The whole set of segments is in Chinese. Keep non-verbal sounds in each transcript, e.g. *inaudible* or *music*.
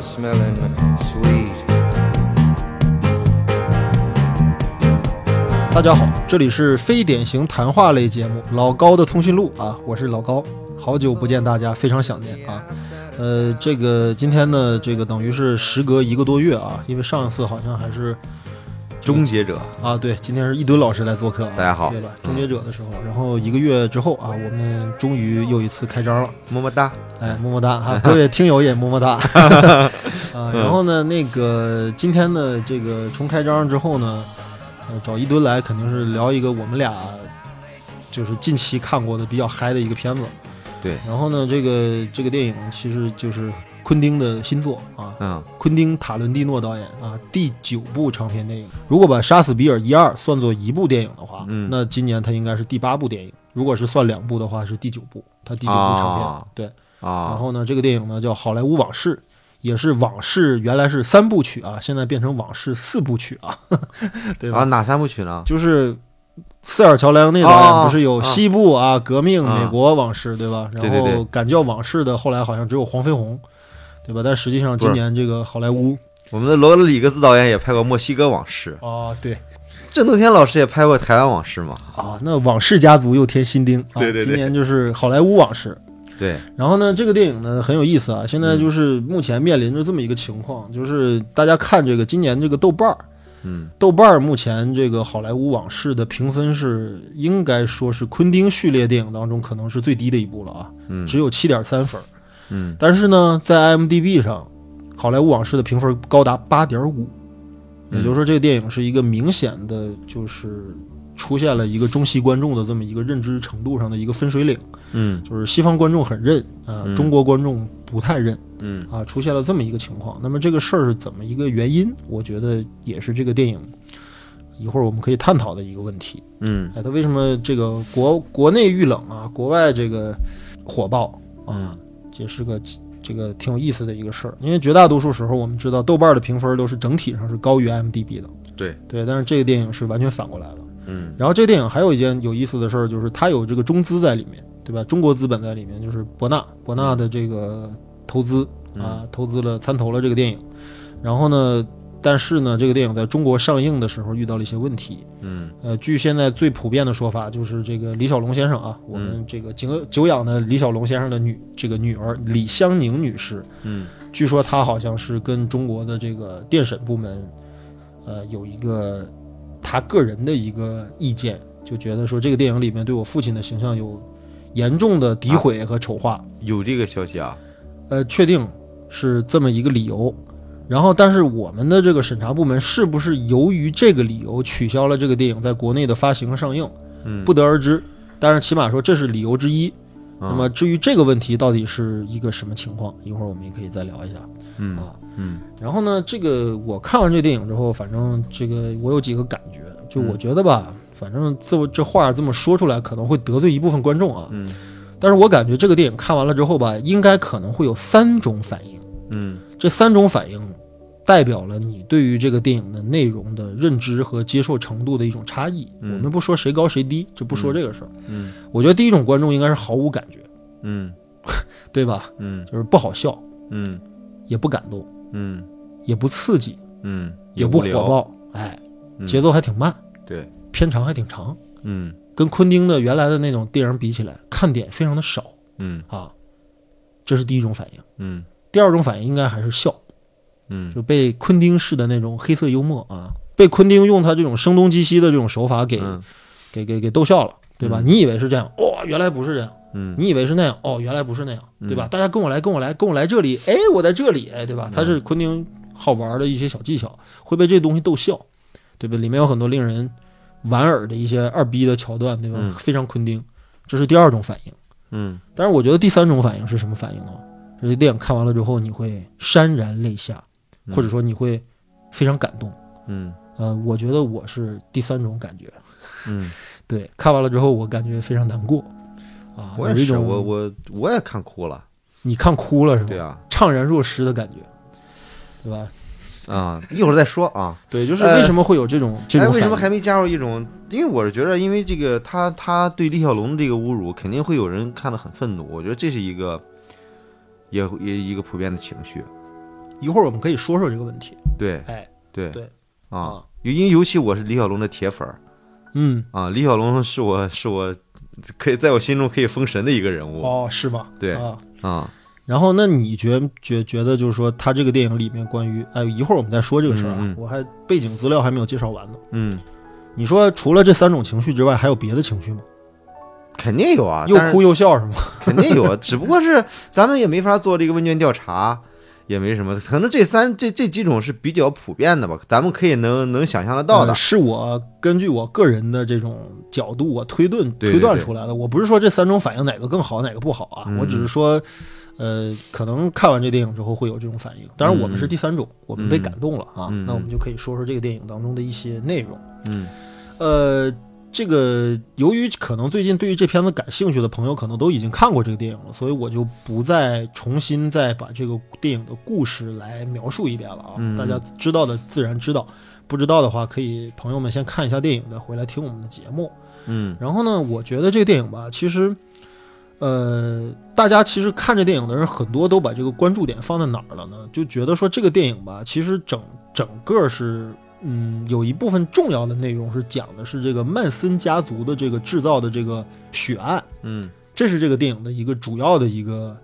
smelling sweet. 大家好，这里是非典型谈话类节目《老高的通讯录》啊，我是老高，好久不见大家，非常想念啊。呃，这个今天呢，这个等于是时隔一个多月啊，因为上一次好像还是终结者，啊，对，今天是一吨老师来做客、啊，大家好嗯对吧？终结者的时候，然后一个月之后啊，我们终于又一次开张了。么么哒。哎，么么哒哈，各位听友也么么 *laughs* 哒啊。然后呢，那个今天的这个重开张之后呢，呃，找一吨来肯定是聊一个我们俩就是近期看过的比较嗨的一个片子。对。然后呢，这个这个电影其实就是昆汀的新作啊，嗯，昆汀·塔伦蒂诺导演啊第九部长篇电影。如果把《杀死比尔》一二算作一部电影的话，嗯那今年它应该是第八部电影。如果是算两部的话，是第九部，它第九部长片。啊对。然啊，后呢，这个电影呢叫《好莱坞往事》，也是往事原来是三部曲啊，现在变成往事四部曲啊， *laughs* 对吧？啊，哪三部曲呢？就是塞尔乔莱昂内导演不是有西部啊、革命、啊美国往事，对吧？对对然对后敢叫往事的，后来好像只有黄飞鸿，对吧？但实际上今不是年这个好莱坞我们的罗德里格斯导演也拍过《墨西哥往事啊，对》，郑洞天老师也拍过《台湾往事》嘛？啊，那往事家族又添新丁啊，对对对今年就是好莱坞往事。对，然后呢，这个电影呢很有意思啊。现嗯在就是目前面临着这么一个情况，就是大家看这个今年这个豆瓣儿，嗯，豆瓣儿目前这个《好莱坞往事》的评分是应该说是昆汀序列电影当中可能是最低的一部了啊，嗯只有七点三分儿。嗯，但是呢，在 IMDB 上，《好莱坞往事》的评分高达八点五，嗯也就是说，这个电影是一个明显的就是出现了一个中西观众的这么一个认知程度上的一个分水岭，嗯就是西方观众很认啊、嗯中国观众不太认。嗯啊，出现了这么一个情况。那么这个事儿是怎么一个原因？我觉得也是这个电影一会儿我们可以探讨的一个问题。嗯哎，它为什么这个国国内遇冷啊，国外这个火爆啊嗯，这是个这个挺有意思的一个事儿。因为绝大多数时候我们知道豆瓣儿的评分都是整体上是高于 m d b 的，对对，但是这个电影是完全反过来的。嗯然后这个电影还有一件有意思的事儿，就是它有这个中资在里面，对吧？中国资本在里面，就是博纳博纳的这个投资啊，投资了参投了这个电影。然后呢，但是呢，这个电影在中国上映的时候遇到了一些问题。嗯呃，据现在最普遍的说法，就是这个李小龙先生啊，我们这个久久仰的李小龙先生的女这个女儿李香凝女士，嗯据说她好像是跟中国的这个电审部门，呃，有一个她个人的一个意见，就觉得说这个电影里面对我父亲的形象有严重的诋毁和丑化，有这个消息啊？呃，确定是这么一个理由。然后，但是我们的这个审查部门是不是由于这个理由取消了这个电影在国内的发行和上映，嗯，不得而知。但是起码说这是理由之一。那么至于这个问题到底是一个什么情况，一会儿我们也可以再聊一下嗯啊。嗯然后呢，这个我看完这电影之后，反正这个我有几个感觉，嗯就我觉得吧，反正这这话这么说出来可能会得罪一部分观众啊，嗯但是我感觉这个电影看完了之后吧，应该可能会有三种反应，嗯这三种反应代表了你对于这个电影的内容的认知和接受程度的一种差异。嗯我们不说谁高谁低，就不说嗯这个事儿。嗯我觉得第一种观众应该是毫无感觉，嗯对吧？嗯就是不好笑，嗯也不感动，嗯也不刺激，嗯，也不火，爆，哎，节奏奏还挺慢，对，片长还挺长。嗯跟昆汀的原来的那种电影比起来，看点非常的少嗯啊，这是第一种反应。嗯第二种反应应该还是笑，嗯就被昆汀式的那种黑色幽默啊，被昆汀用他这种声东击西的这种手法给、嗯给给给逗笑了，对吧？嗯你以为是这样，哦，原来不是这样；嗯你以为是那样，哦，原来不是那样，嗯对吧？大家跟我来，跟我来，跟我来这里，哎，我在这里，哎，对嗯吧？他是昆汀好玩的一些小技巧，会被这东西逗笑，对吧？里面有很多令人莞尔的一些二逼的桥段，对吧？嗯非常昆汀，这是第二种反应。嗯但是我觉得第三种反应是什么反应呢？就是电影看完了之后，你会潸然泪下，嗯或者说你会非常感动。嗯呃，我觉得我是第三种感觉。嗯。对，看完了之后我感觉非常难过，啊，我有也一是，种我我我也看哭了。你看哭了是吗？对啊，怅然若失的感觉，对吧？啊、一会儿再说啊。对，就是为什么会有这种、这哎，种反为什应？么还没加入一种？因为我是觉得，因为这个他他对李小龙这个侮辱，肯定会有人看得很愤怒。我觉得这是一个，也也一个普遍的情绪。一会儿我们可以说说这个问题。对，哎，对对啊啊，因为尤其我是李小龙的铁粉儿嗯，啊，李小龙是我是我可以在我心中可以封神的一个人物哦，是吧？对啊。啊，然后，那你觉觉觉得就是说，他这个电影里面关于，哎，一会儿我们再说这个事儿啊，嗯嗯我还背景资料还没有介绍完呢。嗯，你说除了这三种情绪之外，还有别的情绪吗？肯定有啊，又但是哭又笑是吗？肯定有，啊 *laughs* 只不过是咱们也没法做这个问卷调查，也没什么，可能这三这这几种是比较普遍的吧，咱们可以能能想象得到的呃。是我根据我个人的这种角度，我推断对对推断对出来的。我不是说这三种反应哪个更好，哪个不好啊，嗯我只是说，呃，可能看完这电影之后会有这种反应。当然，我们是嗯第三种，我们被嗯感动了啊，嗯那我们就可以说说这个电影当中的一些内容。嗯呃，这个由于可能最近对于这片子感兴趣的朋友，可能都已经看过这个电影了，所以我就不再重新再把这个电影的故事来描述一遍了啊。嗯大家知道的自然知道，不知道的话，可以朋友们先看一下电影，再回来听我们的节目。嗯然后呢，我觉得这个电影吧，其实。呃，大家其实看这电影的人很多都把这个关注点放在哪儿了呢？就觉得说这个电影吧，其实整整个是，嗯，有一部分重要的内容是讲的是这个曼森家族的这个制造的这个血案，嗯这是这个电影的一个主要的一个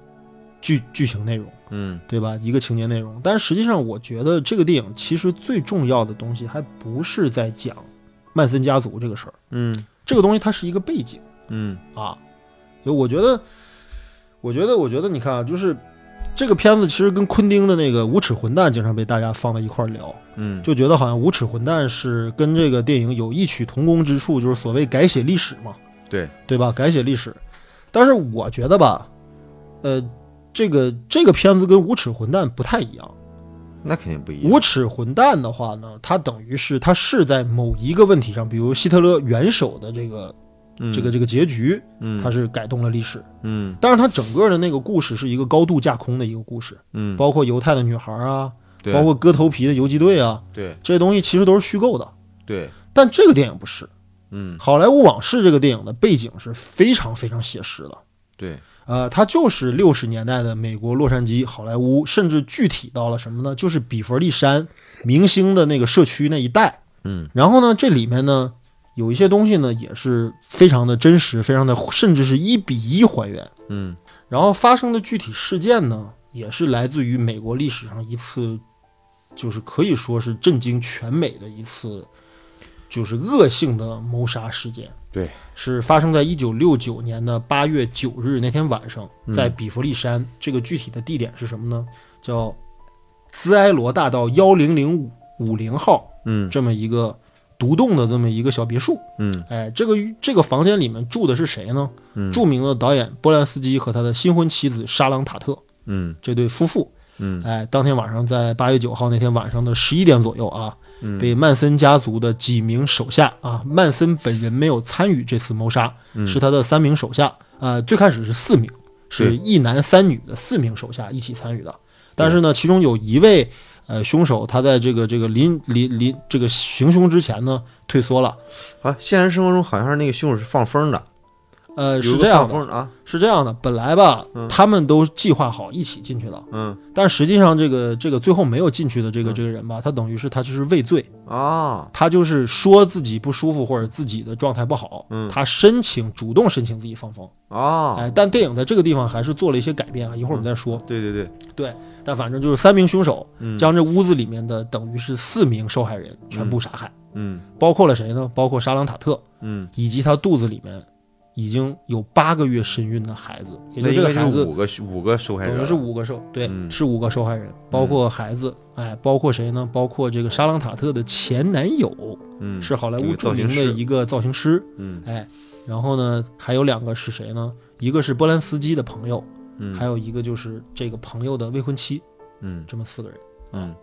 剧剧情内容，嗯对吧？一个情节内容。但实际上，我觉得这个电影其实最重要的东西还不是在讲曼森家族这个事儿，嗯这个东西它是一个背景。嗯啊。就我觉得，我觉得，我觉得，你看啊，就是这个片子其实跟昆汀的那个《无耻混蛋》经常被大家放在一块儿聊，嗯，就觉得好像《无耻混蛋》是跟这个电影有异曲同工之处，就是所谓改写历史嘛，对对吧？改写历史。但是我觉得吧，呃，这个这个片子跟《无耻混蛋》不太一样。那肯定不一《样。无耻混蛋》的话呢，它等于是它是在某一个问题上，比如希特勒元首的这个嗯这个这个结局，嗯它是改动了历史。嗯但是它整个的那个故事是一个高度架空的一个故事，嗯，包括犹太的女孩啊，对包括割头皮的游击队啊，对这些东西其实都是虚构的。对但这个电影不是，《嗯好莱坞往事》这个电影的背景是非常非常写实的。对呃，它就是六十年代的美国洛杉矶、好莱坞，甚至具体到了什么呢？就是比佛利山明星的那个社区那一带。嗯然后呢，这里面呢有一些东西呢也是非常的真实，非常的甚至是一比一还原。嗯然后发生的具体事件呢，也是来自于美国历史上一次，就是可以说是震惊全美的一次，就是恶性的谋杀事件。对，是发生在一九六九年的八月九日那天晚上，嗯在比弗利山。这个具体的地点是什么呢？叫兹埃罗大道幺零零五五零号嗯这么一个独栋的这么一个小别墅。嗯哎，这个这个房间里面住的是谁呢？嗯著名的导演波兰斯基和他的新婚妻子莎朗塔特嗯这对夫妇，嗯哎，当天晚上在八月九号那天晚上的十一点左右啊，嗯被曼森家族的几名手下啊，曼森本人没有参与这次谋杀，嗯是他的三名手下，呃，最开始是四名，是对一男三女的四名手下一起参与的，但是呢，其中有一位呃凶手，他在这个这个临临临这个行凶之前呢退缩了，啊，现实生活中好像是那个凶手是放风的，呃，有是个这样的，放风的啊，是这样的，本来吧嗯，他们都计划好一起进去的。嗯但实际上，这个这个最后没有进去的这个嗯这个人吧，他等于是他就是畏罪，啊，他就是说自己不舒服或者自己的状态不好，嗯他申请主动申请自己放风，哦，哎，但电影在这个地方还是做了一些改变啊，一会儿嗯我们再说。对对对，但反正就是三名凶手嗯将这屋子里面的等于是四名受害人全部杀害，嗯包括了谁呢？包括沙朗塔特嗯，以及他肚子里面已经有八个月身孕的孩子，也就这那应个该是孩子五个五个受害等于者，是五个受，对，嗯是五个受害人，包括孩子，哎，包括谁呢？包括这个沙朗塔特的前男友嗯是好莱这坞个著造名型的师一个造型师，嗯哎，然后呢，还有两个是谁呢？一个是波兰斯基的朋友，嗯还有一个就是这个朋友的未婚妻，嗯这么四个人。嗯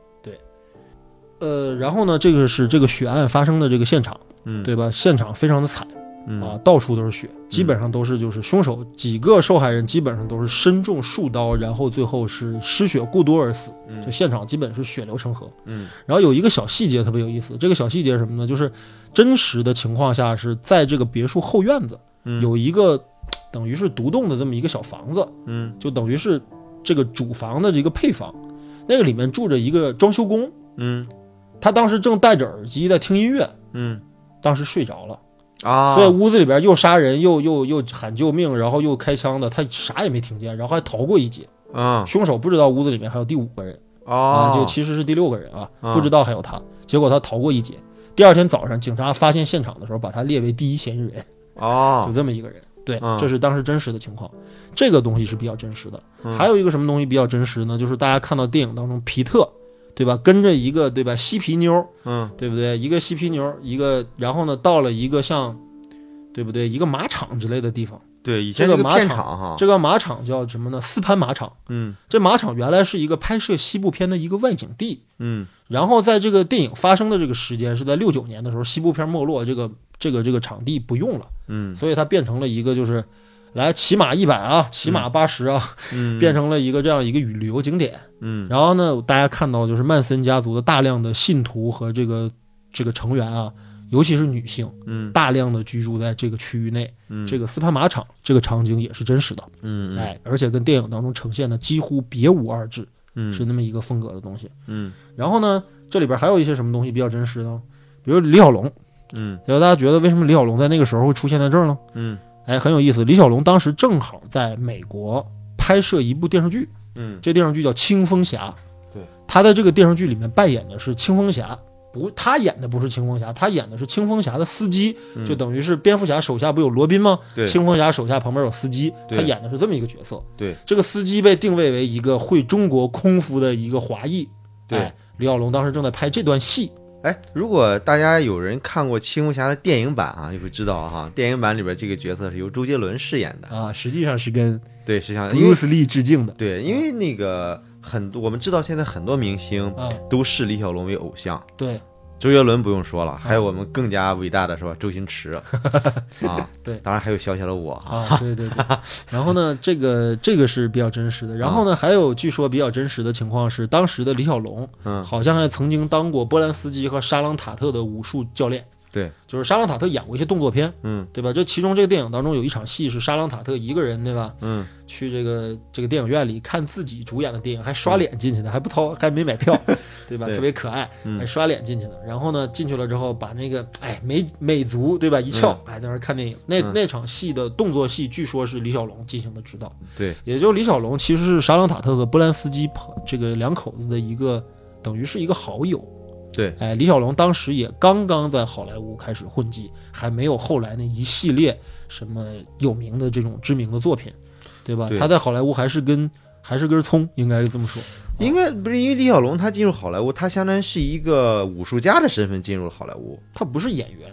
呃，然后呢，这个是这个血案发生的这个现场，嗯对吧？现场非常的惨嗯啊，到处都是血，基本上都是就是凶手几个受害人基本上都是身中数刀，然后最后是失血过多而死。嗯就现场基本是血流成河。嗯然后有一个小细节特别有意思，这个小细节是什么呢？就是真实的情况下是在这个别墅后院子嗯有一个等于是独栋的这么一个小房子，嗯就等于是这个主房的这个配房。那个里面住着一个装修工，嗯他当时正戴着耳机在听音乐，嗯当时睡着了，啊，所以屋子里边又杀人又又又喊救命，然后又开枪的，他啥也没听见，然后还逃过一劫。嗯凶手不知道屋子里面还有第五个人哦啊，，就其实是第六个人啊，啊不知道还有他。结果他逃过一劫。第二天早上，警察发现现场的时候，把他列为第一嫌疑人。就哦，这么一个人。对嗯，这是当时真实的情况，这个东西是比较真实的。嗯还有一个什么东西比较真实呢？就是大家看到电影当中皮特，对吧？跟着一个对吧嬉皮妞，嗯对不对？一个嬉皮妞，一个然后呢到了一个像，对不对？一个马场之类的地方。对，以前这那个个马片场场哈，这个马场叫什么呢？斯潘马场。嗯这马场原来是一个拍摄西部片的一个外景地。嗯然后在这个电影发生的这个时间是在六九年的时候，西部片没落，这个这个这个场地不用了。嗯所以它变成了一个就是来骑马一百啊，骑马八十啊，*laughs* 嗯，变成了一个这样一个旅旅游景点。嗯然后呢，大家看到就是曼森家族的大量的信徒和这个这个成员啊，尤其是女性，嗯大量的居住在这个区域内。嗯这个斯潘马场这个场景也是真实的，嗯哎，而且跟电影当中呈现的几乎别无二致，嗯是那么一个风格的东西。嗯然后呢，这里边还有一些什么东西比较真实呢？比如李小龙，嗯对吧？大家觉得为什么李小龙在那个时候会出现在这儿呢？嗯哎，很有意思。李小龙当时正好在美国拍摄一部电视剧，嗯这电视剧叫《清风侠》。对，他在这个电视剧里面扮演的是清风侠，不，他演的不是清风侠，他演的是清风侠的司机，嗯就等于是蝙蝠侠手下不有罗宾吗？对清风侠手下旁边有司机，他对演的是这么一个角色。对，这个司机被定位为一个会中国空服的一个华裔。对哎李小龙当时正在拍这段戏，哎，如果大家有人看过《青龙侠》的电影版啊，就会知道哈、电影版里边这个角色是由周杰伦饰演的。啊，实际上是跟对，实际上呃因为 Bruce Lee 致敬的。对，因为那个很多我们知道现在很多明星啊，都视李小龙为偶像，对周杰伦不用说了，还有我们更加伟大的是吧，周星驰啊，对当然还有小小的我哈、啊，对对对。然后呢，这个这个是比较真实的。然啊后呢，还有据说比较真实的情况是，当时的李小龙嗯，好像还曾经当过波兰斯基和沙朗塔特的武术教练。对，就是沙朗塔特演过一些动作片，嗯对吧？这其中这个电影当中有一场戏是沙朗塔特一个人，对吧？嗯去这个这个电影院里看自己主演的电影，还刷脸进去的，还不掏，还没买 *laughs* 票，对吧？嗯对特别可爱，嗯还刷脸进去的。然后呢，进去了之后，把那个哎美美足对吧一翘，哎在那儿看电影。那嗯那场戏的动作戏，据说是李小龙进行的指导。对，也就李小龙其实是沙朗塔特和波兰斯基朋这个两口子的一个，等于是一个好友。对，哎，李小龙当时也刚刚在好莱坞开始混迹，还没有后来那一系列什么有名的这种知名的作品，对吧？对他在好莱坞还是跟还是根葱，应该是这么说。应该不是因为李小龙他进入好莱坞，他相当于是一个武术家的身份进入了好莱坞，他不是演员，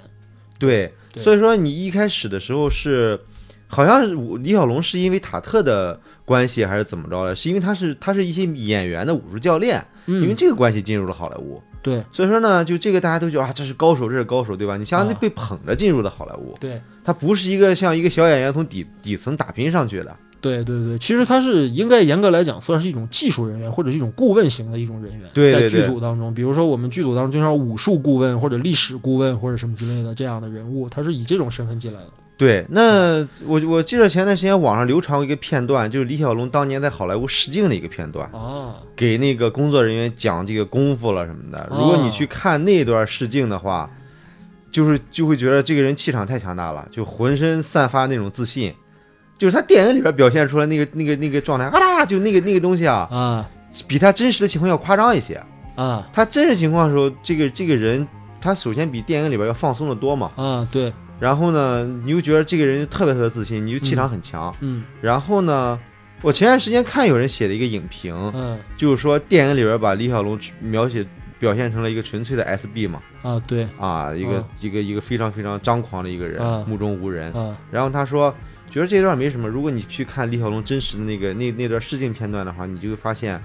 对，对所以说你一开始的时候是，好像是我李小龙是因为塔特的关系还是怎么着的？是因为他是他是一些演员的武术教练，因为嗯，这个关系进入了好莱坞。对所以说呢，就这个大家都觉得啊，这是高手，这是高手，对吧？你相当于啊被捧着进入的好莱坞，对他不是一个像一个小演员从底底层打拼上去的。对对对，其实他是应该严格来讲算是一种技术人员或者是一种顾问型的一种人员，对对在对剧组当中，比如说我们剧组当中经常有武术顾问或者历史顾问或者什么之类的这样的人物，他是以这种身份进来的。对，那我我记得前段时间网上流传过一个片段，就是李小龙当年在好莱坞试镜的一个片段。啊，给那个工作人员讲这个功夫了什么的。哦如果你去看那段试镜的话，就是就会觉得这个人气场太强大了，就浑身散发那种自信。就是他电影里边表现出来那个那个那个状态啊啦，就那个那个东西啊，啊比他真实的情况要夸张一些。啊他真实情况的时候，这个这个人他首先比电影里边要放松的多嘛。啊，对，然后呢，你又觉得这个人就特别特别自信，你就气场很强。嗯然后呢，我前段时间看有人写的一个影评，嗯就是说电影里边把李小龙描写表现成了一个纯粹的 SB 嘛，啊，对啊，一个、啊一个一个非常非常张狂的一个人，啊目中无人。啊然后他说，觉得这段没什么。如果你去看李小龙真实的那个那那段试镜片段的话，你就会发现，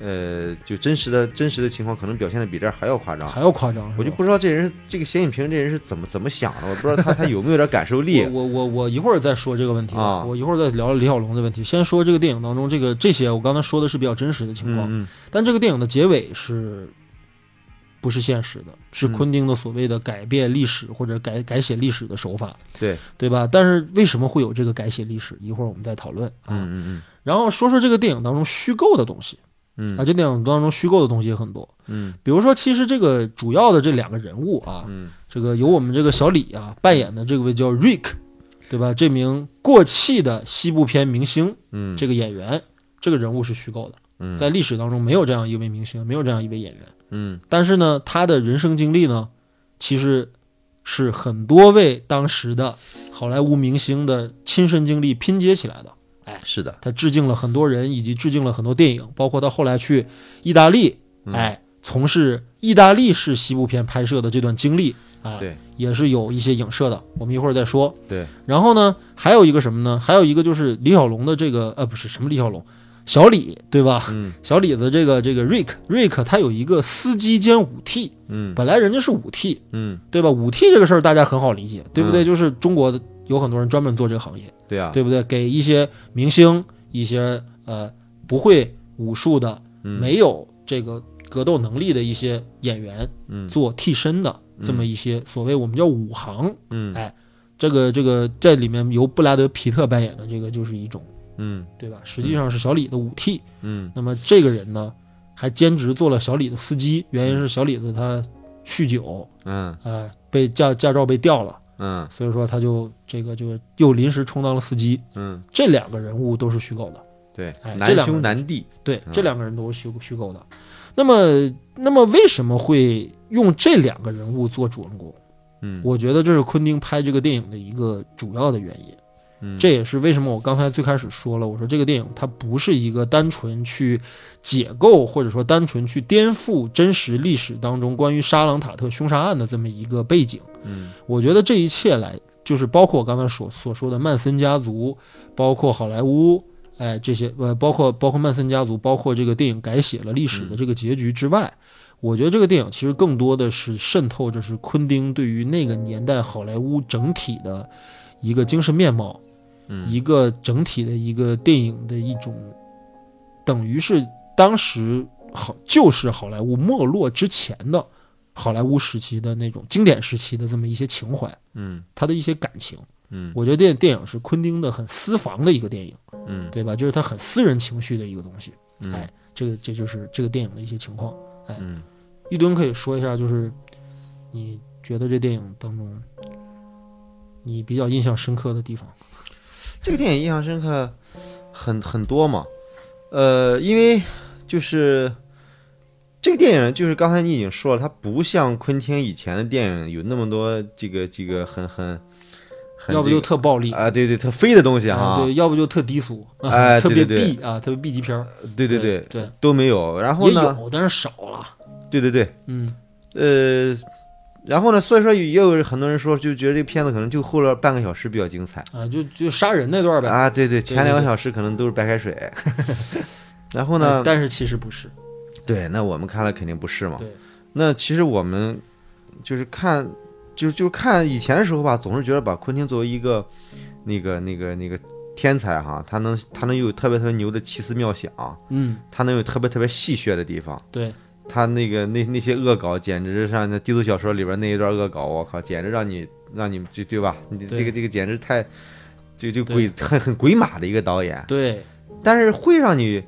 呃，就真实的真实的情况可能表现的比这儿还要夸张。还要夸张，是吧啊我就不知道这人是这个写影评这人是怎么怎么想的，我不知道他他有没有点感受力我。我我我一会儿再说这个问题吧啊我一会儿再聊聊李小龙的问题。先说这个电影当中这个这些，我刚才说的是比较真实的情况，嗯但这个电影的结尾是不是现实的？嗯是昆汀的所谓的改变历史或者改改写历史的手法，对对吧？但是为什么会有这个改写历史？一会儿我们再讨论啊。嗯嗯嗯然后说说这个电影当中虚构的东西。嗯啊，这电影当中虚构的东西也很多。嗯比如说，其实这个主要的这两个人物啊，嗯这个由我们这个小李啊扮演的这位叫 Rick，对吧？这名过气的西部片明星，嗯，啊这个演员，这个人物是虚构的，嗯在历史当中没有这样一位明星，没有这样一位演员。嗯但是呢，他的人生经历呢，其实是很多位当时的好莱坞明星的亲身经历拼接起来的。是的，他致敬了很多人，以及致敬了很多电影，包括到后来去意大利，嗯哎，从事意大利式西部片拍摄的这段经历啊，对，也是有一些影射的，我们一会儿再说。对，然后呢，还有一个什么呢？还有一个就是李小龙的这个，呃，不是什么李小龙，小李对吧？嗯小李子这个这个 Rick Rick 他有一个司机兼舞 T，嗯本来人家是舞 T，嗯，对吧？舞 T 这个事儿大家很好理解，对不对？嗯就是中国的有很多人专门做这个行业，对啊，对不对？给一些明星、一些呃不会武术的、嗯没有这个格斗能力的一些演员嗯做替身的这么一些所谓我们叫武行。嗯这个这个在里面由布拉德皮特扮演的这个就是一种，嗯对吧？实际上是小李的武替。嗯那么这个人呢，还兼职做了小李的司机，原因是小李子他酗酒，嗯呃，被驾驾照被吊了，嗯所以说他就这个就又临时充当了司机。嗯，这两个人物都是虚构的。对哎，这难两个兄人难弟，对，嗯这两个人都是虚虚构的。那么，那么为什么会用这两个人物做主人公？嗯，我觉得这是昆汀拍这个电影的一个主要的原因。嗯这也是为什么我刚才最开始说了，我说这个电影它不是一个单纯去解构或者说单纯去颠覆真实历史当中关于沙朗塔特凶杀案的这么一个背景。嗯我觉得这一切来，就是包括我刚才所所说的曼森家族，包括好莱坞，哎，这些呃，包括包括曼森家族，包括这个电影改写了历史的这个结局之外，我觉得这个电影其实更多的是渗透着是昆汀对于那个年代好莱坞整体的一个精神面貌，嗯一个整体的一个电影的一种，等于是当时好就是好莱坞没落之前的好莱坞时期的那种经典时期的这么一些情怀，嗯他的一些感情。嗯我觉得电电影是昆汀的很私房的一个电影，嗯对吧？就是他很私人情绪的一个东西。嗯哎，这个这就是这个电影的一些情况。嗯，一吨可以说一下，就是你觉得这电影当中你比较印象深刻的地方？这个电影印象深刻很很多嘛，呃，因为就是这个电影，就是刚才你已经说了，它不像昆汀以前的电影有那么多这个这个很很很要不这就个特暴力，啊，对对，特飞的东西啊，哈，对，要不就特低俗，啊哎特别对对对 B 啊，特别 B 级片儿，对对对对对，都没有。然后也呢，有，但是少了，对对对，嗯，呃，然后呢，所以说也有很多人说，就觉得这个片子可能就后了半个小时比较精彩啊，就就杀人那段呗。啊，对对，对前两个对小时可能都是白开水。 *laughs* 然后呢，但是其实不是，对，那我们看了肯定不是嘛对。那其实我们就是看，就就是看以前的时候吧，总是觉得把昆汀作为一个那个那个那个天才哈，他能他能有特别特别牛的奇思妙想，嗯，他能有特别特别戏谑的地方。对，他那个那那些恶搞，简直像那低俗小说里边那一段恶搞，我靠，简直让你让你就对吧？你对这个这个简直太，就就对鬼很很鬼马的一个导演，对，但是会让你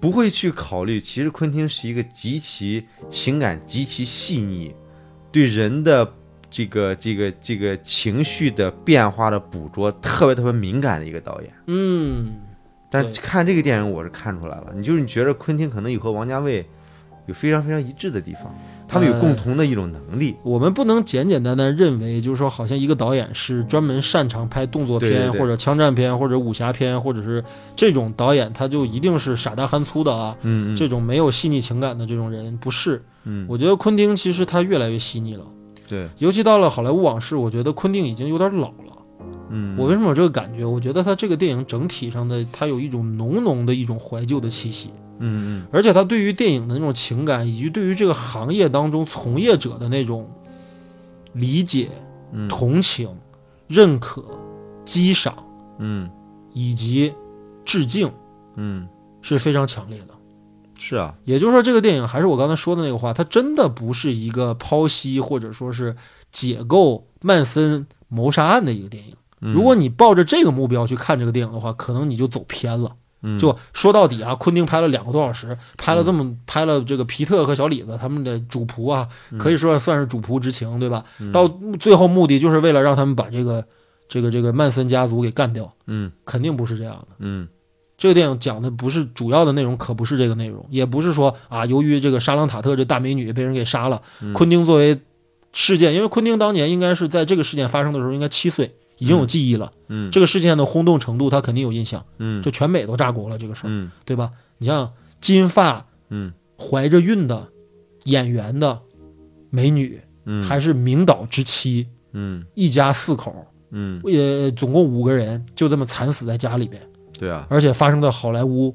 不会去考虑，其实昆汀是一个极其情感极其细腻，对人的这个这个这个情绪的变化的捕捉特别特别敏感的一个导演。嗯，但对看这个电影，我是看出来了，你就是你觉得昆汀可能有和王家卫有非常非常一致的地方，他们有共同的一种能力。我们不能简简单单认为，就是说，好像一个导演是专门擅长拍动作片对对对或者枪战片或者武侠片，或者是这种导演，他就一定是傻大憨粗的啊。嗯这种没有细腻情感的这种人不是，嗯我觉得昆汀其实他越来越细腻了，对，尤其到了好莱坞往事，我觉得昆汀已经有点老了。嗯，我为什么有这个感觉？我觉得他这个电影整体上的，它有一种浓浓的一种怀旧的气息，嗯而且他对于电影的那种情感，以及对于这个行业当中从业者的那种理解、嗯同情、认可、激赏嗯以及致敬嗯嗯，是非常强烈的。是啊，也就是说，这个电影还是我刚才说的那个话，它真的不是一个剖析或者说是解构曼森谋杀案的一个电影。嗯如果你抱着这个目标去看这个电影的话，可能你就走偏了。嗯就说到底啊，昆汀拍了两个多小时，拍了这么拍了这个皮特和小李子他们的主仆啊，嗯可以说算是主仆之情，对吧？到最后目的就是为了让他们把这个这个这个曼森家族给干掉，嗯肯定不是这样的。嗯这个电影讲的不是主要的内容，可不是这个内容，也不是说啊，由于这个莎朗塔特这大美女被人给杀了，嗯昆汀作为事件，因为昆汀当年应该是在这个事件发生的时候应该七岁，已经有记忆了，嗯这个事件的轰动程度他肯定有印象，嗯就全美都炸锅了这个事儿，嗯对吧？你像金发嗯怀着孕的演员的美女，嗯还是明导之妻，嗯一家四口，嗯，呃，总共五个人就这么惨死在家里边，对啊，而且发生在好莱坞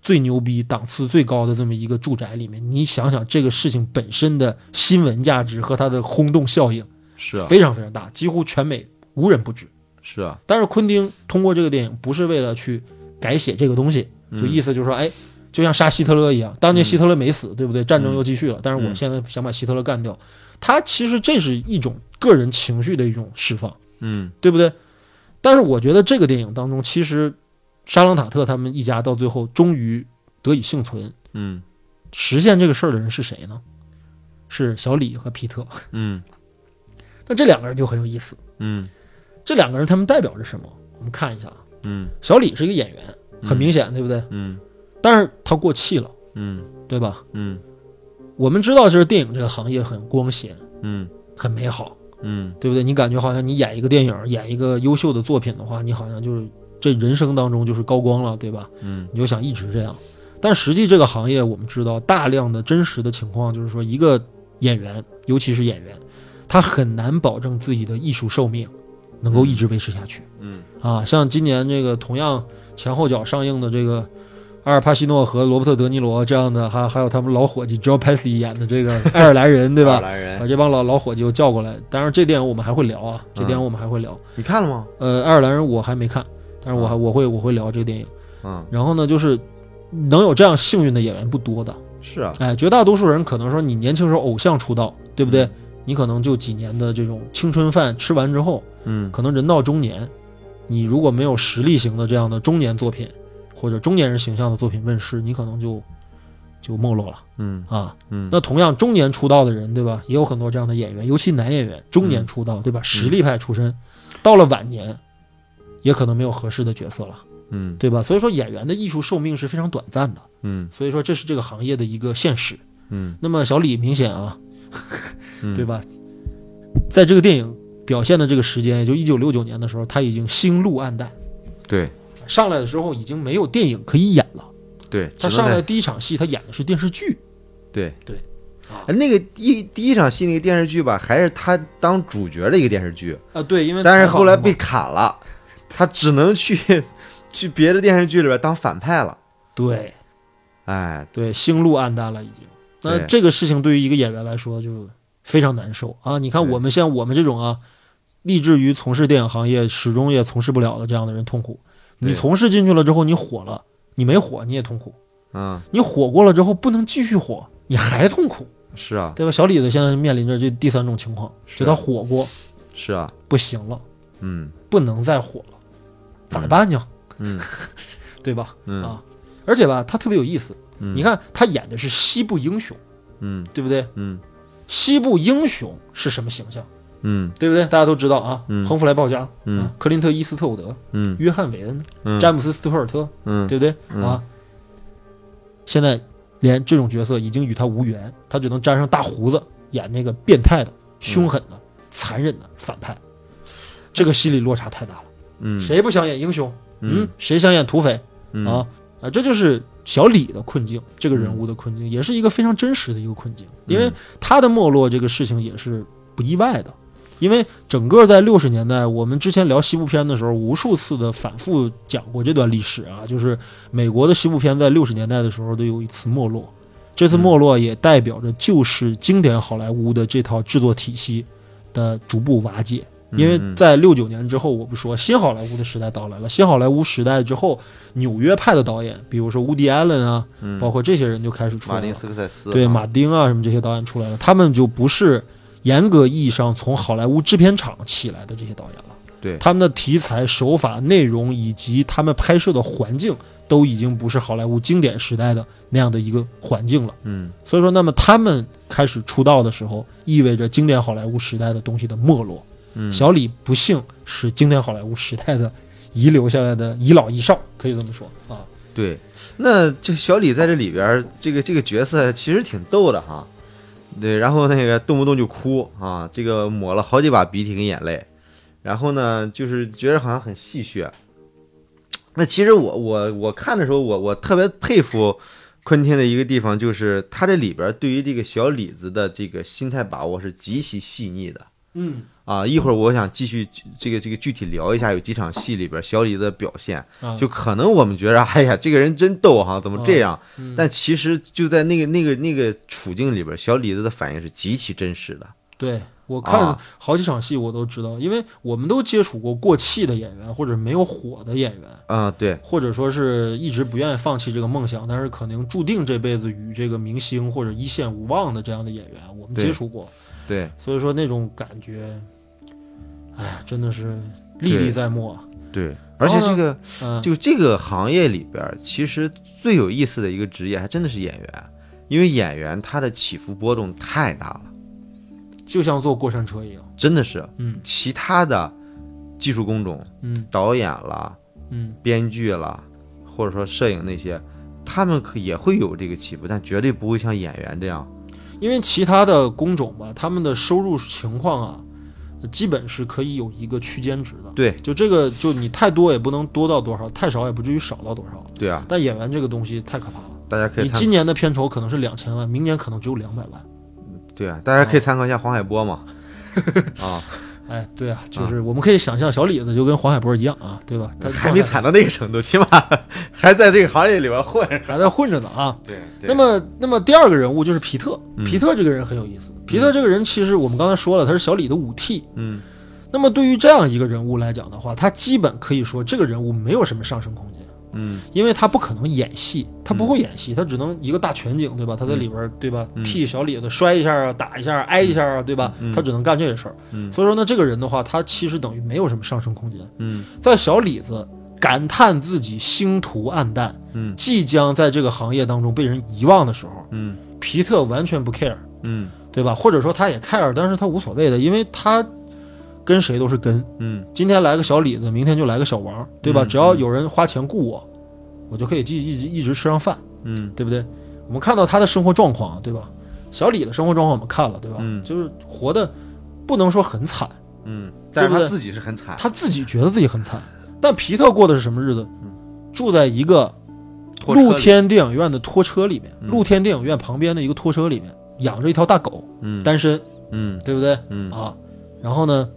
最牛逼、档次最高的这么一个住宅里面。你想想这个事情本身的新闻价值和它的轰动效应是啊非常非常大，几乎全美无人不知。是啊，但是昆汀通过这个电影不是为了去改写这个东西，就意思就是说，哎，就像杀希特勒一样，当年希特勒没死，对不对？战争又继续了，但是我嗯现在想把希特勒干掉，他其实这是一种个人情绪的一种释放，嗯对不对？但是我觉得这个电影当中，其实沙朗塔特他们一家到最后终于得以幸存，嗯实现这个事儿的人是谁呢？是小李和皮特。嗯 *laughs* 那这两个人就很有意思，嗯这两个人他们代表着什么？我们看一下啊，嗯小李是一个演员，很明显，对不对？嗯但是他过气了，嗯对吧？嗯我们知道，就是电影这个行业很光鲜、嗯很美好，嗯对不对？你感觉好像你演一个电影、演一个优秀的作品的话，你好像就是这人生当中就是高光了，对吧？嗯你就想一直这样。但实际这个行业，我们知道大量的真实的情况就是说，一个演员，尤其是演员，他很难保证自己的艺术寿命能够一直维持下去嗯啊。像今年这个同样前后脚上映的这个阿尔帕西诺和罗伯特·德尼罗这样的，还还有他们老伙计 Joe Pesci 演的 *laughs* 这个爱尔兰人，对爱尔吧？兰人，把这帮老老伙计又叫过来。当然，这电影我们还会聊啊，这电影嗯我们还会聊。你看了吗？呃，爱尔兰人我还没看，但是我还我会我会聊这个电影。嗯，然后呢，就是能有这样幸运的演员不多的，是啊，哎，绝大多数人可能说你年轻时候偶像出道，对不对？嗯你可能就几年的这种青春饭吃完之后，嗯可能人到中年，你如果没有实力型的这样的中年作品或者中年人形象的作品问世，你可能就就没落了嗯啊。嗯，那同样中年出道的人，对吧？也有很多这样的演员，尤其男演员中嗯年出道，对吧？实力派出身，到了晚年，也可能没有合适的角色了。嗯对吧？所以说演员的艺术寿命是非常短暂的，嗯所以说这是这个行业的一个现实。嗯那么小李明显啊，嗯，对吧？在这个电影表现的这个时间，也就一九六九年的时候，他已经星路暗淡，对上来的时候已经没有电影可以演了。对，他只能上在来的第一场戏，他演的是电视剧对对啊哎那个第一第一场戏那个电视剧吧，还是他当主角的一个电视剧，啊，对，因为但是后来采访被嘛砍了，他只能去去别的电视剧里边当反派了。对哎，对星路暗淡了已经。那对这个事情对于一个演员来说就非常难受啊！你看对我们像我们这种啊，立志于从事电影行业，始终也从事不了的这样的人痛苦。你对从事进去了之后，你火了，你没火你也痛苦；嗯，你火过了之后不能继续火，你还痛苦，是啊，对吧？小李子现在面临着这第三种情况，是就他火过是啊，不行了，嗯不能再火了，咋办呢？嗯对吧？嗯啊，而且吧，他特别有意思。嗯你看他演的是西部英雄，嗯对不对？嗯西部英雄是什么形象？嗯对不对？大家都知道啊，嗯亨弗莱·鲍嘉、嗯啊、克林特·伊斯特伍德、嗯约翰·韦恩、嗯，詹姆斯·斯图尔特，嗯对不对、嗯啊？现在连这种角色已经与他无缘，他只能粘上大胡子演那个变态的、凶狠嗯的、残忍的反派，这个心理落差太大了。嗯谁不想演英雄？嗯谁想演土匪、嗯啊？啊，这就是小李的困境，这个人物的困境，也是一个非常真实的一个困境，因嗯为他的没落这个事情也是不意外的。因为整个在六十年代，我们之前聊西部片的时候，无数次的反复讲过这段历史啊，就是美国的西部片在六十年代的时候都有一次没落，这次嗯没落也代表着就是经典好莱坞的这套制作体系的逐步瓦解。因为嗯在六九年之后，我不说新好莱坞的时代到来了。新好莱坞时代之后，纽约派的导演，比如说乌迪·艾伦啊，嗯包括这些人就开始出马来丁了。斯科塞斯对啊马丁啊什么这些导演出来了，他们就不是严格意义上从好莱坞制片厂起来的这些导演了。对他们的题材、手法、内容以及他们拍摄的环境都已经不是好莱坞经典时代的那样的一个环境了。嗯所以说，那么他们开始出道的时候，意味着经典好莱坞时代的东西的没落。嗯，小李不幸是经典好莱坞时代的遗留下来的遗老遗少，可以这么说啊。对，那这小李在这里边儿，这个这个角色其实挺逗的哈。对，然后那个动不动就哭啊，这个抹了好几把鼻涕跟眼泪，然后呢，就是觉得好像很戏谑。那其实我我我看的时候，我我特别佩服昆汀的一个地方，就是他这里边儿对于这个小李子的这个心态把握是极其细腻的。嗯啊，一会儿我想继续这个这个具体聊一下，有几场戏里边儿小李子的表现，啊，就可能我们觉得，哎呀，这个人真逗哈、怎么这样？嗯但其实就在那个那个那个处境里边，小李子的反应是极其真实的。对我看啊好几场戏我都知道，因为我们都接触过过气的演员或者没有火的演员。啊、对，或者说是一直不愿意放弃这个梦想，但是可能注定这辈子与这个明星或者一线无望的这样的演员，我们对接触过，对，所以说那种感觉，哎呀，真的是历历在目啊。对。而然后且呢这个嗯，就这个行业里边，其实最有意思的一个职业还真的是演员，因为演员他的起伏波动太大了，就像坐过山车一样。真的是。嗯其他的技术工种，嗯导演啦、嗯，编剧啦，或者说摄影那些，他们可也会有这个起伏，但绝对不会像演员这样。因为其他的工种吧，他们的收入情况啊，基本是可以有一个区间值的。对，就这个，就你太多也不能多到多少，太少也不至于少到多少。对啊，但演员这个东西太可怕了，大家可以你参今年的片酬可能是两千万，明年可能只有两百万。对啊，大家可以参考一下黄海 *laughs* 波嘛。啊，哎，对啊，就是我们可以想象小李子就跟黄海波一样啊，对 *laughs* 吧？他还没惨到那个程度，起码还在这个行业里边 *laughs* 混。嗯还在混着呢啊。对，那么，那么第二个人物就是皮特。嗯皮特这个人很有意思。皮特这个人其实我们刚才说了，他是小李的五替。嗯，那么对于这样一个人物来讲的话，他基本可以说这个人物没有什么上升空间，嗯因为他不可能演戏，他不会演戏，他只能一个大全景，对吧？他在里边儿，对吧？嗯替小李子摔一下啊，打一下啊，挨一下啊，对吧嗯？他只能干这些事儿。嗯所以说呢，这个人的话，他其实等于没有什么上升空间。嗯在小李子感叹自己星途暗淡，嗯即将在这个行业当中被人遗忘的时候，嗯皮特完全不 care，嗯对吧？或者说他也 care，但是他无所谓的，因为他跟谁都是跟。嗯今天来个小李子，明天就来个小王，对吧？嗯只要有人花钱雇我，我就可以一一直一直吃上饭，嗯对不对？我们看到他的生活状况，啊对吧？小李的生活状况我们看了，对吧？嗯就是活的不能说很惨，嗯，但对是不他对自己是很惨，他自己觉得自己很惨，但皮特过的是什么日子嗯？住在一个拖车里露，天电影院的拖车里面，嗯露天电影院旁边的一个拖车里面养着一条大狗，嗯单身，嗯对不对嗯啊？然后呢，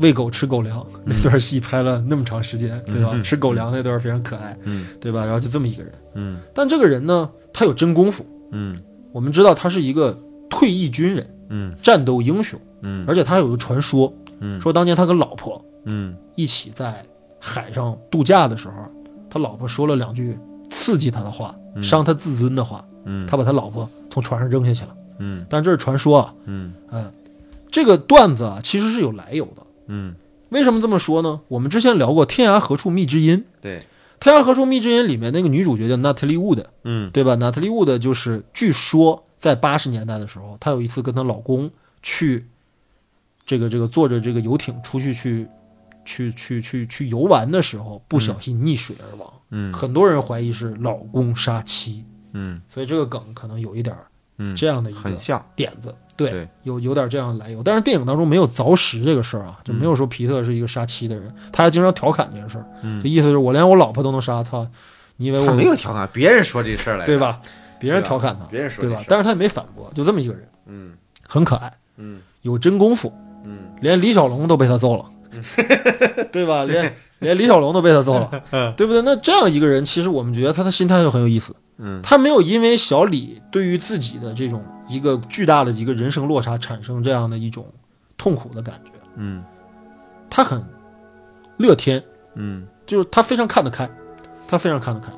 喂狗吃狗粮， *laughs* 那段戏拍了那么长时间，对吧 *laughs* 嗯？吃狗粮那段非常可爱，嗯对吧？然后就这么一个人，嗯但这个人呢，他有真功夫。嗯我们知道他是一个退役军人，嗯战斗英雄，嗯而且他有个传说，嗯说当年他跟老婆嗯一起在海上度假的时候，他老婆说了两句刺激他的话，嗯伤他自尊的话，嗯，他把他老婆从船上扔下去了。嗯但这是传说啊，嗯嗯，这个段子啊其实是有来由的。嗯，为什么这么说呢？我们之前聊过《天涯何处觅知音》，《对，天涯何处觅知音》里面那个女主角叫 Natalie Wood，嗯对吧？Natalie Wood 就是据说在八十年代的时候，她有一次跟她老公去这个这个坐着这个游艇出去去去去去去游玩的时候，不小心溺水而亡。嗯很多人怀疑是老公杀妻，嗯所以这个梗可能有一点儿嗯，这样的一个很像，点子。对，对有有点这样的来由，但是电影当中没有凿实这个事儿啊，就没有说皮特是一个杀妻的人，他还经常调侃这件事儿，嗯这意思是我连我老婆都能杀，操，你以为他我没有调侃，别人说这事儿来，对？吧？别人对吧调侃他，别人说对这吧？事儿，但是他也没反驳，就这么一个人，嗯很可爱，嗯有真功夫，嗯连李小龙都被他揍了， *laughs* 对 *laughs* 吧？连连李小龙都被他揍了，对不对？那这样一个人，其实我们觉得他的心态就很有意思，嗯他没有因为小李对于自己的这种一个巨大的一个人生落差产生这样的一种痛苦的感觉，嗯他很乐天，嗯，就是他非常看得开，他非常看得开，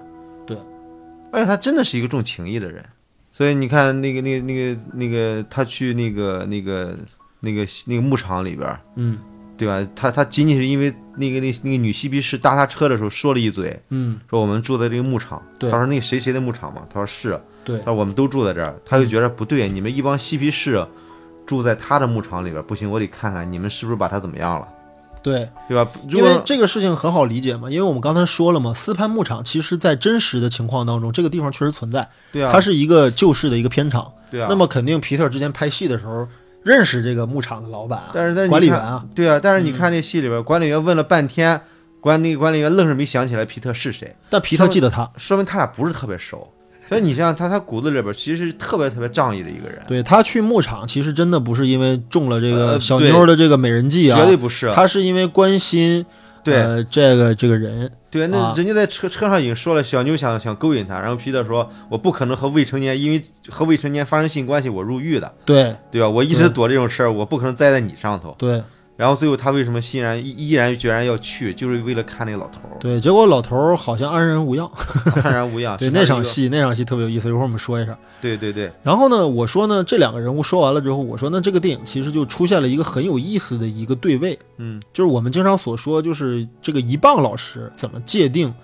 而且他真的是一个重情义的人，所以你看那个那个那个那个他去那个那个那个那个牧场里边儿，嗯，对吧？他他仅仅是因为那个那那个女嬉皮士搭他车的时候说了一嘴，嗯，说我们住在这个牧场，对他说那个谁谁的牧场嘛，他说是，啊对他说我们都住在这儿，他就觉得不对，你们一帮嬉皮士啊住在他的牧场里边，不行，我得看看你们是不是把他怎么样了，对，对吧？如因为果这个事情很好理解嘛，因为我们刚才说了嘛，斯潘牧场其实在真实的情况当中，这个地方确实存在，对它啊，是一个旧式的一个片场。对啊，那么肯定皮特之前拍戏的时候认识这个牧场的老板啊，但是但是你管理员看啊，对啊，但是你看这戏里边，管理员问了半天，管那个管理员愣是没想起来皮特是谁，但皮特记得他，说明他俩不是特别熟。所以你像他，他骨子里边其实是特别特别仗义的一个人，对他去牧场其实真的不是因为中了这个呃小对妞的这个美人计啊，绝对不是。他是因为关心对呃这个这个人，对，啊那人家在车车上已经说了，小妞想想勾引他，然后皮特说：“我不可能和未成年，因为和未成年发生性关系，我入狱的，对对吧？我一直躲这种事儿，我不可能栽在你上头。对”然后最后他为什么欣然毅毅然决然要去，就是为了看那个老头儿，对，结果老头儿好像安然无恙。安然无 *laughs* 恙。对啊是他那一场个，戏，那场戏特别有意思，一会儿我们说一下。对对对，然后呢，我说呢，这两个人物说完了之后，我说那这个电影其实就出现了一个很有意思的一个对位，嗯，就是我们经常所说，就是这个一棒老师怎么界定，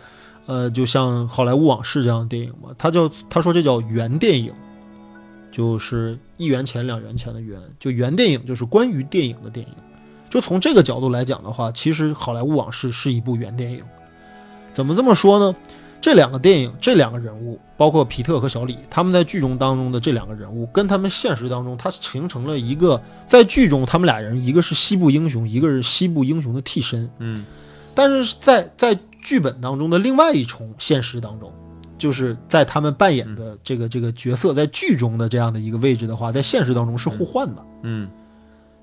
呃，就像《好莱坞往事》这样的电影嘛，他叫他说这叫原电影，就是一元钱两元钱的元，就原电影就是关于电影的电影。就从这个角度来讲的话，其实《好莱坞往事》是一部原电影。怎么这么说呢？这两个电影，这两个人物，包括皮特和小李，他们在剧中当中的这两个人物，跟他们现实当中，它形成了一个在剧中他们俩人，一个是西部英雄，一个是西部英雄的替身。嗯，但是在在剧本当中的另外一重现实当中，就是在他们扮演的这个这个角色在剧中的这样的一个位置的话，在现实当中是互换的。嗯，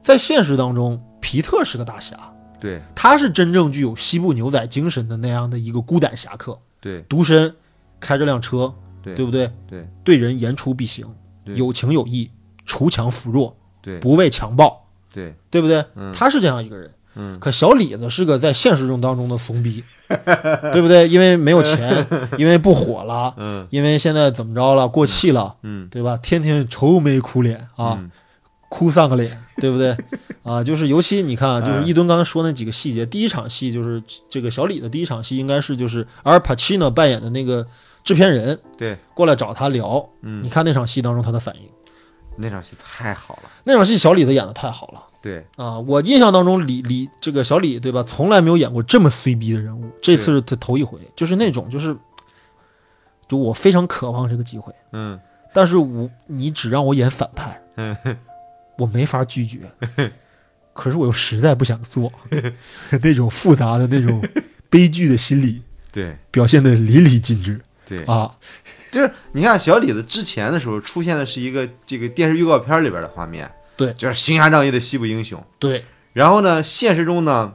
在现实当中，皮特是个大侠，对他是真正具有西部牛仔精神的那样的一个孤胆侠客，对独身，开着辆车，对不对？对对人言出必行，对有情有义，锄强扶弱，对不畏强暴，对，对不对？嗯他是这样一个人。嗯可小李子是个在现实中当中的怂 *laughs* 逼，对不对？因为没有钱，因为不火了，嗯因为现在怎么着了，过气了，嗯对吧？天天愁眉苦脸啊，嗯哭丧个脸，对不 *laughs* 对？啊，就是尤其你看嗯啊，就是一吨刚才说那几个细节，第一场戏就是这个小李的第一场戏，应该是就是阿尔帕奇诺扮演的那个制片人对，过来找他聊。你嗯，看那场戏当中他的反应，那场戏太好了，那场戏小李子演的太好了。对啊，我印象当中李李这个小李对吧，从来没有演过这么衰逼的人物，这次是他头一回，就是那种就是，就我非常渴望这个机会，嗯但是我你只让我演反 *laughs* 派，嗯我没法拒绝，可是我又实在不想做， *laughs* 那种复杂的那种悲剧的心理对表现的淋漓尽致对，啊，就是你看小李子之前的时候出现的是一个这个电视预告片里边的画面，对就是行侠仗义的西部英雄。对然后呢，现实中呢，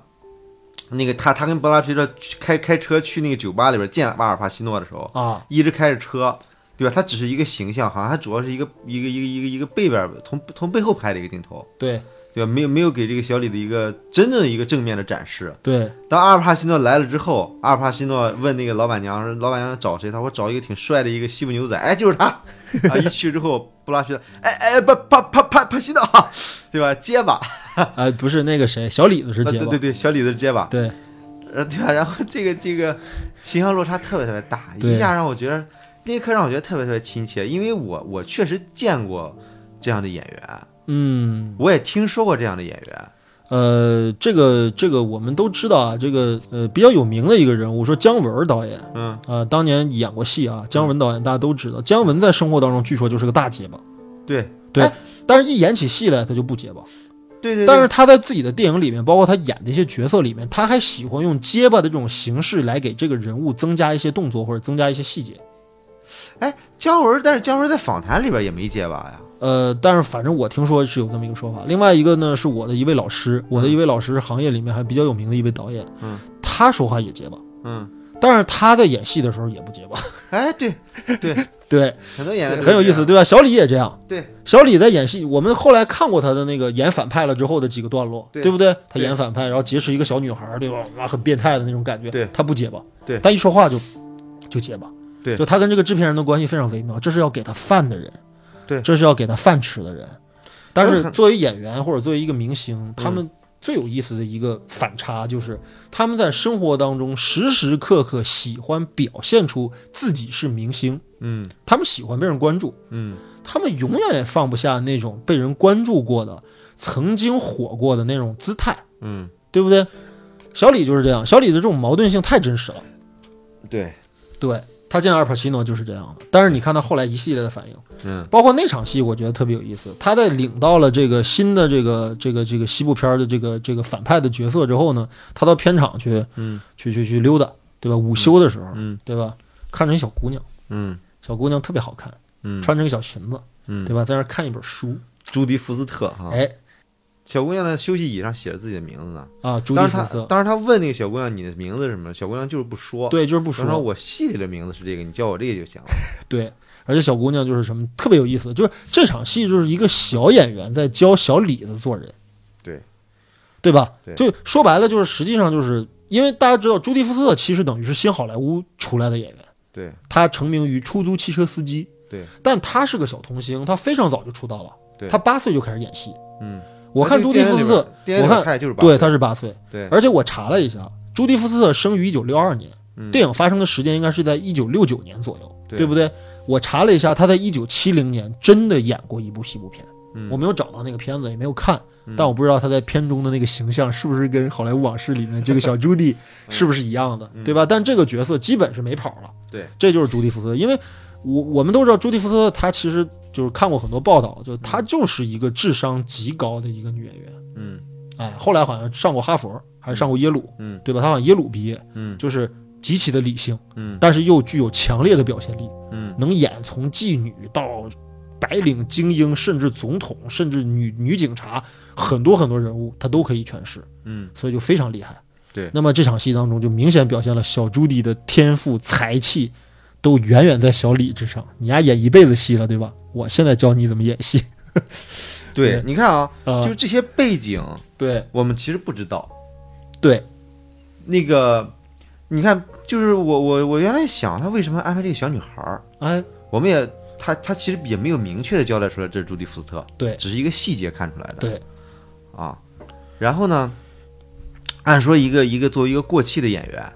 那个他他跟布拉皮特去开开车去那个酒吧里边见瓦尔帕西诺的时候，啊，一直开着车，对吧？他只是一个形象，好像他主要是一个一个一个一个一个背边从从背后拍的一个镜头，对对吧？没有没有给这个小李的一个真正的一个正面的展示。对当阿尔帕西诺来了之后，阿尔帕西诺问那个老板娘说：“老板娘找谁？”他说：“我找一个挺帅的一个西部牛仔。”哎，就是他。啊，一去之后，布拉皮特，哎哎，不帕帕帕帕西诺，对吧？结巴，啊，不是那个谁，小李子是啊结对巴对，对，小李子是结巴，对呃，对吧？然后这个这个形象落差特别特别大，对一下让我觉得那一刻让我觉得特别特别亲切，因为我我确实见过这样的演员，嗯。我也听说过这样的演员，呃，这个这个我们都知道啊，这个呃比较有名的一个人物，说姜文导演，嗯，呃，当年演过戏啊，姜文导演大家都知道，姜文在生活当中据说就是个大结巴，对但是一演起戏来他就不结巴，对对，但是他在自己的电影里面，包括他演的一些角色里面，他还喜欢用结巴的这种形式来给这个人物增加一些动作或者增加一些细节。姜文，但是姜文在访谈里边也没结巴呀，呃，但是反正我听说是有这么一个说法。另外一个呢，是我的一位老师，我的一位老师是行业里面还比较有名的一位导演，嗯，他说话也结巴，嗯。但是他在演戏的时候也不结巴。 *laughs* 哎，对对，对，很多演员都很有意思，是对吧？小李也这样。对，小李在演戏，我们后来看过他的那个演反派了之后的几个段落，对不对？他对演反派，然后劫持一个小女孩，对吧？哇，很变态的那种感觉。对他不结巴，对但一说话就就结巴。对就他跟这个制片人的关系非常微妙，这是要给他饭的人，对这是要给他饭吃的人。但就是很嗯作为演员或者作为一个明星，他们最有意思的一个反差，就是他们在生活当中时时刻刻喜欢表现出自己是明星，嗯他们喜欢被人关注，嗯他们永远也放不下那种被人关注过的、曾经火过的那种姿态，嗯，对不对？小李就是这样，小李的这种矛盾性太真实了。对，对他见阿尔帕西诺就是这样的，但是你看他后来一系列的反应，嗯包括那场戏，我觉得特别有意思。他在领到了这个新的这个这个这个西部片儿的这个这个反派的角色之后呢，他到片场去嗯去去去溜达，对吧？午休的时候，嗯对吧？看着一小姑娘，嗯小姑娘特别好看，嗯，穿着个小裙子，嗯啊对吧？在那儿看一本书，朱迪福斯特哈，哎小姑娘的休息椅上写着自己的名字呢。啊，朱迪当时福她斯，当时她问那个小姑娘你的名字是什么，小姑娘就是不说。，对，就是不说说，我戏里的名字是这个，你叫我这个就行了。对。而且小姑娘就是什么特别有意思，就是这场戏就是一个小演员在教小李子做人，对，对吧？对就说白了，就是实际上就是因为大家知道朱迪福斯特其实等于是新好莱坞出来的演员，对他成名于出租汽车司机，对，但他是个小童星，他非常早就出道了，对他八岁就开始演戏。嗯，我看朱迪福斯特，电影里边，电影里我边看看就是把对，他是八岁，对，而且我查了一下，朱迪福斯特生于一九六二年，嗯电影发生的时间应该是在一九六九年左右，对不对？我查了一下，他在一九七零年真的演过一部西部片，嗯我没有找到那个片子，也没有看，嗯但我不知道他在片中的那个形象是不是跟《好莱坞往事》里面这个小朱 *laughs* 棣是不是一样的，嗯对吧？但这个角色基本是没跑了，对，这就是朱迪福斯特，因为我我们都知道朱迪福斯特，她其实就是看过很多报道，就她就是一个智商极高的一个女演员，嗯哎，后来好像上过哈佛，还是上过耶鲁，嗯对吧？她好像耶鲁毕业，嗯就是极其的理性，嗯但是又具有强烈的表现力，嗯能演从妓女到白领精英，甚至总统，甚至女女警察，很多很多人物她都可以诠释，嗯，所以就非常厉害。对那么这场戏当中就明显表现了小朱棣的天赋才气，都远远在小李之上。你丫演一辈子戏了，对吧？我现在教你怎么演戏。对，对你看啊，啊、就这些背景，对我们其实不知道。对，那个，你看，就是我我我原来想他为什么安排这个小女孩儿，哎，我们也他他其实也没有明确的交代出来这是朱迪福斯特，对只是一个细节看出来的，对，啊，然后呢，按说一个一个作为一个过气的演员，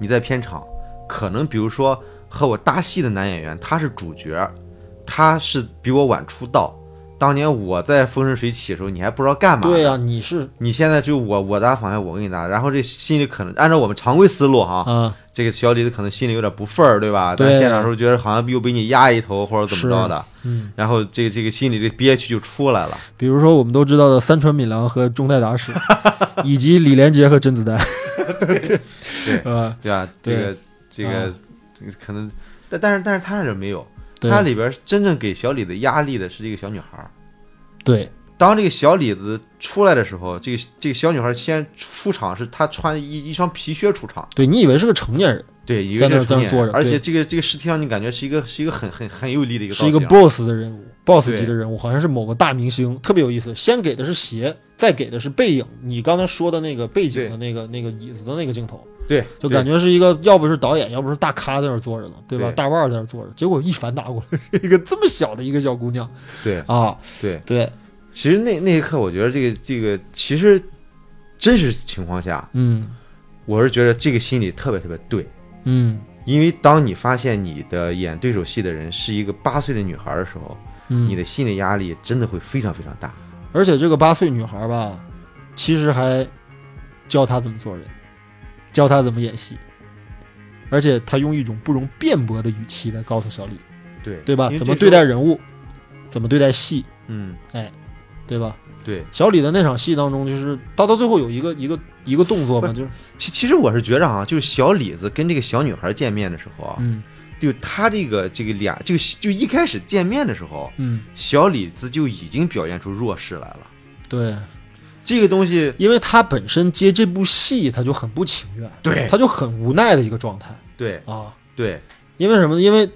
你在片场可能比如说和我搭戏的男演员他是主角，他是比我晚出道，当年我在风生水起的时候你还不知道干嘛，哎对呀、你是你现在就我我搭反派，我给你搭，然后这心里可能按照我们常规思路哈，啊，这个小李子可能心里有点不忿儿，对吧？对但现场时候觉得好像又被你压一头或者怎么着的，嗯，然后这个这个心里的憋屈就出来了。比如说我们都知道的三川敏郎和中代达史，以及李连杰和甄子丹，对啊，对吧？*laughs* 这对个这个啊这个可能，但但是但是他这没有，对他里边真正给小李子压力的是这个小女孩儿。对当这个小李子出来的时候，这个这个小女孩先出场是她穿一一双皮靴出场，对，你以为是个成年人，对，一在个那儿是成在那儿年坐人着而且对这个这个尸体让你感觉是一个是一个很很很有力的一个是一造个型啊 boss 的人物，boss 对级的人物，好像是某个大明星，特别有意思。先给的是鞋，再给的是背影，你刚才说的那个背景的那个那个椅子的那个镜头，对，就感觉觉是一个要不是导演，要不是大咖在那儿坐着呢，对吧？对大腕儿在那儿坐着，结果一反打过来， *laughs* 是一个这么小的一个小姑娘对啊，对。对，其实那那一刻，我觉得这个这个其实真实情况下，嗯我是觉得这个心理特别特别对，嗯因为当你发现你的演对手戏的人是一个八岁的女孩的时候，嗯，你的心理压力真的会非常非常大。而且这个八岁女孩吧，其实还教她怎么做人，教她怎么演戏，而且她用一种不容辩驳的语气来告诉小李，对对吧因为？怎这么时对候待人物，怎么对待戏，嗯，对吧？对。小李的那场戏当中，就是到到最后有一个一个一个动作嘛，就是其其实我是觉着啊，就是小李子跟这个小女孩见面的时候啊，嗯就他这个这个俩就就一开始见面的时候，嗯，小李子就已经表现出弱势来了。对，这个东西，因为他本身接这部戏他就很不情愿，对他就很无奈的一个状态对啊，对，因为什么呢？因为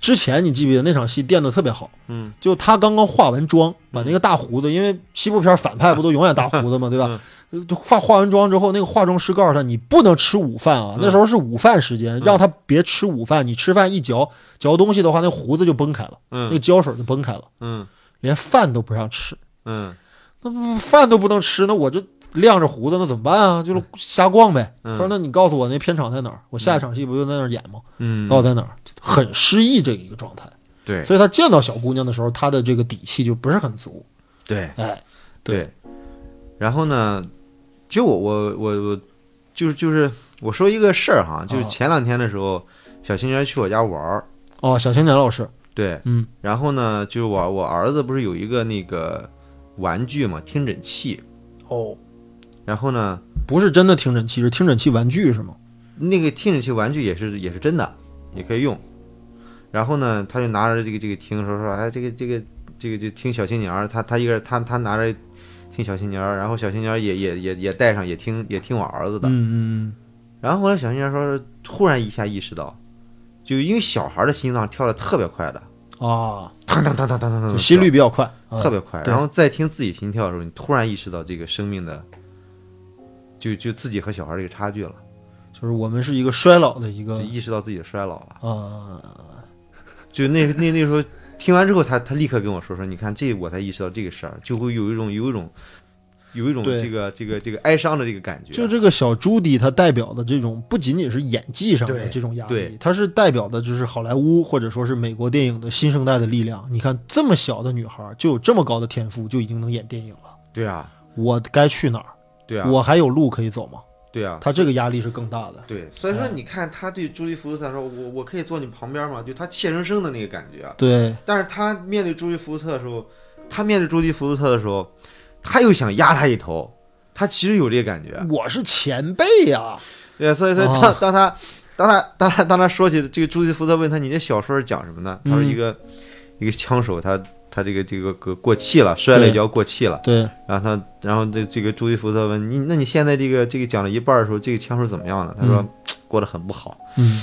之前你记不记得那场戏垫的特别好。嗯就他刚刚化完妆，把那个大胡子，因为西部片反派不都永远大胡子嗯嘛，对吧？就化化完妆之后，那个化妆师告诉他，你不能吃午饭嗯啊，那时候是午饭时间，让他别吃午饭。你吃饭一嚼嚼东西的话，那胡子就崩开了，那个嗯胶水就崩开了，嗯连饭都不让吃，嗯，那不饭都不能吃，那我这亮着胡子，那怎么办啊？就是瞎逛呗。嗯他说：“那你告诉我那片场在哪儿？我下一场戏不就在那儿演吗？嗯告诉我在哪儿？”很失意这一个状态，对所以他见到小姑娘的时候，他的这个底气就不是很足。对哎，对，然后呢，其实我我我我就是就是我说一个事儿哈，就是啊前两天的时候，小青年去我家玩儿，哦，小青年老师，对，嗯，然后呢，就是我我儿子不是有一个那个玩具嘛，听诊器，哦，然后呢，不是真的听诊器，是听诊器玩具是吗？那个听诊器玩具也是也是真的，也可以用，然后呢，他就拿着这个这个听说说，哎，这个这个这个就听小青年儿，他他一个人他他拿着听小青年儿，然后小青年儿也也也也带上也听也听我儿子的。嗯嗯然后后来小青年说，突然一下意识到，就因为小孩的心脏跳的特别快的，嗯，啊，腾腾腾腾腾腾腾，就心率比较快，啊嗯特别快。对然后再听自己心跳的时候，你突然意识到这个生命的，就就自己和小孩这个差距了，就是我们是一个衰老的一就个意识到自己的衰老了。啊，就那那那时候听完之后，他他立刻跟我说说，你看这我才意识到这个事儿，就会有一种有一种有一种对这个这个这个哀伤的这个感觉。就这个小朱迪，他代表的这种不仅仅是演技上的对这种压力对，他是代表的就是好莱坞或者说是美国电影的新生代的力量。你看这么小的女孩就有这么高的天赋，就已经能演电影了。对啊，我该去哪儿？对啊，我还有路可以走吗？对啊。他这个压力是更大的。对，所以嗯说你看他对朱莉·福斯特说：“我我可以坐你旁边嘛？”就他怯生生的那个感觉。啊对，但是他面对朱莉·福斯特的时候，他面对朱莉·福斯特的时候，他又想压他一头，他其实有这个感觉。啊我是前辈呀、对，所以所以啊当、当他当他当他当他说起这个朱莉·福斯特问他：“你这小说是讲什么呢？”他说：“嗯一个、一个枪手，他他这个这个个过气了，摔了一跤过气了。”对，然后他，然后这这个朱迪福特问你，那你现在这个这个讲了一半的时候，这个枪手怎么样了？他说、嗯过得很不好。嗯，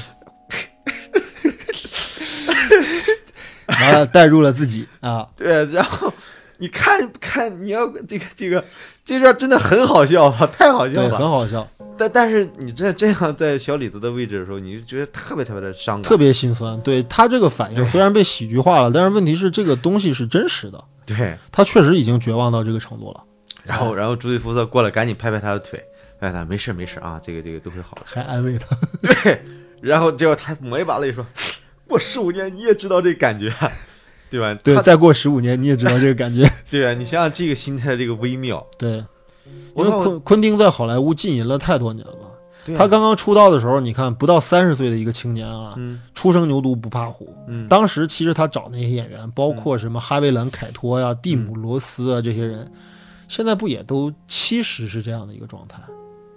完了，带入了自己啊，对，然后你看看，你要这个这个这段真的很好笑啊，太好笑对，很了。好嗯笑，但但是你这这样在小李子的位置的时候，你就觉得特别特别的伤感。特别心酸。对他这个反应虽然被喜剧化了，但是问题是这个东西是真实的，对，他确实已经绝望到这个程度了。然嗯后然后朱迪福特过来，赶紧拍拍他的腿，哎，他没事没事啊，这个这个都会好的。还安慰他，对，然后结果他抹一把泪说：“ *laughs* 过十五年你也知道这感觉，啊对吧？”对，他再过十五年你也知道这个感 *laughs* 觉。对啊，你想想这个心态的这个微妙。对，因我为看我昆昆汀在好莱坞浸淫了太多年了。对啊他刚刚出道的时候，你看不到三十岁的一个青年啊，嗯初生牛犊不怕虎。嗯当时其实他找那些演员，包括什么哈维兰·凯托呀、蒂姆·罗斯啊这些嗯人，现在不也都七十是这样的一个状态？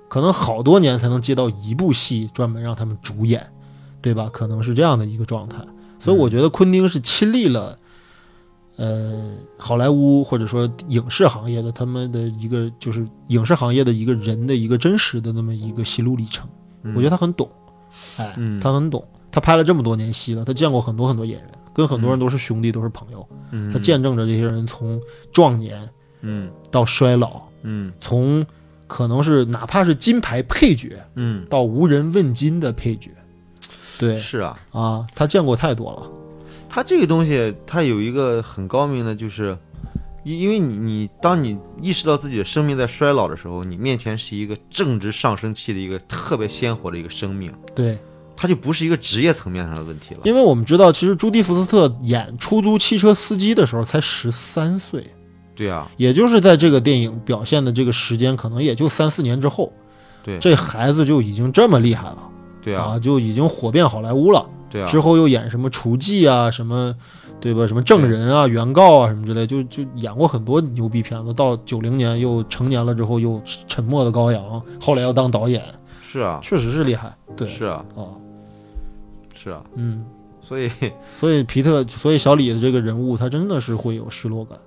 可能好多年才能接到一部戏专门让他们主演，对吧？可能是这样的一个状态。所以嗯我觉得昆汀是亲历了，呃，好莱坞或者说影视行业的他们的一个就是影视行业的一个人的一个真实的那么一个心路历程。嗯，我觉得他很懂，哎，嗯他很懂，他拍了这么多年戏了，他见过很多很多演员，跟很多人都是兄弟，都是朋友，嗯他见证着这些人从壮年嗯到衰老，嗯从可能是哪怕是金牌配角嗯到无人问津的配角，嗯对是啊，啊，他见过太多了，他这个东西它有一个很高明的，就是因因为你你当你意识到自己的生命在衰老的时候，你面前是一个正值上升期的一个特别鲜活的一个生命，对，它就不是一个职业层面上的问题了。因为我们知道，其实朱迪福斯特演出租汽车司机的时候才十三岁，对啊，也就是在这个电影表现的这个时间，可能也就三四年之后，对这孩子就已经这么厉害了。对啊，啊，就已经火遍好莱坞了。对啊，之后又演什么厨妓啊，什么，对吧？什么证人啊、原告啊什么之类，就就演过很多牛逼片子。到九零年又成年了之后，又沉默的羔羊，后来要当导演，是啊，确实是厉害。对，是啊，啊，是啊，嗯，所以所以皮特，所以小李的这个人物，他真的是会有失落感，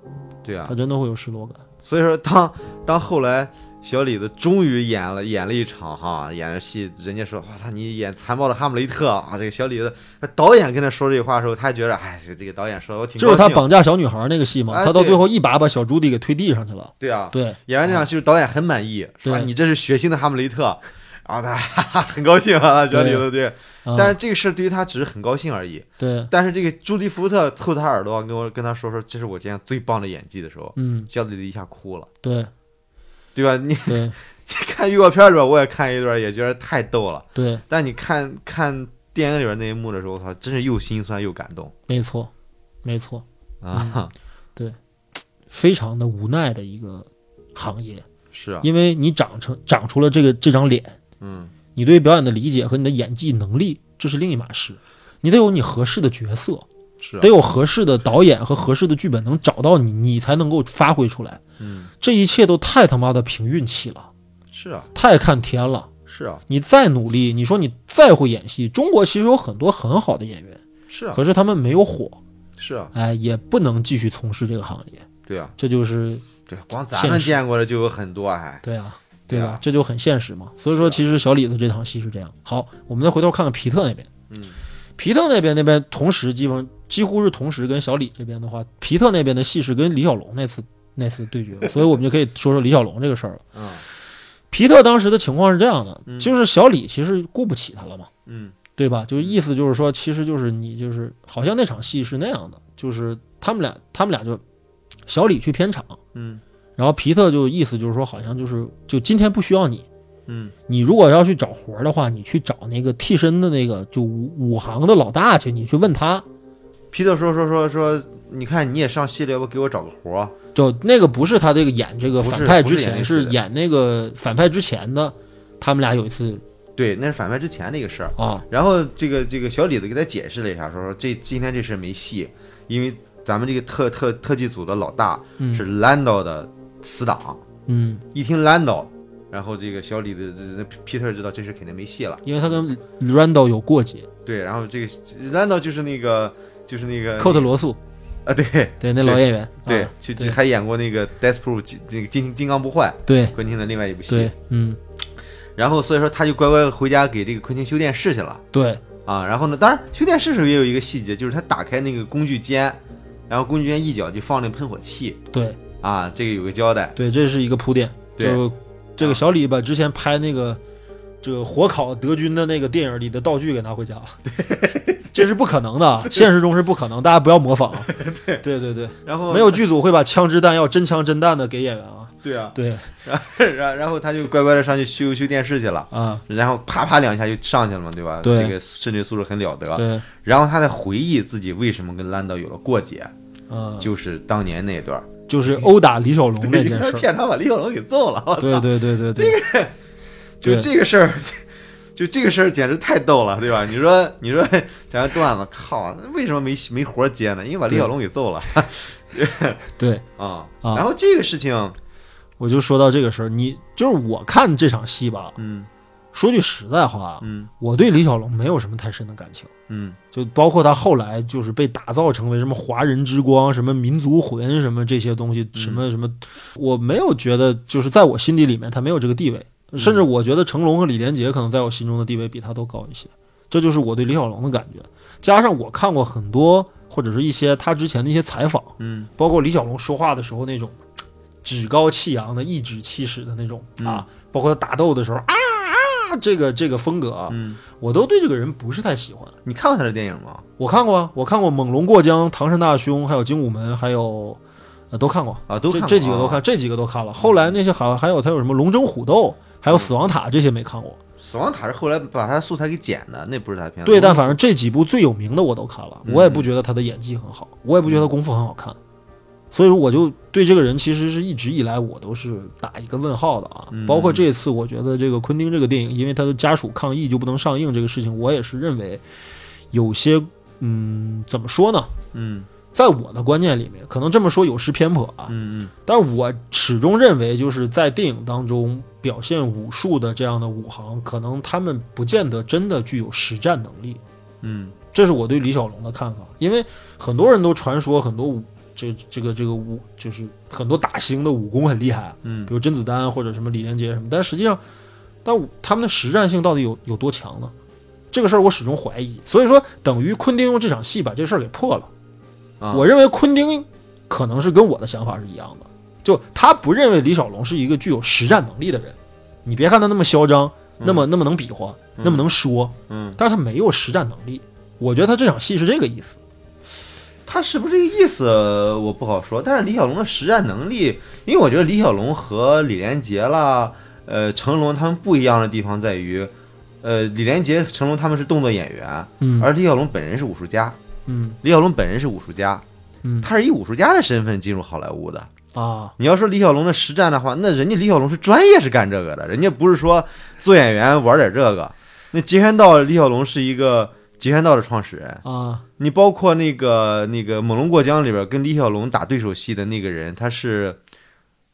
对啊他，真的会有失落感。所以说当当后来小李子终于演了演了一场哈，演了戏，人家说哇操你演残暴的哈姆雷特啊，这个小李子导演跟他说这话的时候，他觉得哎这个这个导演说的我挺就是高他兴绑架小女孩那个戏嘛，哎他到对最后一把把小朱棣给推地上去了。对啊，对，演完这场戏，导演很满意，说对啊你这是血腥的哈姆雷特，然后他 *laughs* 哈哈很高兴啊，小李子对，啊、但是这个事儿对于他只是很高兴而已。对，但是这个朱迪福特凑他耳朵跟我跟他说说这是我今天最棒的演技的时候，嗯，小李子一下哭了，对，对吧？你对你看预告片里边，我也看一段，也觉得太逗了。对，但你看看电影里边那一幕的时候，我操，真是又心酸又感动没错，没错，啊！非常的无奈的一个行业，是啊，因为你长成长出了这个这张脸，嗯，你对表演的理解和你的演技能力这是另一码事，你得有你合适的角色，是啊得，有合适的导演和合适的剧本能找到你，你才能够发挥出来。嗯，这一切都太他妈的凭运气了，是啊，太看天了。是啊，你再努力，你说你再会演戏，中国其实有很多很好的演员，是啊，可是他们没有火，是啊，哎，也不能继续从事这个行业。对啊，这就是对，光咱现们实见过的就有很多，还对啊，对对啊吧？这就很现实嘛。所以说，其实小李子这场戏是这样。好，我们再回头看看皮特那边。嗯，皮特那边那边同时基本几乎是同时跟小李这边的话，皮特那边的戏是跟李小龙那次那次对 *laughs* 决，所以我们就可以说说李小龙这个事儿了。嗯皮特当时的情况是这样嗯的，就是小李其实顾不起他了嘛，嗯对吧？就是意思就是说，其实就是你就是好像那场戏是那样的，就是他们俩他们俩就小李去片场，嗯然后皮特就意思就是说好像就是就今天不需要你，嗯你如果要去找活儿的话，你去找那个替身的那个就武武行的老大去，你去问他。皮特说说说说，你看你也上系列，我给我找个活儿，就那个不是他这个演这个不是反派之不是演那前，个是是演那个反派之前的，他们俩有一次对，那是反派之前的一个事儿。啊，然后这个这个小李子给他解释了一下，说说这今天这事没戏，因为咱们这个特特特技组的老大嗯是兰道的死党，嗯，一听兰道，然后这个小李子这这这皮特知道这事肯定没戏了，因为他跟 Randall 有过节，对，然后这个兰道就是那个就是那个寇特罗素，啊，呃对对，那老演员，对啊，就对就还演过那个《Death Proof》那个《金金刚不坏》对昆汀的另外一部戏对，，嗯，然后所以说他就乖乖回家给这个昆汀修电视去了。对，啊，然后呢，当然修电视时候也有一个细节，就是他打开那个工具间，然后工具间一角就放那喷火器对，啊，这个有个交代。对，这是一个铺垫，对啊就这个小李把之前拍那个这个火烤德军的那个电影里的道具给拿回家了，对，这是不可能的啊，现实中是不可能，大家不要 *laughs* 模仿啊，对对对对，然后没有剧组会把枪支弹药真枪真弹的给演员啊，对啊， *laughs* 对然后然然后他就乖乖的上去修修电视去了，啊，然后啪啪两下就上去了嘛，对吧？对这个身体素质很了得。对，然后他在回忆自己为什么跟兰道有了过节，嗯，就是当年那段儿，就是殴打李小龙那因 *laughs* 件为事他儿。片场把李小龙给揍了，我操对对对对对，就对这个事儿，就这个事儿简直太逗了，对吧？你说，你说讲个段子，靠，那为什么没没活接呢？因为把李小龙给揍了对， *laughs* 啊。啊然后这个事情，我就说到这个事儿，你就是我看这场戏吧，嗯说句实在话，嗯我对李小龙没有什么太深的感情，嗯就包括他后来就是被打造成为什么华人之光、什么民族魂、什么这些东西，什么什么，我没有觉得就是在我心底里面他没有这个地位，甚至我觉得成龙和李连杰可能在我心中的地位比他都高一些，这就是我对李小龙的感觉。加上我看过很多或者是一些他之前的一些采访。嗯包括李小龙说话的时候那种趾高气扬的、颐指气使的那种啊，包括他打斗的时候啊啊这个这个风格啊，嗯，我都对这个人不是太喜欢。你看过他的电影吗？我看过啊，我看过《猛龙过江》《唐山大兄》，还有《精武门》，还有呃都看过，啊，都这看过这几个都看，啊。这几个都看了。后来那些好像还有他有什么《龙争虎斗》，还有《死亡塔》这些没看过。死亡塔是后来把他素材给剪的，那不是他的片子。对，但反正这几部最有名的我都看了，嗯我也不觉得他的演技很好，我也不觉得他功夫很好看，所以说我就对这个人其实是一直以来我都是打一个问号的啊嗯。包括这次，我觉得这个昆汀这个电影，因为他的家属抗议就不能上映这个事情，我也是认为有些嗯，怎么说呢？嗯在我的观念里面，可能这么说有失偏颇啊，嗯嗯但我始终认为，就是在电影当中表现武术的这样的武行，可能他们不见得真的具有实战能力。嗯这是我对李小龙的看法，因为很多人都传说很多武这这个这个武就是很多大星的武功很厉害，啊嗯比如甄子丹或者什么李连杰什么，但实际上，但我他们的实战性到底有有多强呢？这个事儿我始终怀疑，所以说等于昆汀用这场戏把这事儿给破了。啊，我认为昆汀可能是跟我的想法是一样的，就他不认为李小龙是一个具有实战能力的人。你别看他那么嚣张，那么那么能比划，那么能说，嗯，但是他没有实战能力。我觉得他这场戏是这个意思。他是不是这个意思，我不好说。但是李小龙的实战能力，因为我觉得李小龙和李连杰啦，呃，成龙他们不一样的地方在于，呃，李连杰、成龙他们是动作演员，嗯而李小龙本人是武术家。嗯李小龙本人是武术家，嗯他是以武术家的身份进入好莱坞的。啊，你要说李小龙的实战的话，那人家李小龙是专业是干这个的，人家不是说做演员玩点这个。那截拳道，李小龙是一个截拳道的创始人。啊你包括那个那个《猛龙过江》里边跟李小龙打对手戏的那个人，他是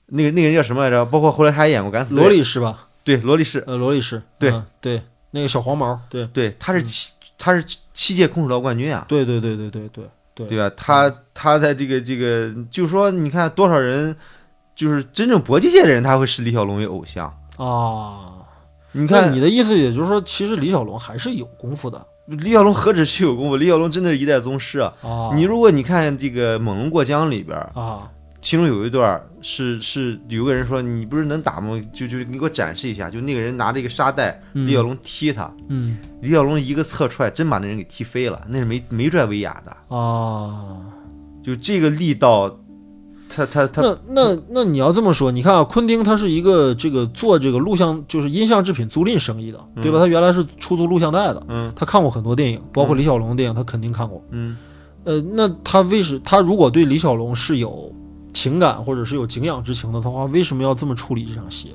那个那个人叫什么来着？包括后来他还演过《敢死队罗律师吧，对罗力士，呃，罗律师，对嗯对，那个小黄毛，对对，他是七、他是七届空手道冠军啊。对对对对对对对对吧？他他在这个这个，就是说，你看多少人，就是真正搏击界的人，他会视李小龙为偶像。啊。你那看，你的意思也就是说，其实李小龙还是有功夫的李小龙何止是有功夫，李小龙真的是一代宗师啊！啊。你如果你看这个《猛龙过江》里边儿，啊其中有一段儿是是有个人说：“你不是能打吗？就就你给我展示一下。”就那个人拿着一个沙袋，嗯李小龙踢他，嗯李小龙一个侧踹，真把那人给踢飞了，那是没没拽威亚的。嗯啊。就这个力道，他他他那那那你要这么说，你看啊，昆汀他是一个这个做这个录像就是音像制品租赁生意的，对吧？他原来是出租录像带的，嗯他看过很多电影，包括李小龙的电影，他肯定看过。嗯呃，那他为什他如果对李小龙是有情感或者是有敬仰之情的话，为什么要这么处理这场戏？啊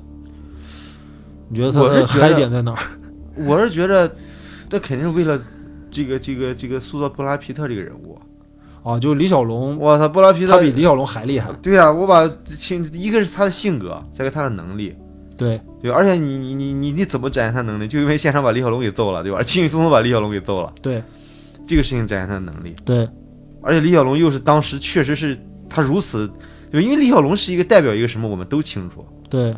你觉得他我是的觉嗨得点在哪儿？我是觉得，这肯定是为了这个这个这个塑造布拉皮特这个人物。啊，就李小龙，我操，布拉皮他特比李小龙还厉害。对啊，我把情一个是他的性格，再一个他的能力，对，对吧，而且你你你你你怎么展现他能力？就因为现场把李小龙给揍了，对吧？轻轻松松把李小龙给揍了，对，这个事情展现他的能力。对，而且李小龙又是当时确实是他如此，对吧？因为李小龙是一个代表一个什么，我们都清楚，对，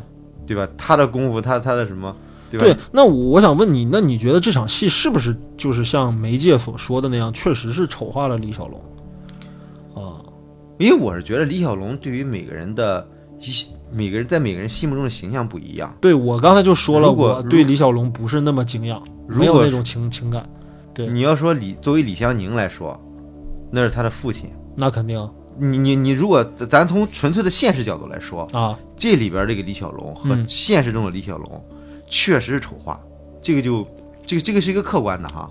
对吧？他的功夫，他他的什么，对吧？对，那我我想问你，那你觉得这场戏是不是就是像媒介所说的那样，确实是丑化了李小龙？啊，因为我是觉得李小龙对于每个人的一每个人在每个人心目中的形象不一样。对我刚才就说了，如果我对李小龙不是那么敬仰，如没有果那种情情感。对你要说李作为李香凝来说，那是他的父亲。那肯定你你你，如果咱从纯粹的现实角度来说，啊，这里边这个李小龙和嗯现实中的李小龙确实是丑化，这个就这个这个是一个客观的哈。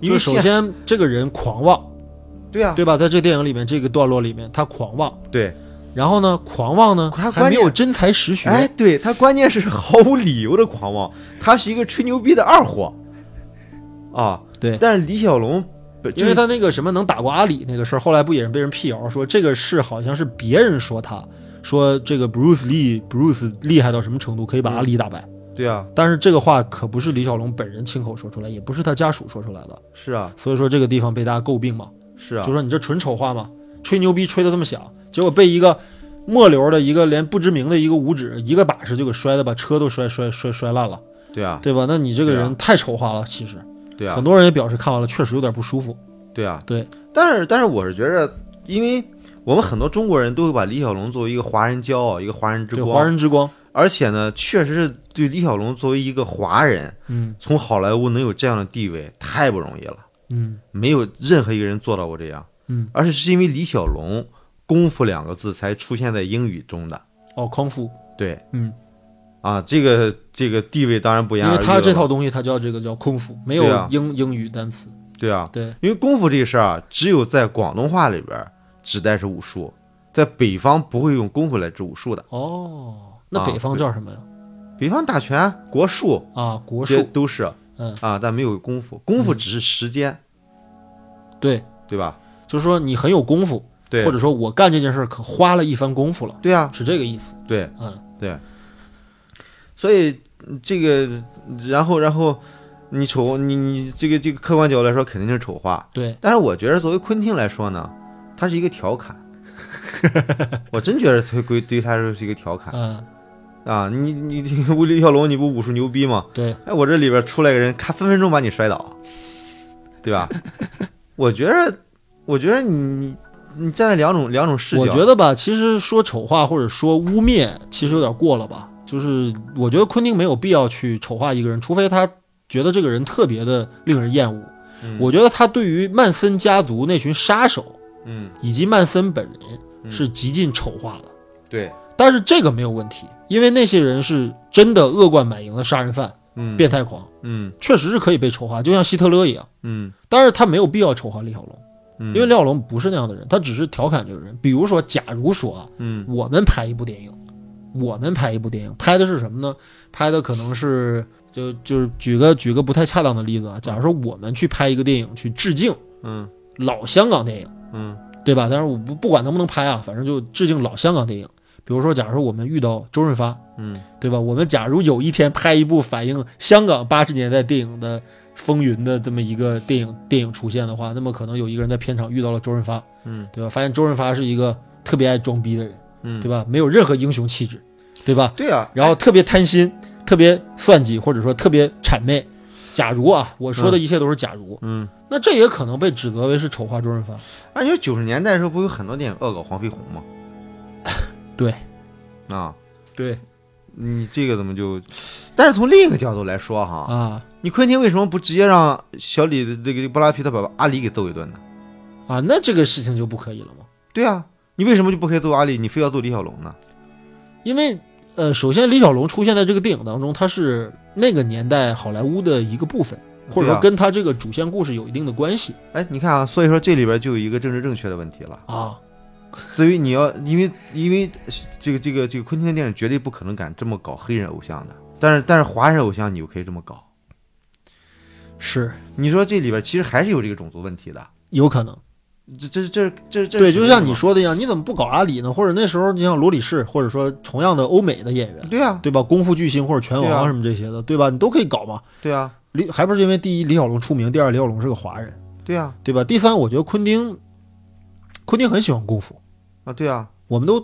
因就为首现先这个人狂妄，对啊，对吧？在这电影里面这个段落里面，他狂妄，对，然后呢，狂妄呢他还没关有键真才实学，哎，对他关键是毫无理由的狂妄，他是一个吹牛逼的二货啊。对但是李小龙本因就为是他那个什么能打过阿里那个事儿，后来不也是被人辟谣说这个事好像是别人说他说这个 Bruce Lee Bruce 厉害到什么程度可以把阿里打败，对啊，但是这个话可不是李小龙本人亲口说出来，也不是他家属说出来的，是啊，所以说这个地方被大家诟病嘛，是啊就，说你这纯丑化嘛，吹牛逼吹得这么响，结果被一个末流的一个连不知名的一个五指一个把式就给摔的，把车都摔摔摔摔烂了，对啊，对吧？那你这个对啊人太丑化了，其实对啊，很多人也表示看完了确实有点不舒服，对啊，对。但是，但是我是觉着，因为我们很多中国人都会把李小龙作为一个华人骄傲，一个华人之对华光，人之光，而且呢，确实是对李小龙作为一个华人，嗯从好莱坞能有这样的地位，太不容易了，嗯。没有任何一个人做到过这样。嗯，而且是因为李小龙“功夫”两个字才出现在英语中的。哦，康复，对嗯，啊，这个这个地位当然不言因而喻为了。他这套东西，他叫这个叫空腹，没有对啊英、英语单词。对啊，对，因为功夫这事儿啊，只有在广东话里边儿指代是武术，在北方不会用功夫来指武术的。哦，那啊北方叫什么呀？比方打拳、国术，啊，国这术，都是，嗯啊，但没有功夫，功夫只是时间，对，对吧？就是说你很有功夫，对或，者说我干这件事儿可花了一番功夫了，对啊，是这个意思。对，嗯，所以嗯这个，然后然后你丑，你你这个这个客观角度来说肯定是丑化，对，但是我觉得作为昆汀来说呢，他是一个调 *laughs* 侃，我真觉得他归对于他来说是一个调侃嗯，啊！你你你，吴李小龙，你不武术牛逼吗？对，哎，我这里边出来个人，咔分分钟把你摔倒，对吧？我觉着，我觉着你你站在两种两种视角，我觉得吧，其实说丑话或者说污蔑，其实有点过了吧。就是我觉得昆汀没有必要去丑化一个人，除非他觉得这个人特别的令人厌恶。嗯我觉得他对于曼森家族那群杀手，嗯，以及曼森本人嗯是极尽丑化的。对，但是这个没有问题，因为那些人是真的恶贯满盈的杀人犯、嗯，变态狂，嗯确实是可以被丑化，就像希特勒一样。嗯但是他没有必要丑化李小龙，嗯，因为李小龙不是那样的人，他只是调侃这个人。比如说，假如说啊，嗯我们拍一部电影，我们拍一部电影，拍的是什么呢？拍的可能是就就是举个举个不太恰当的例子啊，假如说我们去拍一个电影去致敬嗯老香港电影，嗯对吧？但是我不不管能不能拍啊，反正就致敬老香港电影。比如说，假如说我们遇到周润发，嗯对吧？我们假如有一天拍一部反映香港八十年代电影的风云的这么一个电影电影出现的话，那么可能有一个人在片场遇到了周润发，嗯对吧？发现周润发是一个特别爱装逼的人。嗯，对吧？没有任何英雄气质，对吧？对啊，然后特别贪心，特别算计，或者说特别谄媚。假如啊，我说的一切都是假如，嗯，那这也可能被指责为是丑化周润发。啊，你说九十年代的时候不有很多电影恶搞黄飞鸿 *laughs* 吗？对，啊，对你这个怎么就？但是从另一个角度来说哈，啊你昆汀为什么不直接让小李的这个布拉皮特把阿里给揍一顿呢？啊，那这个事情就不可以了嘛？对啊，你为什么就不可以揍阿里，你非要揍李小龙呢？因为呃，首先李小龙出现在这个电影当中，他是那个年代好莱坞的一个部分，或者对啊说跟他这个主线故事有一定的关系哎，你看啊，所以说这里边就有一个政治正确的问题了。啊。所以你要，因为因为这个这个这个昆汀的电影绝对不可能敢这么搞黑人偶像的，但是但是华人偶像你又可以这么搞。是你说这里边其实还是有这个种族问题的，有可能，这这这这这对，就像你，说的一样，你怎么不搞阿里呢？或者那时候，你像罗里士，或者说同样的欧美的演员，对啊对吧？功夫巨星或者拳对王啊啊什么这些的，对吧？你都可以搞嘛。对啊李还不是因为第一李小龙出名，第二李小龙是个华人，对啊对吧？第三，我觉得昆汀，昆汀很喜欢功夫，啊对啊我们都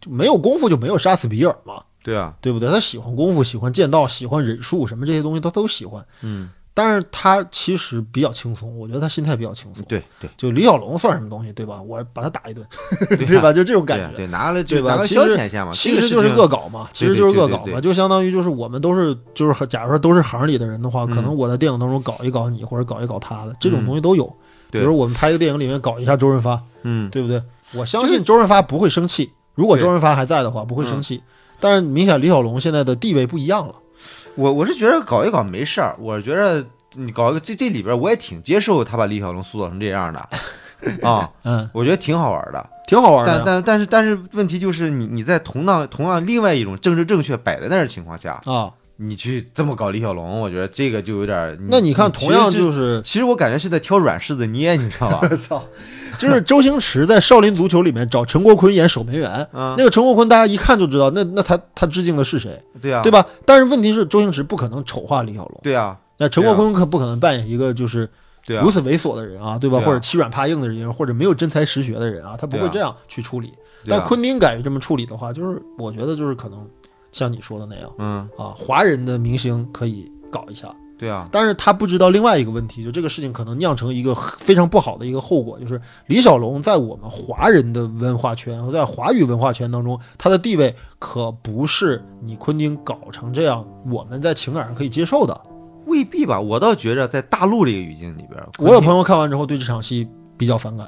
就没有功夫就没有杀死比尔嘛，对啊，对不对？他喜欢功夫，喜欢剑道，喜欢忍术，什么这些东西他都喜欢。嗯，但是他其实比较轻松，我觉得他心态比较轻松。对对就李小龙算什么东西，对吧？我把他打一顿， *laughs* 对对啊吧？就这种对感啊觉。对，啊拿了就对吧拿个其消实遣一下嘛，其这个实事就是情恶搞嘛，其实就是恶搞对对嘛，对就相当于就是我们都是就是很假如说都是行里的人的话，嗯可能我在电影当中搞一搞你，或者搞一搞他的这种嗯东西都有。比对如我们拍一个电影里面搞一下周润发，嗯对不对？我相就信周润发不会生气，如果对嗯周润发还在的话，不会生气。但是明显李小龙现在的地位不一样了，我我是觉得搞一搞没事儿，我觉得你搞一个这这里边我也挺接受他把李小龙塑造成这样的啊，嗯，我觉得挺好玩的。挺好玩的但呀但但是但是问题就是你你在同样同样另外一种政治正确摆在那儿的情况下，啊。你去这么搞李小龙，我觉得这个就有点儿。那你看，同样嗯其实。就是是其实我感觉是在挑软柿子捏，你知道 *laughs* 吧？操，就是周星驰在《少林足球》里面找陈国坤演守门员，嗯那个陈国坤大家一看就知道，那那他他致敬的是谁？对啊，对吧？但是问题是，周星驰不可能丑化李小龙，对啊，那陈国坤可不可能扮演一个就是对啊如，此猥琐的人啊，对吧？对啊或者欺软怕硬的人，或者没有真才实学的人啊，他不对会啊这样去处理。对啊但昆汀敢于这么处理的话，就是我觉得就是可能像你说的那样嗯，啊，华人的明星可以搞一下，对啊，但是他不知道另外一个问题，就这个事情可能酿成一个非常不好的一个后果，就是李小龙在我们华人的文化圈和在华语文化圈当中，他的地位可不是你昆汀搞成这样，我们在情感上可以接受的。未必吧。我倒觉着在大陆这个语境里边，我有朋友看完之后对这场戏比较反感，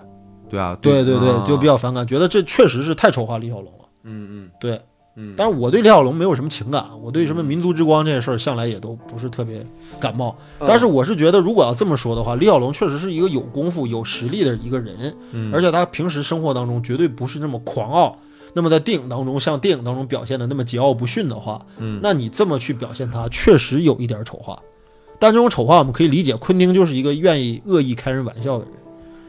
对啊，对对对，啊就比较反感，觉得这确实是太丑化李小龙了。嗯对，嗯嗯，但是我对李小龙没有什么情感，我对什么民族之光这件事儿向来也都不是特别感冒。嗯但是我是觉得，如果要这么说的话，李小龙确实是一个有功夫、有实力的一个人，嗯而且他平时生活当中绝对不是那么狂傲。那么在电影当中，像电影当中表现的那么桀骜不驯的话，嗯那你这么去表现他，确实有一点丑化。但这种丑化我们可以理解，昆汀就是一个愿意恶意开人玩笑的人，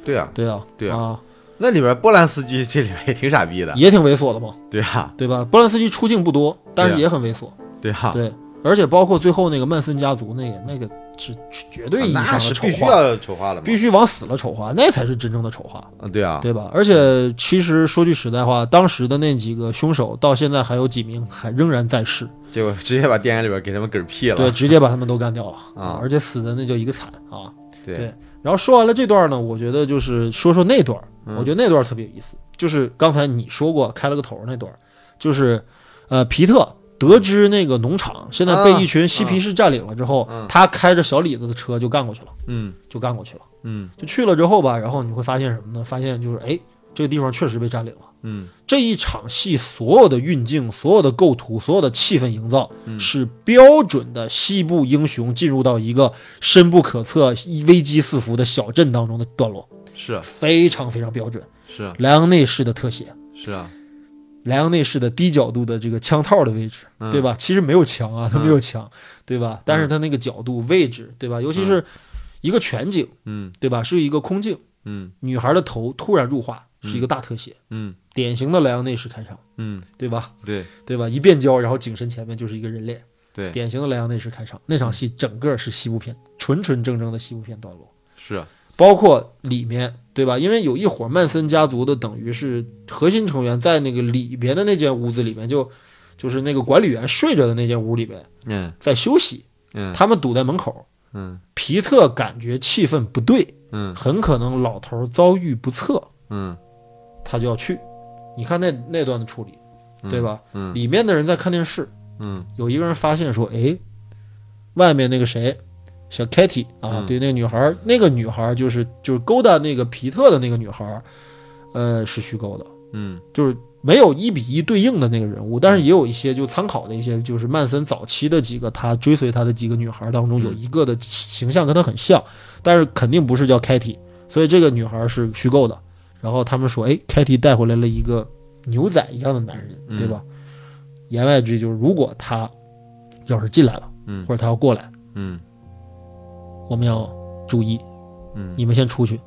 对啊，对啊，对啊啊啊，那里边波兰斯基这里边也挺傻逼的，也挺猥琐的嘛，对啊，对吧？波兰斯基出镜不多，但是对啊也很猥琐，对啊，对，而且包括最后那个曼森家族那个那个是绝对意义上啊那的是丑必须化，要丑化了嘛，必须往死了丑化，那才是真正的丑化。啊，对啊，对吧？而且其实说句实在话，当时的那几个凶手到现在还有几名还仍然在世，结果直接把电影里边给他们嗝屁了，对，直接把他们都干掉了啊而且死的那叫一个惨啊！对对然后说完了这段呢，我觉得就是说说那段，嗯我觉得那段特别有意思，就是刚才你说过开了个头那段，就是呃皮特。得知那个农场现在被一群嬉皮士占领了之后，嗯嗯他开着小李子的车就干过去了，嗯就干过去了。嗯就去了之后吧，然后你会发现什么呢？发现就是哎，这个地方确实被占领了。嗯这一场戏所有的运镜、所有的构图、所有的气氛营造，嗯是标准的西部英雄进入到一个深不可测、危机四伏的小镇当中的段落，是啊非常非常标准。是啊莱昂内式的特写，是啊，莱昂内式的低角度的这个枪套的位置，嗯对吧？其实没有墙啊，它嗯没有墙，对吧？但是它那个角度、位置，对吧？尤其是一个全景，嗯对吧？是一个空镜，嗯女孩的头突然入画，是一个大特写，嗯典型的莱昂内式开场，嗯，对吧？对对吧？一变焦，然后景深前面就是一个人脸，对典型的莱昂内式开场。那场戏整个是西部片，纯纯正正的西部片段落，是啊包括里面，对吧？因为有一伙曼森家族的，等于是核心成员在那个里边的那间屋子里面就。就是那个管理员睡着的那间屋里边嗯在休息，嗯他们堵在门口。嗯皮特感觉气氛不对，嗯很可能老头遭遇不测，嗯他就要去。你看那那段的处理，对吧？嗯里面的人在看电视，嗯有一个人发现说，哎，外面那个谁，小 Kitty 啊，嗯对，那个女孩儿，那个女孩儿就是就是勾搭那个皮特的那个女孩儿，呃，是虚构的，嗯就是没有一比一对应的那个人物，但是也有一些就参考的一些，就是曼森早期的几个他追随他的几个女孩儿当中嗯有一个的形象跟他很像，但是肯定不是叫 Kitty，所以这个女孩儿是虚构的。然后他们说，哎，Kitty 带回来了一个牛仔一样的男人，嗯对吧？言外之意就是，如果他要是进来了，嗯或者他要过来，嗯我们要注意，嗯你们先出去，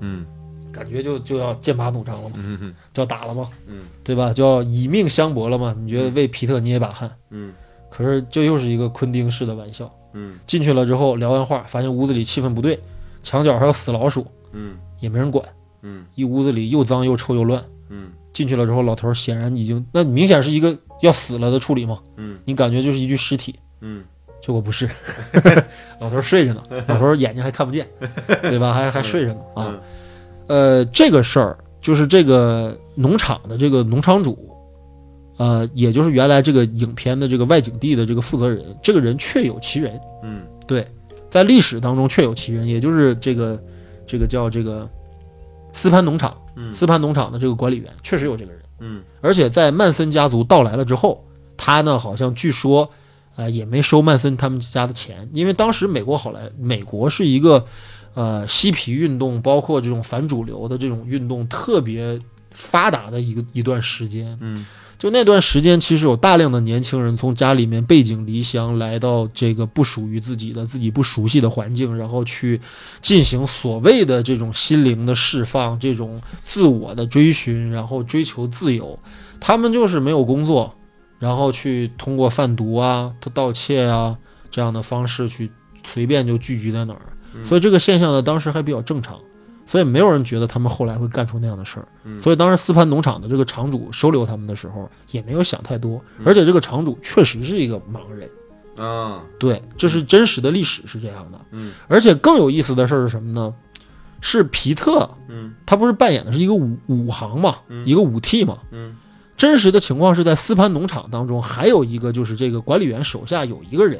嗯感觉就就要剑拔弩张了嘛，嗯就要打了嘛，嗯对吧？就要以命相搏了嘛。你觉得为皮特捏一把汗？嗯可是这又是一个昆汀式的玩笑。嗯进去了之后聊完话，发现屋子里气氛不对，墙角还有死老鼠，嗯也没人管，嗯一屋子里又脏又臭又乱。嗯进去了之后，老头显然已经，那明显是一个要死了的处理嘛，嗯你感觉就是一具尸体，嗯结果不 *laughs* 是，老头睡着呢，老头眼睛还看不见，对吧？还嗯还睡着呢啊。呃，这个事儿就是这个农场的这个农场主，呃，也就是原来这个影片的这个外景地的这个负责人，这个人确有其人，嗯在历史当中确有其人，也就是这个这个叫这个斯潘农场，嗯斯潘农场的这个管理员确实有这个人，嗯而且在曼森家族到来了之后，他呢好像据说。呃，也没收曼森他们家的钱，因为当时美国好莱，美国是一个，呃，嬉皮运动，包括这种反主流的这种运动特别发达的一个一段时间。嗯就那段时间，其实有大量的年轻人从家里面背井离乡，来到这个不属于自己的、自己不熟悉的环境，然后去进行所谓的这种心灵的释放、这种自我的追寻，然后追求自由。他们就是没有工作，然后去通过贩毒啊、盗窃啊这样的方式去随便就聚集在哪儿。嗯所以这个现象呢，当时还比较正常，所以没有人觉得他们后来会干出那样的事儿。嗯所以当时斯潘农场的这个场主收留他们的时候，也没有想太多，嗯而且这个场主确实是一个盲人。啊对，这是真实的历史是这样的。嗯而且更有意思的事儿是什么呢？是皮特，嗯他不是扮演的是一个武武行嘛，嗯一个武替嘛。嗯真实的情况是在斯潘农场当中，还有一个就是这个管理员手下有一个人，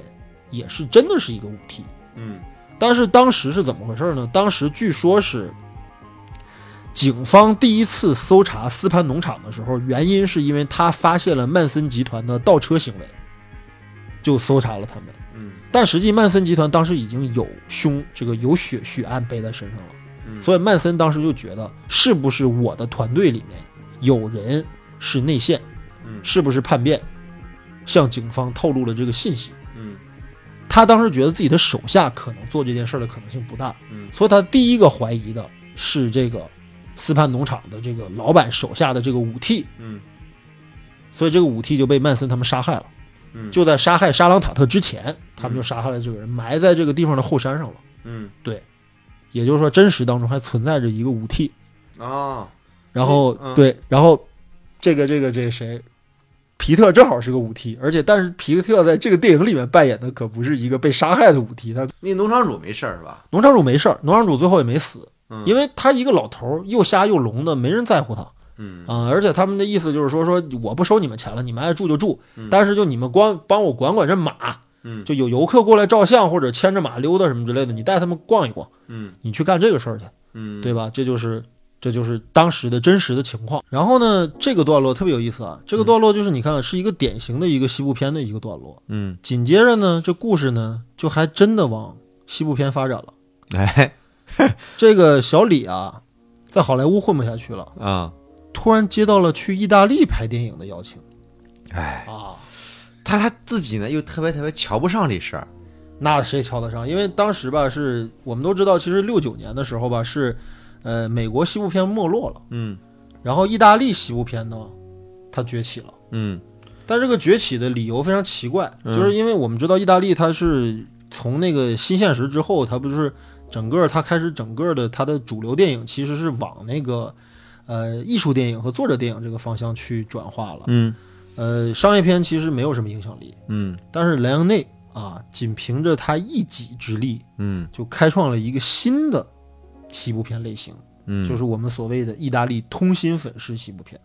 也是真的是一个武替。嗯但是当时是怎么回事呢？当时据说是警方第一次搜查斯潘农场的时候，原因是因为他发现了曼森集团的倒车行为，就搜查了他们。嗯但实际曼森集团当时已经有凶这个有血血案背在身上了，嗯所以曼森当时就觉得是不是我的团队里面有人是内线，嗯是不是叛变，向警方透露了这个信息。嗯他当时觉得自己的手下可能做这件事儿的可能性不大，嗯所以他第一个怀疑的是这个斯潘农场的这个老板手下的这个武替，嗯所以这个武替就被曼森他们杀害了。嗯就在杀害沙朗塔特之前，他们就杀害了这个人，埋在这个地方的后山上了。嗯也就是说，真实当中还存在着一个武替。啊然后、嗯嗯对，然后这个这个这个谁，皮特正好是个武替，而且但是皮特在这个电影里面扮演的可不是一个被杀害的武替，他那农场主没事儿是吧？农场主没事儿，农场主最后也没死，嗯因为他一个老头儿又瞎又聋的，没人在乎他。嗯啊、而且他们的意思就是说，说我不收你们钱了，你们爱住就住嗯，但是就你们光帮我管管这马，嗯就有游客过来照相或者牵着马溜达什么之类的，你带他们逛一逛，嗯你去干这个事儿去，嗯，对吧？这就是这就是当时的真实的情况。然后呢，这个段落特别有意思啊，这嗯个段落就是你看是一个典型的一个西部片的一个段落。嗯，紧接着呢，这故事呢就还真的往西部片发展了。哎这个小李啊，在好莱坞混不下去了，啊，突然接到了去意大利拍电影的邀请哎，啊。他他自己呢又特别特别瞧不上这事儿，那谁瞧得上？因为当时吧，是我们都知道，其实六九年的时候吧，是，呃，美国西部片没落了，嗯然后意大利西部片呢，它崛起了。嗯但这个崛起的理由非常奇怪，嗯就是因为我们知道意大利它是从那个新现实之后，它不是整个它开始整个的它的主流电影其实是往那个呃艺术电影和作者电影这个方向去转化了。嗯呃，商业片其实没有什么影响力，嗯但是莱昂内啊，仅凭着他一己之力，嗯就开创了一个新的西部片类型，嗯，就是我们所谓的意大利通心粉式西部片。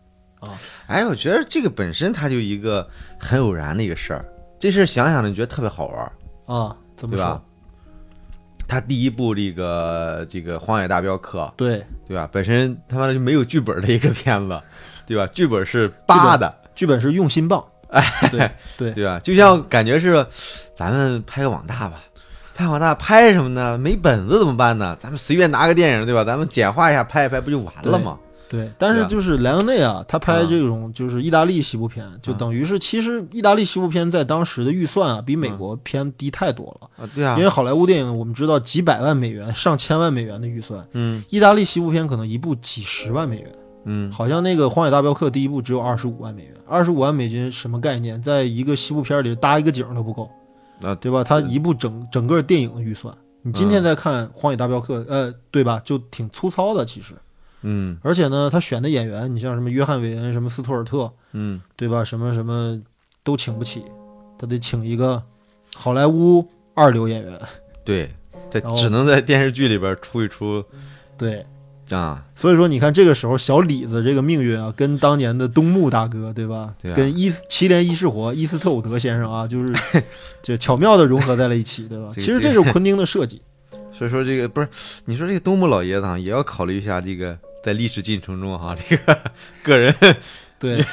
哎，我觉得这个本身它就一个很偶然的一个事儿，这事儿想想呢，你觉得特别好玩儿。啊，怎么对吧说？他第一部这个这个《荒野大镖客》，对，对吧？本身他妈的就没有剧本的一个片 *laughs* 子，对吧？剧本是扒的，剧本是用心 *laughs* 棒。哎，对对对吧？就像感觉是，咱们拍个网大吧，拍网大拍什么呢？没本子怎么办呢？咱们随便拿个电影，对吧？咱们简化一下拍一拍，不就完了吗？对，但是就是莱昂内啊，他拍这种啊就是意大利西部片，嗯就等于是其实意大利西部片在当时的预算啊，比嗯美国片低太多了。啊，对啊因，为好莱坞电影我们知道几百万美元、上千万美元的预算，嗯意大利西部片可能一部几十万美元。嗯好像那个《荒野大镖客》第一部只有二十五万美元，二十五万美金什么概念？在一个西部片里搭一个景儿都不够，啊对吧？它一部整整个电影的预算，你今天再看《荒野大镖客》，呃，对吧？就挺粗糙的其实，嗯而且呢，他选的演员，你像什么约翰·韦恩、什么斯图尔特，嗯对吧？什么什么都请不起，他得请一个好莱坞二流演员，对，在然后只能在电视剧里边出一出对。啊，所以说，你看这个时候小李子这个命运啊，跟当年的东木大哥，对吧？对啊跟伊斯祁连伊士活伊斯特伍德先生啊，就是 *laughs* 就巧妙的融合在了一起，对吧？这个其实这就是昆汀的设 *laughs* 计，所以说这个不是，你说这个东木老爷子啊，也要考虑一下这个在历史进程中哈、这个个人对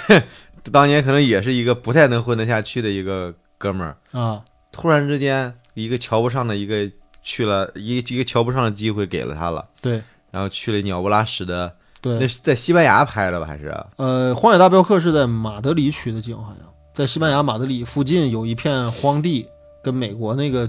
当年可能也是一个不太能混得下去的一个哥们儿，啊，突然之间一个瞧不上的一个去了一个一个瞧不上的机会给了他了，对然后去了鸟不拉屎的，那对。是在西班牙拍的吧？还是啊呃，《荒野大镖客》是在马德里取的景，好像在西班牙马德里附近有一片荒地，跟美国那个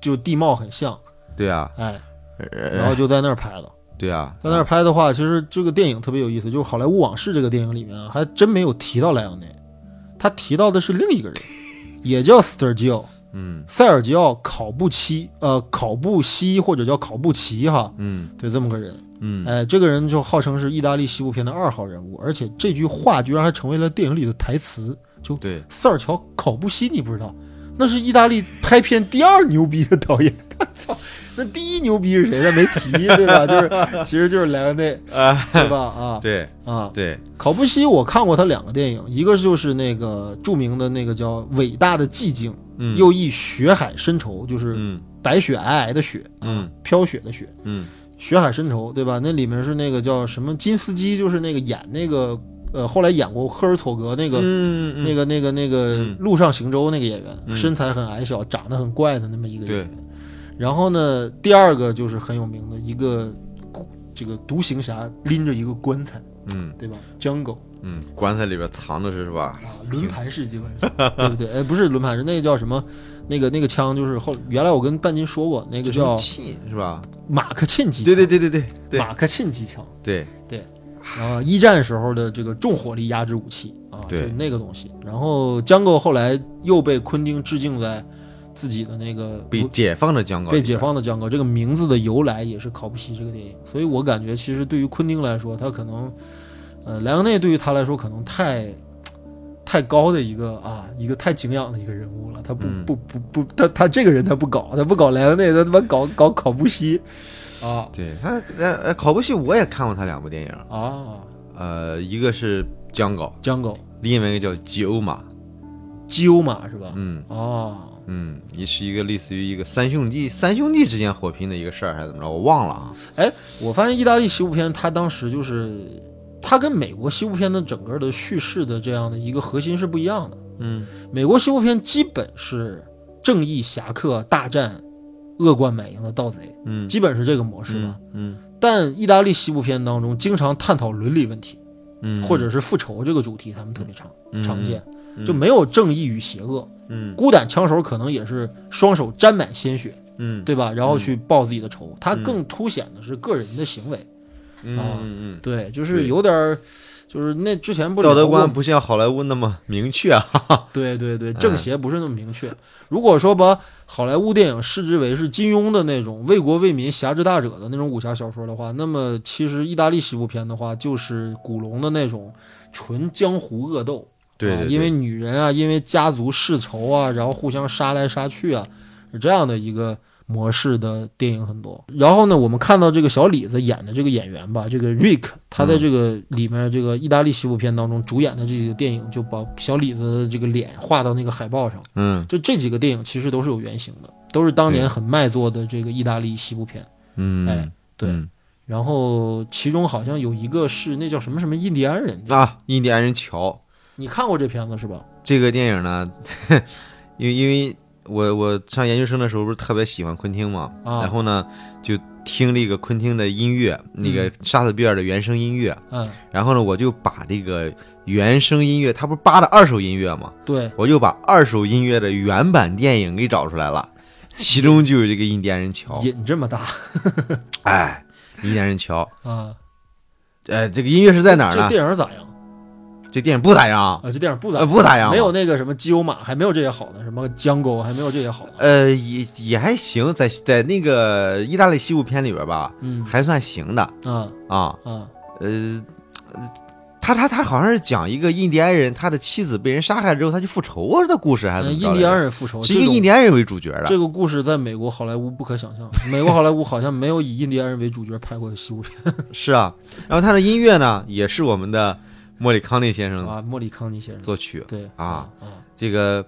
就地貌很像，对啊，哎，呃然后就在那儿拍的。对啊，在那儿拍的话，其实这个电影特别有意思，就是《好莱坞往事》这个电影里面啊，还真没有提到莱昂内，他提到的是另一个人，也叫 Sergio 嗯塞尔吉奥考布奇，呃，考布西或者叫考布奇哈，嗯对，这么个人。嗯，哎，这个人就号称是意大利西部片的二号人物，而且这句话居然还成为了电影里的台词。对，塞尔乔考布西，你不知道，那是意大利拍片第二牛逼的导演。操，那第一牛逼是谁？咱没提，对吧？ *laughs* 就是，其实就是莱昂内，哎对吧？啊对啊，对，考布西，我看过他两个电影，一个就是那个著名的那个叫《伟大的寂静》，嗯又译《血海深仇》，就是嗯白雪皑皑的雪，啊嗯，飘雪的雪，嗯血海深仇，对吧？那里面是那个叫什么金斯基，就是那个演那个呃，后来演过赫尔佐格那个嗯嗯那个、那个、那个嗯《路上行舟》那个演员，嗯身材很矮小，长得很怪的那么一个演对员。然后呢，第二个就是很有名的一个这个独行侠拎着一个棺材，嗯对吧？Jungle 嗯，棺材里边藏的是是吧？啊，轮盘式机关枪， *laughs* 对不对？哎，不是轮盘式，那个叫什么？那个那个枪就是后原来我跟半斤说过，那个叫气是吧？马克沁机枪，对对对对对对马克沁机枪。对，然后啊一战时候的这个重火力压制武器啊，对就那个东西。然后江构后来又被昆汀致敬在自己的那个被解放的江高被解放的江构这个名字的由来也是考不西这个电影。所以我感觉其实对于昆汀来说，他可能呃莱昂内对于他来说可能太。太高的一个啊，一个太敬仰的一个人物了，他不、嗯不不不，他他这个人他不搞，他不搞莱昂内，他他妈搞搞考布西，啊对他，呃呃，考布西我也看过他两部电影，啊，呃，一个是《江狗江狗》，另外一个叫《吉欧马》。基欧马是吧？嗯，哦，嗯，也是一个类似于一个三兄弟三兄弟之间火拼的一个事儿，还是怎么着？我忘了啊。我发现意大利西部片，它当时就是它跟美国西部片的整个的叙事的这样的一个核心是不一样的。嗯美国西部片基本是正义侠客大战恶贯满盈的盗贼，嗯，基本是这个模式是吧吧？？嗯但意大利西部片当中经常探讨伦理问题，嗯，或者是复仇这个主题，他们特别常嗯常见，嗯就没有正义与邪恶。嗯孤胆枪手可能也是双手沾满鲜血，嗯对吧？然后去报自己的仇，他嗯更凸显的是个人的行为。嗯啊嗯嗯，对，就是对有点儿，就是那之前不道德聊过观吗不像好莱坞那么明确啊。对对对，正邪不是那么明确。如果说把好莱坞电影视之为是金庸的那种为国为民、侠之大者的那种武侠小说的话，那么其实意大利西部片的话，就是古龙的那种纯江湖恶斗，对啊对，因为对女人啊，因为家族世仇啊，然后互相杀来杀去啊，是这样的一个模式的电影很多。然后呢，我们看到这个小李子演的这个演员吧，这个 Rick，他嗯在这个里面这个意大利西部片当中主演的这几个电影，就把小李子的这个脸画到那个海报上。嗯就这几个电影其实都是有原型的，都是当年对很卖座的这个意大利西部片。嗯哎对嗯然后其中好像有一个是那叫什么什么印第安人，啊，印第安人桥。你看过这片子是吧？这个电影呢， *laughs* 因为因为我我上研究生的时候不是特别喜欢昆汀嘛，啊然后呢就听这个昆汀的音乐，那个莎士比亚的原声音乐，嗯，然后呢我就把这个原声音乐，它不是扒了二手音乐嘛，对，我就把二手音乐的原版电影给找出来了，其中就有这个印第安人 *laughs* 桥，瘾这么大哎，印第安人桥，啊！ *laughs* 呃，这个音乐是在哪儿这呢？电影咋样？这电影不咋样，啊，这电影不咋呃，样，不咋样，没有。那个什么基友马，还没有这些好呢，什么江沟还没有这些好呢。呃，也也还行，在在那个意大利西部片里边吧，嗯还算行的啊啊。啊呃，他他他好像是讲一个印第安人，他的妻子被人杀害之后，他去复仇的故事，还嗯是怎么着印来着第安人复仇，是一这个种印第安人为主角的这个故事在美国好莱坞不可想象，美国好莱坞好像没有以印第安人为主角拍过西部片是啊。然后他的音乐呢，也是我们的莫里康内先生 *laughs* 啊。莫里康尼先生作曲。对嗯啊啊这个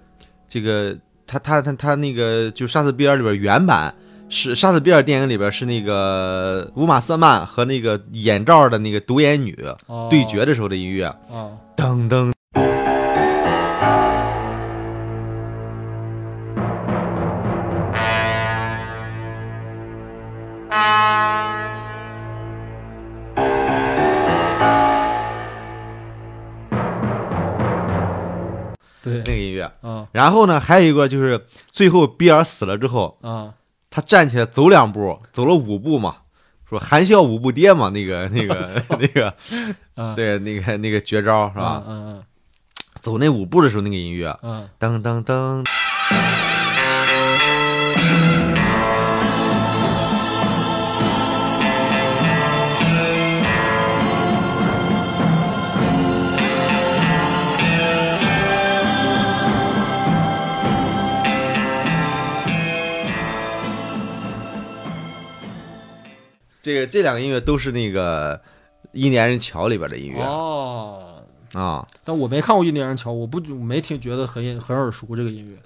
这个他他他他那个就莎士比亚里边原版。是莎士比亚电影里边是那个乌玛瑟曼和那个眼罩的那个独眼女啊对决的时候的音乐，啊哦噔噔。对那个音乐。啊然后呢，还有一个就是最后比尔死了之后，啊他站起来走两步，走了五步嘛，说含笑五步跌嘛，那个那 *laughs* 个那个啊对那个那个绝招是吧？嗯走那五步的时候那个音乐，嗯啊噔噔噔。这个这两个音乐都是那个《印第安人桥》里边的音乐啊、哦。但我没看过《印第安人桥》，我不我没听觉得很很耳熟这个音乐。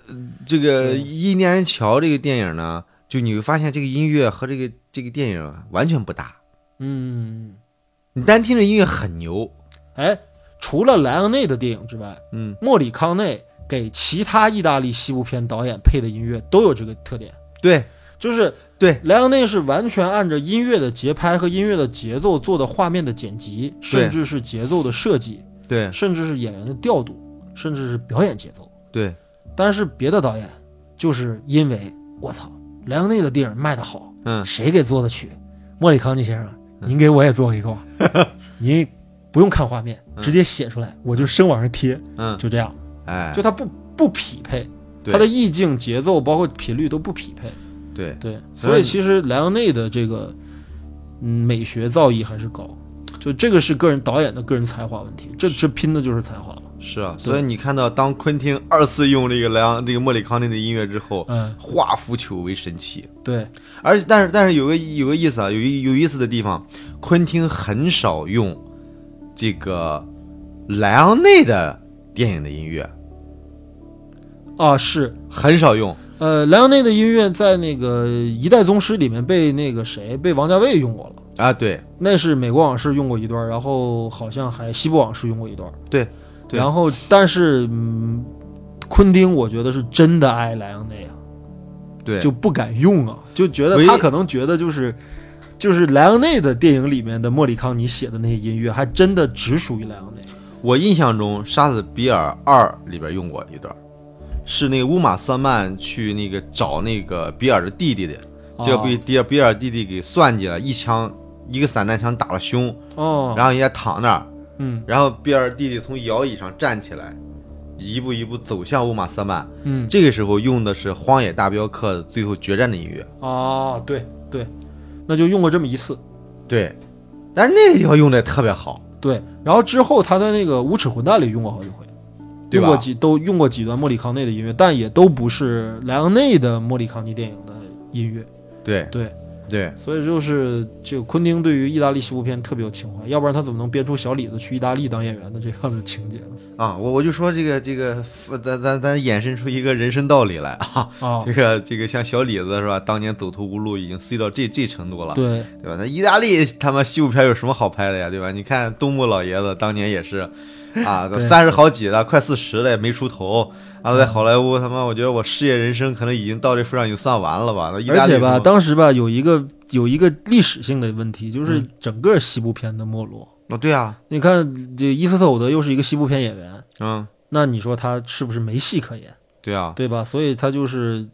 这个《对印第安人桥》这个电影呢，就你会发现这个音乐和这个这个电影完全不搭。嗯，你单听着音乐很牛，哎，除了莱昂内的电影之外，嗯，莫里康内给其他意大利西部片导演配的音乐都有这个特点，对就是对莱昂内是完全按照音乐的节拍和音乐的节奏做的画面的剪辑，甚至是节奏的设计，对甚至是演员的调度，甚至是表演节奏。对，但是别的导演就是因为我操，莱昂内的电影卖得好，嗯谁给做的曲？莫里康尼先生，嗯您给我也做一个吧， *laughs* 您不用看画面，嗯直接写出来，我就生往上贴，嗯，就这样。哎，就它不不匹配，对它的意境、节奏包括频率都不匹配。对，对，所以所以你其实莱昂内的这个嗯美学造诣还是高，就这个是个人导演的个人才华问题，这这拼的就是才华了。是啊。对所以你看到当昆汀二次用这个莱昂这个莫里康内的音乐之后，嗯，化腐朽为神奇。对，而但是但是有个有个意思啊，有一有意思的地方，昆汀很少用这个莱昂内的电影的音乐。啊，是很少用。呃，莱昂内的音乐在那个《一代宗师》里面被那个谁被王家卫用过了，啊，对那是美国往事用过一段，然后好像还西部往事用过一段。对对然后但是嗯，昆汀我觉得是真的爱莱昂内啊，对，就不敢用啊，就觉得唯他可能觉得就是。就是莱昂内的电影里面的莫里康尼写的那些音乐，还真的只属于莱昂内。我印象中《杀死比尔二》里边用过一段，是那个乌玛瑟曼去那个找那个比尔的弟弟的，结果啊被比尔比尔弟弟给算计了，一枪一个散弹枪打了胸，哦，然后人家躺那儿，嗯然后比尔弟弟从摇椅上站起来，一步一步走向乌玛瑟曼。嗯这个时候用的是《荒野大镖客》最后决战的音乐，哦，对对，那就用过这么一次。对，但是那个地方用的特别好，对，然后之后他在那个《无耻混蛋》里用过好几回，对用吧过几都用过几段莫里康内的音乐，但也都不是莱昂内的莫里康尼电影的音乐。对对，对所以就是这个昆汀对于意大利西部片特别有情怀，要不然他怎么能编出小李子去意大利当演员的这样的情节呢？啊，我我就说这个这个，咱咱咱衍生出一个人生道理来 *laughs* 啊。啊，这个这个像小李子是吧？当年走投无路，已经衰到这这程度了，对对吧？那意大利他妈西部片有什么好拍的呀，对吧？你看东木老爷子当年 *laughs* 也是，啊，对三十好几了，快四十了也没出头，然后在好莱坞他妈，我觉得我事业人生可能已经到这份上已经算完了吧？那意而大利且吧，什么当时吧有一个有一个历史性的问题，就是整个西部片的没落。哦对啊，你看这伊斯特伍德又是一个西部片演员，嗯，那你说他是不是没戏可演？对啊，对吧？所以他就是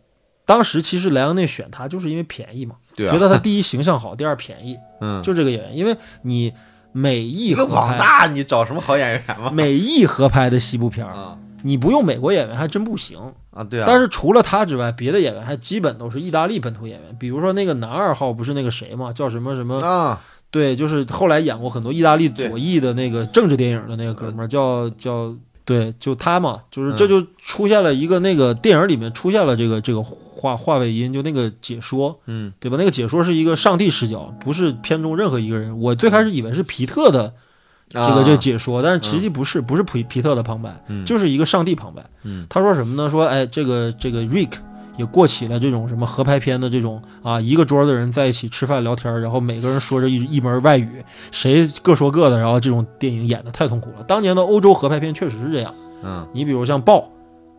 当时其实莱昂内选他就是因为便宜嘛，对啊，觉得他第一形象好，第二便宜，嗯，就这个演员。因为你美一意个合广拍，大，你找什么好演员吗？美意合拍的西部片儿，啊你不用美国演员还真不行。啊，对啊，但是除了他之外，别的演员还基本都是意大利本土演员，比如说那个男二号不是那个谁嘛，叫什么什么？啊，对，就是后来演过很多意大利对左翼的那个政治电影的那个哥们儿，叫叫。对，就他嘛，就是这嗯就出现了一个那个电影里面出现了这个这个话话外音，就那个解说，嗯对吧？那个解说是一个上帝视角，不是偏重任何一个人。我最开始以为是皮特的这个、啊这个解说，但是实际不是，不是皮皮特的旁白，嗯就是一个上帝旁白。嗯他说什么呢？说哎，这个这个 Rick 也过起了这种什么合拍片的这种啊，一个桌的人在一起吃饭聊天，然后每个人说着一一门外语，谁各说各的，然后这种电影演的太痛苦了。当年的欧洲合拍片确实是这样，嗯，你比如像《豹》，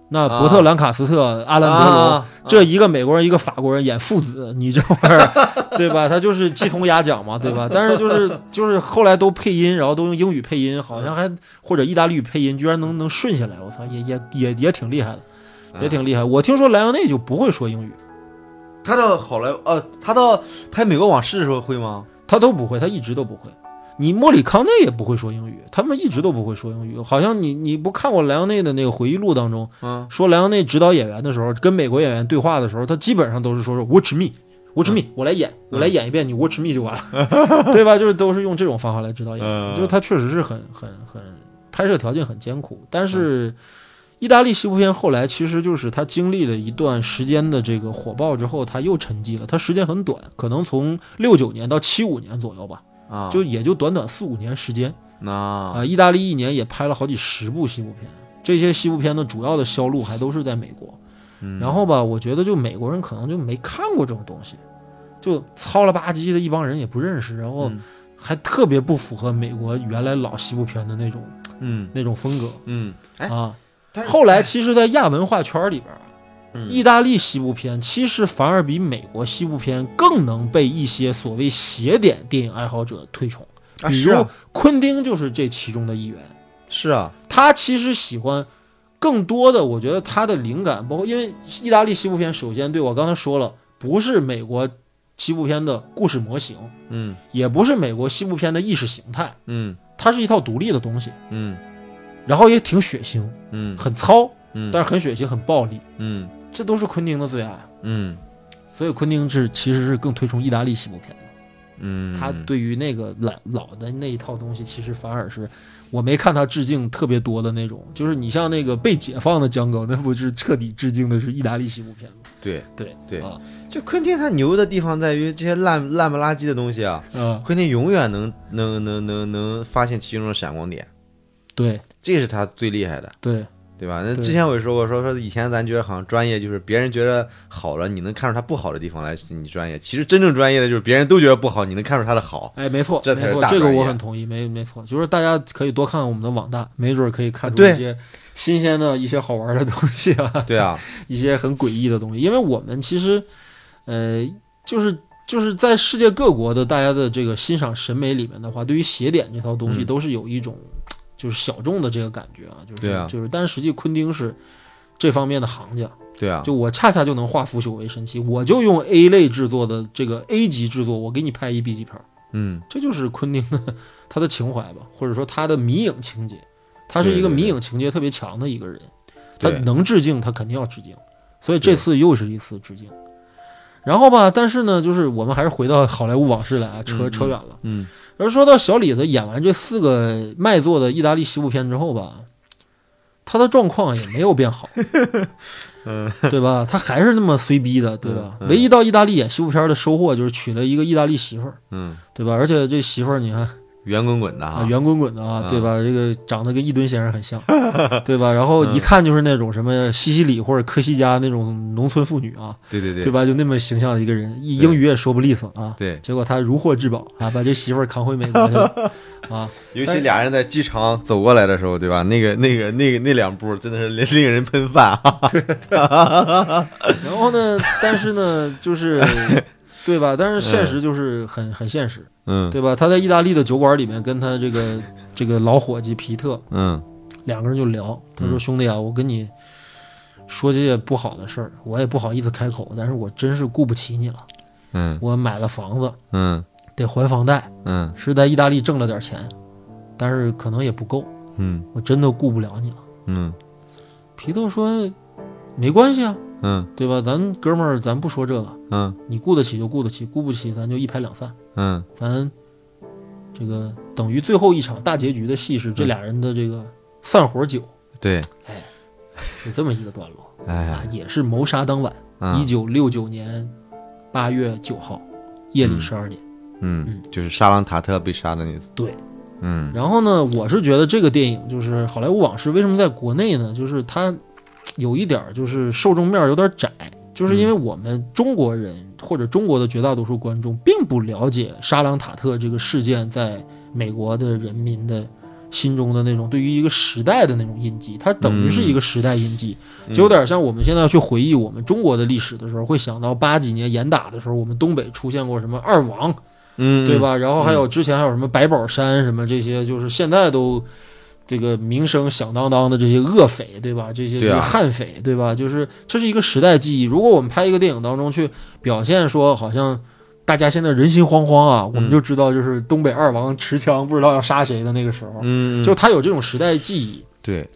那伯特·兰卡斯特、阿阿兰·德罗。啊、这一个美国人一个法国人演父子， *laughs* 你这玩意儿，对吧？他就是鸡同鸭讲嘛，对吧？但是就是就是后来都配音，然后都用英语配音，好像还或者意大利语配音，居然能能顺下来，我操，也也也也挺厉害的，也挺厉害。我听说莱昂内就不会说英语，他到好莱坞，呃，他到拍《美国往事》的时候会吗？他都不会，他一直都不会。你莫里康内也不会说英语，他们一直都不会说英语。好像你你不看过莱昂内的那个回忆录当中，嗯，说莱昂内指导演员的时候，跟美国演员对话的时候，他基本上都是说说 watch me。watch 嗯 me，我来演，我来演一遍，你 watch me 就完了， *laughs* 对吧？就是都是用这种方法来指导演员，嗯就是他确实是很很很拍摄条件很艰苦，但是嗯意大利西部片后来其实就是他经历了一段时间的这个火爆之后，他又沉寂了，他时间很短，可能从六九年到七五年左右吧，啊，就也就短短四五年时间，那啊，意大利一年也拍了好几十部西部片，这些西部片的主要的销路还都是在美国。嗯然后吧，我觉得就美国人可能就没看过这种东西，就糙了吧唧的一帮人也不认识，然后嗯还特别不符合美国原来老西部片的那种嗯那种风格嗯，哎，啊。但是后来其实，在亚文化圈里边儿，啊嗯意大利西部片其实反而比美国西部片更能被一些所谓邪典电影爱好者推崇，啊比是如啊昆汀就是这其中的一员。是啊，他其实喜欢更多的，我觉得他的灵感，包括因为意大利西部片，首先对我刚才说了，不是美国西部片的故事模型，嗯也不是美国西部片的意识形态，嗯它是一套独立的东西，嗯然后也挺血腥，嗯很糙，嗯，但是很血腥，很暴力，嗯这都是昆汀的最爱。嗯所以昆汀是其实是更推崇意大利西部片的，嗯，他对于那个老老的那一套东西，其实反而是我没看他致敬特别多的那种，就是你像那个被解放的江狗，那不是彻底致敬的是意大利西部片吗？对对对啊，就昆汀他牛的地方在于这些烂烂不拉几的东西啊，嗯，昆汀永远能能能能能发现其中的闪光点，对这是他最厉害的。对，对吧？那对之前我也说过，说说以前咱觉得好像专业就是别人觉得好了，你能看出他不好的地方来，你专业。其实真正专业的就是别人都觉得不好，你能看出他的好。哎，没错，这才没是错，大这个专业我很同意，没没错，就是大家可以多看看我们的网大，没准儿可以看出对一些新鲜的一些好玩的东西啊，对啊，一些很诡异的东西。因为我们其实，呃，就是就是在世界各国的大家的这个欣赏审美里面的话，对于邪典这套东西嗯都是有一种就是小众的这个感觉啊，就是、对啊就是，但实际昆汀是这方面的行家，对啊，就我恰恰就能化腐朽为神奇，我就用 A 类制作的这个 A 级制作，我给你拍一 B 级片儿。嗯，这就是昆汀的他的情怀吧，或者说他的迷影情节，他是一个对对对迷影情节特别强的一个人，他对能致敬他肯定要致敬，所以对这次又是一次致敬。然后吧，但是呢，就是我们还是回到好莱坞往事来啊，扯嗯嗯扯远了。嗯，而说到小李子演完这四个卖座的意大利西部片之后吧，他的状况也没有变好， *laughs* 嗯，对吧？他还是那么随逼的，对吧？嗯嗯唯一到意大利演西部片的收获就是娶了一个意大利媳妇儿，嗯，对吧？而且这媳妇儿你看圆滚滚的啊，哈，圆滚滚的啊，啊对吧？这个长得跟一吨先生很 *laughs* 像，对吧？然后嗯一看就是那种什么西西里或者科西嘉那种农村妇女啊，对对对对吧？就那么形象的一个人，一对英语也说不利索啊。对，结果他如获至宝啊，把这媳妇儿扛回美国去 *laughs* 了啊！尤其俩人在机场走过来的时候，对吧？那个那个那个那两步真的是令令人喷饭啊哈哈。然后呢，但是呢， *laughs* 就是对吧？但是现实就是很很现实，嗯对吧？他在意大利的酒馆里面跟他这个这个老伙计皮特，嗯两个人就聊，他说：“嗯兄弟啊，我跟你说这些不好的事儿，我也不好意思开口，但是我真是顾不起你了。嗯我买了房子，嗯得还房贷，嗯是在意大利挣了点钱，但是可能也不够，嗯我真的顾不了你了。嗯”皮特说：“没关系啊，嗯对吧？咱哥们儿，咱不说这个，嗯你顾得起就顾得起，顾不起咱就一拍两散。嗯咱这个等于最后一场大结局的戏是这嗯俩人的这个散伙酒，对，有这么一个段落啊哎，，也是谋杀当晚。一嗯九六九年八月九号夜里嗯十二点。嗯，就是沙朗塔特被杀的那次，对，嗯然后呢，我是觉得这个电影就是《好莱坞往事》，为什么在国内呢？就是它有一点儿就是受众面儿有点窄，就是因为我们中国人或者中国的绝大多数观众并不了解沙朗塔特这个事件在美国的人民的。心中的那种对于一个时代的那种印记，它等于是一个时代印记，就有点像我们现在去回忆我们中国的历史的时候，会想到八几年严打的时候，我们东北出现过什么二王，嗯，对？吧？然后还有之前还有什么百宝山什么这些，就是现在都这个名声响当当的这些恶匪，对吧？这些这对些啊悍匪，对吧？就是这是一个时代记忆。如果我们拍一个电影当中去表现说，好像大家现在人心惶惶啊，我们嗯就知道就是东北二王持枪不知道要杀谁的那个时候，嗯，就他有这种时代记忆。对，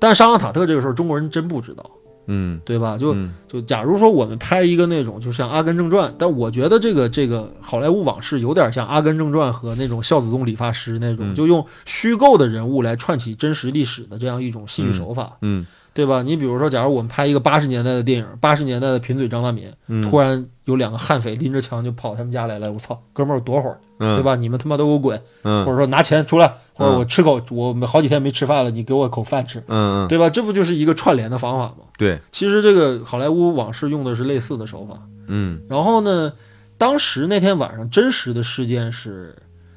但是沙朗塔特这个时候，中国人真不知道，嗯，对吧？就嗯就假如说我们拍一个那种，就像《阿甘正传》，但我觉得这个这个好莱坞往事有点像《阿甘正传》和那种孝子洞理发师那种，嗯就用虚构的人物来串起真实历史的这样一种戏剧手法，嗯对吧？你比如说，假如我们拍一个八十年代的电影，八十年代的贫嘴张大民，嗯，突然有两个悍匪拎着枪就跑他们家来了，我操，哥们儿躲会儿，嗯对？吧？你们他妈都给我滚，嗯，或者说拿钱出来，或者嗯我吃口，我好几天没吃饭了，你给我口饭吃，嗯嗯，对吧？这不就是一个串联的方法吗？对，其实这个好莱坞往事用的是类似的手法。嗯然后呢，当时那天晚上真实的事件是，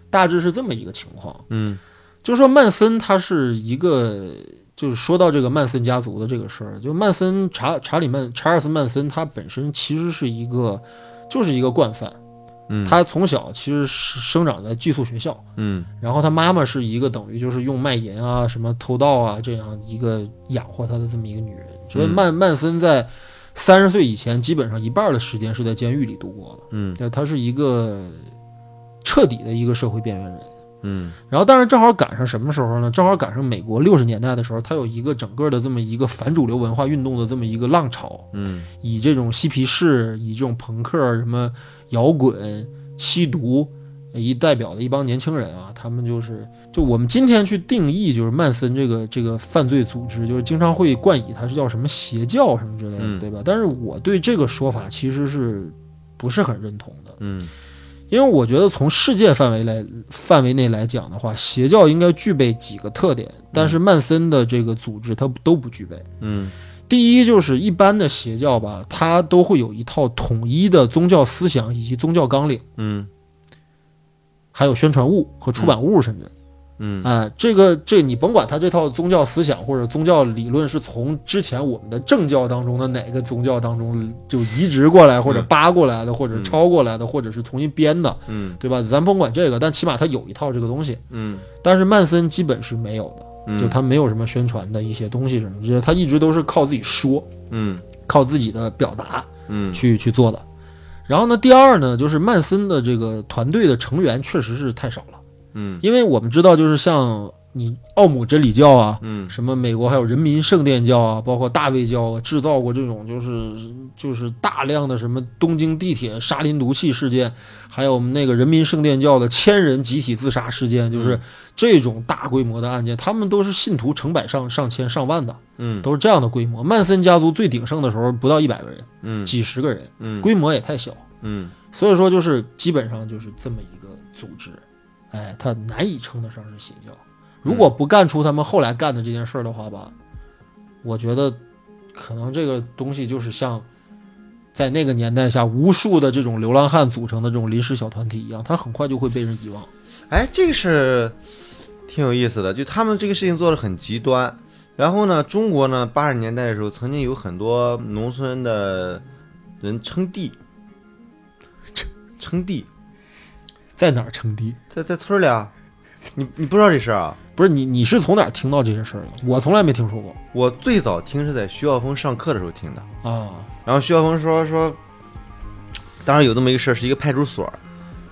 大致是这么一个情况，嗯就说曼森他是一个，就是说到这个曼森家族的这个事儿，就曼森查查理曼查尔斯曼森他本身其实是一个，就是一个惯犯，嗯，他从小其实是生长在寄宿学校，嗯然后他妈妈是一个等于就是用卖淫啊、什么偷盗啊这样一个养活他的这么一个女人，所以嗯曼曼森在三十岁以前，基本上一半的时间是在监狱里度过的。嗯对，他是一个彻底的一个社会边缘人。嗯然后，但是正好赶上什么时候呢？正好赶上美国六十年代的时候，他有一个整个的这么一个反主流文化运动的这么一个浪潮，嗯以这种嬉皮士、以这种朋克、什么摇滚、吸毒一代表的一帮年轻人啊，他们就是就我们今天去定义，就是曼森这个这个犯罪组织，就是经常会冠以它是叫什么邪教什么之类的，嗯对吧？但是我对这个说法其实是不是很认同的。嗯因为我觉得从世界范围来范围内来讲的话，邪教应该具备几个特点，但是曼森的这个组织它不都不具备。嗯第一就是一般的邪教吧，它都会有一套统一的宗教思想以及宗教纲领，嗯还有宣传物和出版物，甚至。嗯啊、这个这你甭管他这套宗教思想或者宗教理论是从之前我们的政教当中的哪个宗教当中就移植过来，或者嗯扒过来的，或者嗯抄过来的，或者是重新编的，嗯对吧？咱甭管这个，但起码他有一套这个东西。嗯但是曼森基本是没有的，嗯，就他没有什么宣传的一些东西什么，就是他一直都是靠自己说，嗯靠自己的表达嗯去去做的。然后呢，第二呢，就是曼森的这个团队的成员确实是太少了。嗯因为我们知道，就是像你奥姆真理教啊，嗯什么美国还有人民圣殿教啊，包括大卫教啊，制造过这种就是就是大量的什么东京地铁沙林毒气事件，还有我们那个人民圣殿教的千人集体自杀事件，就是嗯这种大规模的案件，他们都是信徒成百上上千上万的，嗯都是这样的规模。曼森家族最鼎盛的时候不到一百个人，嗯几十个人，嗯规模也太小。嗯所以说就是基本上就是这么一个组织，哎，它难以称得上是邪教。如果不干出他们后来干的这件事儿的话吧，我觉得可能这个东西就是像在那个年代下无数的这种流浪汉组成的这种临时小团体一样，它很快就会被人遗忘。哎，这个事儿挺有意思的，就他们这个事情做的很极端。然后呢，中国呢，八十年代的时候，曾经有很多农村的人称帝，称称帝，在哪儿称帝？在在村儿里啊，你你不知道这事儿啊？不是你，你是从哪儿听到这些事儿的？我从来没听说过我最早听是在徐浩峰上课的时候听的。啊。然后徐晓峰说说，当时有这么一个事儿，是一个派出所，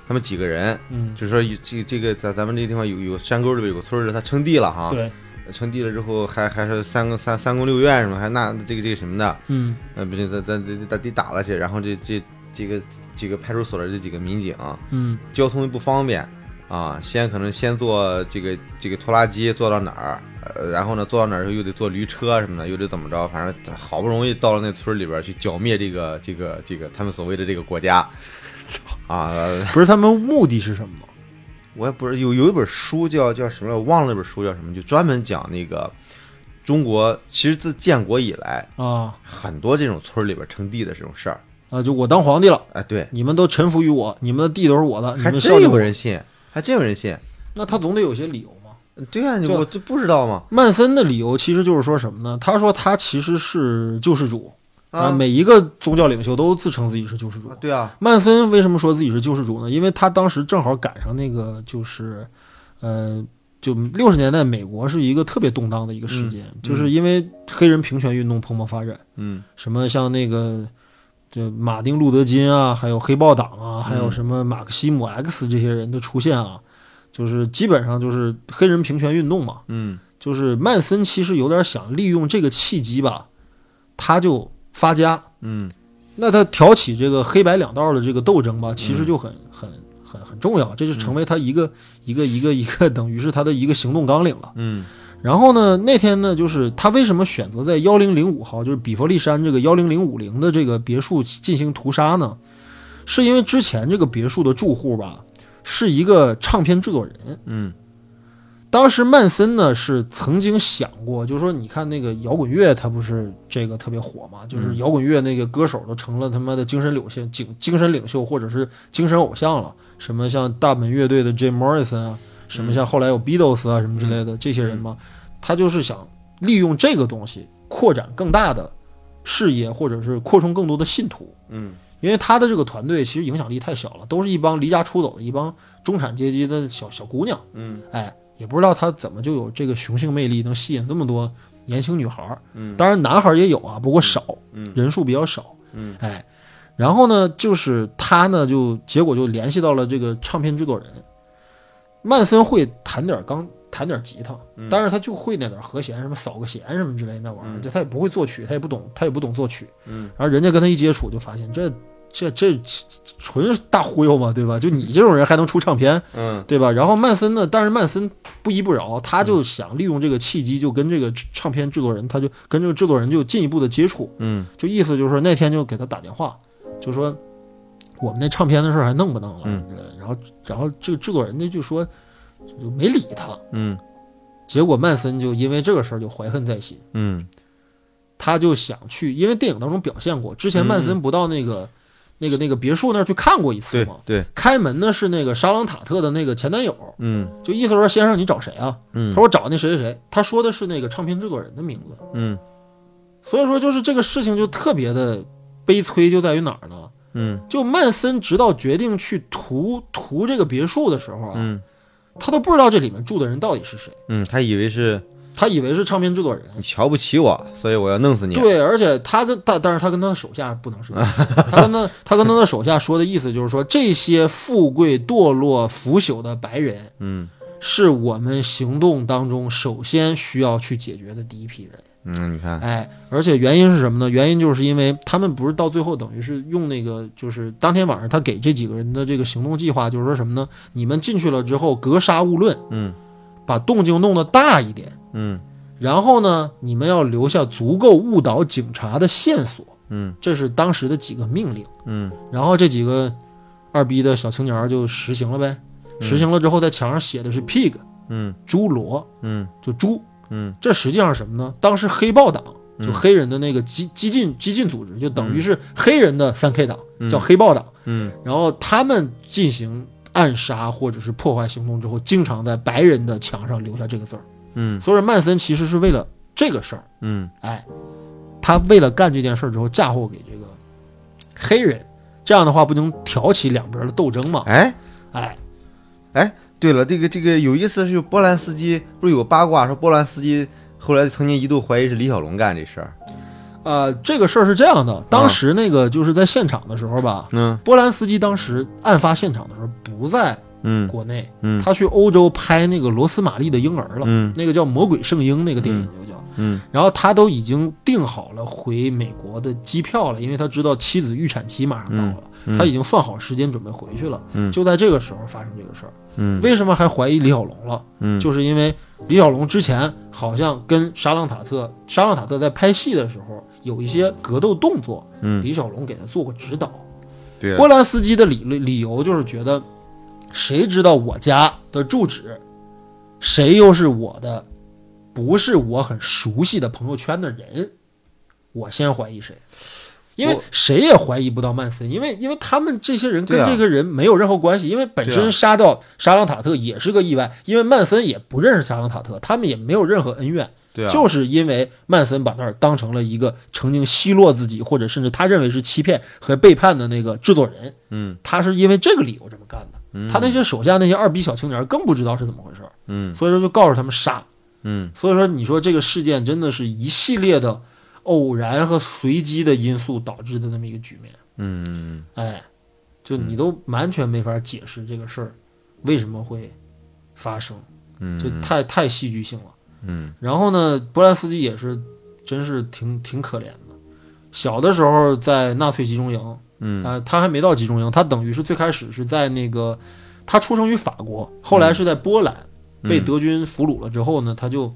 他们几个人嗯，就说有这这个在咱们这个地方有有山沟里边有个村儿，他称帝了哈，对，称帝了之后还还是三个三三宫六院什么，还那这个这个什么的，嗯呃，不行，咱咱得得得打了去，然后这这这个几个派出所的这几个民警，嗯交通不方便啊，先可能先坐这个这个拖拉机坐到哪儿，呃，然后呢坐到哪儿又得坐驴车什么的，又得怎么着，反正好不容易到了那村里边儿去剿灭这个这个这个他们所谓的这个国家， *laughs* 啊，呃不是他们目的是什么吗？我也不是有有一本书叫叫什么来，我忘了那本书叫什么，就专门讲那个中国其实自建国以来啊很多这种村里边称帝的这种事儿，啊！就我当皇帝了。哎，对，你们都臣服于我，你们的地都是我的，你还们效真力有我。人信，还真有人信，那他总得有些理由嘛。对啊，你就我这不知道吗？曼森的理由其实就是说什么呢？他说他其实是救世主啊，每一个宗教领袖都自称自己是救世主啊。对啊，曼森为什么说自己是救世主呢？因为他当时正好赶上那个就是，呃，就六十年代美国是一个特别动荡的一个时间，就是因为黑人平权运动蓬勃发展，嗯什么像那个。这马丁·路德·金啊，还有黑豹党啊，还有嗯什么马克西姆 ·X 这些人的出现啊，就是基本上就是黑人平权运动嘛。嗯就是曼森其实有点想利用这个契机吧，他就发家。嗯那他挑起这个黑白两道的这个斗争吧，其嗯实就很很很很重要，这就成为他一个一个一个一个，等于是他的一个行动纲领了。嗯然后呢，那天呢，就是他为什么选择在幺零零五号，就是比佛利山这个幺零零五零的这个别墅进行屠杀呢？是因为之前这个别墅的住户吧，是一个唱片制作人。嗯当时曼森呢是曾经想过，就是说，你看那个摇滚乐，它不是这个特别火嘛？就是摇滚乐那个歌手都成了他妈的精神领袖、精精神领袖或者是精神偶像了。什么像大本乐队的 Jim Morrison 啊，什么像后来有 Beatles 啊什么之类的这些人嘛，他就是想利用这个东西扩展更大的视野，或者是扩充更多的信徒。嗯因为他的这个团队其实影响力太小了，都是一帮离家出走的一帮中产阶级的小小姑娘。嗯哎，也不知道他怎么就有这个雄性魅力，能吸引这么多年轻女孩儿。嗯当然男孩儿也有啊，不过少，嗯人数比较少。嗯，哎，然后呢，就是他呢，就结果就联系到了这个唱片制作人，曼森会弹点儿钢，弹点儿吉他，嗯但是他就会那点儿和弦，什么扫个弦什么之类的那玩意儿，就他也不会作曲，他也不懂，他也不懂作曲。嗯，然后人家跟他一接触，就发现这这这纯是大忽悠嘛，对吧？就你这种人还能出唱片？嗯对吧？然后曼森呢，但是曼森不依不饶，他就想利用这个契机，就跟这个唱片制作人，他就跟这个制作人就进一步的接触，嗯就意思就是说那天就给他打电话，就说我们那唱片的事儿还弄不弄了？嗯对然后然后这个制作人家就说就没理他，嗯结果曼森就因为这个事儿就怀恨在心，嗯他就想去，因为电影当中表现过，之前曼森不到那个、那个那个别墅那儿去看过一次嗯对吗？对，开门呢是那个莎朗塔特的那个前男友，嗯就意思说先生你找谁啊？他嗯说我找那谁谁谁，他说的是那个唱片制作人的名字，嗯所以说就是这个事情就特别的悲催，就在于哪儿呢？嗯就曼森直到决定去图图这个别墅的时候啊，嗯他都不知道这里面住的人到底是谁，嗯，他以为是他以为是唱片制作人。你瞧不起我，所以我要弄死你。对，而且他跟但但是他跟他的手下不能是这样，他跟他他跟他的手下说的意思就是说，这些富贵堕落腐朽的白人嗯是我们行动当中首先需要去解决的第一批人。嗯，你看，哎，而且原因是什么呢？原因就是因为他们不是到最后等于是用那个，就是当天晚上他给这几个人的这个行动计划，就是说什么呢？你们进去了之后格杀勿论，嗯把动静弄得大一点，嗯然后呢，你们要留下足够误导警察的线索，嗯这是当时的几个命令。嗯然后这几个二逼的小青年儿就实行了呗，实行了之后在墙上写的是 pig 嗯猪罗，嗯就猪，嗯这实际上是什么呢？当时黑豹党嗯就黑人的那个激激进激进组织，就等于是黑人的三 K 党，嗯叫黑豹党。嗯然后他们进行暗杀或者是破坏行动之后，经常在白人的墙上留下这个字儿。嗯所以说曼森其实是为了这个事儿，嗯哎，他为了干这件事儿之后嫁祸给这个黑人，这样的话不就能挑起两边的斗争吗？哎，哎，对了，这个这个有意思的是，波兰斯基不是有八卦说波兰斯基后来曾经一度怀疑是李小龙干这事儿。呃，这个事儿是这样的，啊当时那个就是在现场的时候吧，嗯波兰斯基当时案发现场的时候不在嗯国内，嗯他去欧洲拍那个罗斯玛丽的婴儿了，嗯那个叫《魔鬼圣婴》那个电影就叫。嗯然后他都已经订好了回美国的机票了，因为他知道妻子预产期马上到了，嗯他已经算好时间准备回去了。嗯就在这个时候发生这个事儿，嗯为什么还怀疑李小龙了？嗯就是因为李小龙之前好像跟沙朗塔特，沙朗塔特在拍戏的时候有一些格斗动作，嗯李小龙给他做过指导。对波兰斯基的理论理由就是觉得，谁知道我家的住址，谁又是我的，不是我很熟悉的朋友圈的人，我先怀疑谁，因为我谁也怀疑不到曼森，因为因为他们这些人跟对啊这个人没有任何关系，因为本对啊身杀掉沙朗塔特也是个意外，因为曼森也不认识沙朗塔特，他们也没有任何恩怨。对啊，就是因为曼森把那儿当成了一个曾经奚落自己，或者甚至他认为是欺骗和背叛的那个制作人，嗯他是因为这个理由这么干的。嗯他那些手下那些二逼小青年更不知道是怎么回事儿，嗯所以说就告诉他们杀。嗯所以说你说这个事件真的是一系列的偶然和随机的因素导致的这么一个局面，嗯哎，就你都完全没法解释这个事儿为什么会发生，嗯这太太戏剧性了。嗯然后呢，波兰斯基也是，真是挺挺可怜的。小的时候在纳粹集中营，嗯啊、他还没到集中营，他等于是最开始是在那个，他出生于法国，后来是在波兰、被德军俘虏了之后呢，他就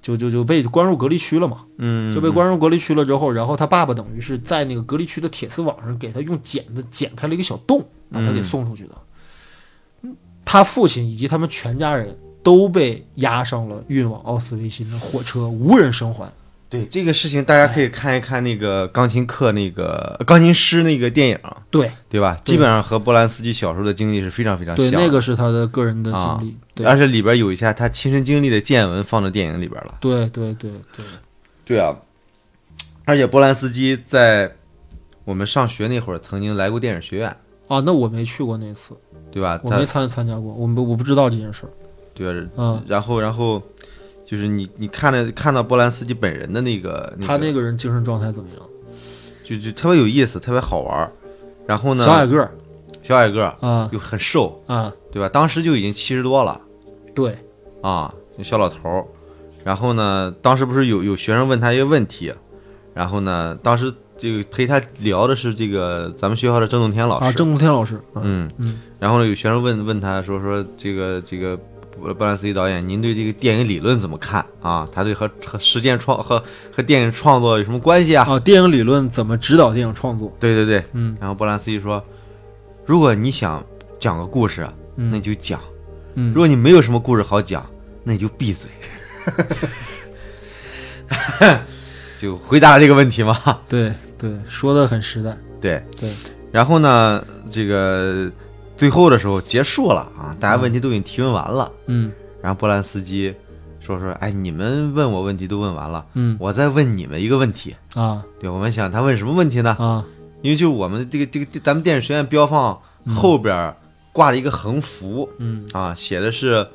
就就就被关入隔离区了嘛，嗯就被关入隔离区了之后，然后他爸爸等于是在那个隔离区的铁丝网上给他用剪子剪开了一个小洞，把他给嗯送出去的。嗯嗯他父亲以及他们全家人都被押上了运往奥斯维辛的火车，无人生还。对这个事情，大家可以看一看那个钢琴课那个呃钢琴师那个电影，对对吧？对基本上和波兰斯基小时候的经历是非常非常对，像的，那个是他的个人的啊经历。而且里边有一下他亲身经历的见闻放到电影里边了。对对对对对，对啊，而且波兰斯基在我们上学那会儿曾经来过电影学院，啊，那我没去过那次，对吧？我他没参参加过，我不我不知道这件事儿。对啊，嗯，然后然后就是你你看着看到波兰斯基本人的那个他那那个人精神状态怎么样？就就特别有意思，特别好玩儿。然后呢，小矮个儿小矮个儿啊又很瘦，啊，对吧？当时就已经七十多了对，啊，那小老头儿。然后呢，当时不是有有学生问他一个问题，然后呢，当时这个陪他聊的是这个咱们学校的郑洞天老师，啊，郑中天老师，啊嗯嗯，然后呢，有学生问问他说说这个这个波兰斯基导演，您对这个电影理论怎么看啊？他对和和实践创和和电影创哦作有什么关系啊？啊，电影理论怎么指导电影创作？对对对，嗯然后波兰斯基说，如果你想讲个故事，啊那你嗯就讲；嗯如，果你没有什么故事好讲，那你就闭嘴。 *laughs* 就回答了这个问题嘛。对对，说的很实在，对对。然后呢，这个最后的时候结束了啊，大家问题都已经提问完了。嗯然后波兰斯基说说，哎，你们问我问题都问完了，嗯我再问你们一个问题。啊对，我们想他问什么问题呢？啊因为就是我们这个这个咱们电影学院标放后边儿挂了一个横幅嗯啊，写的是。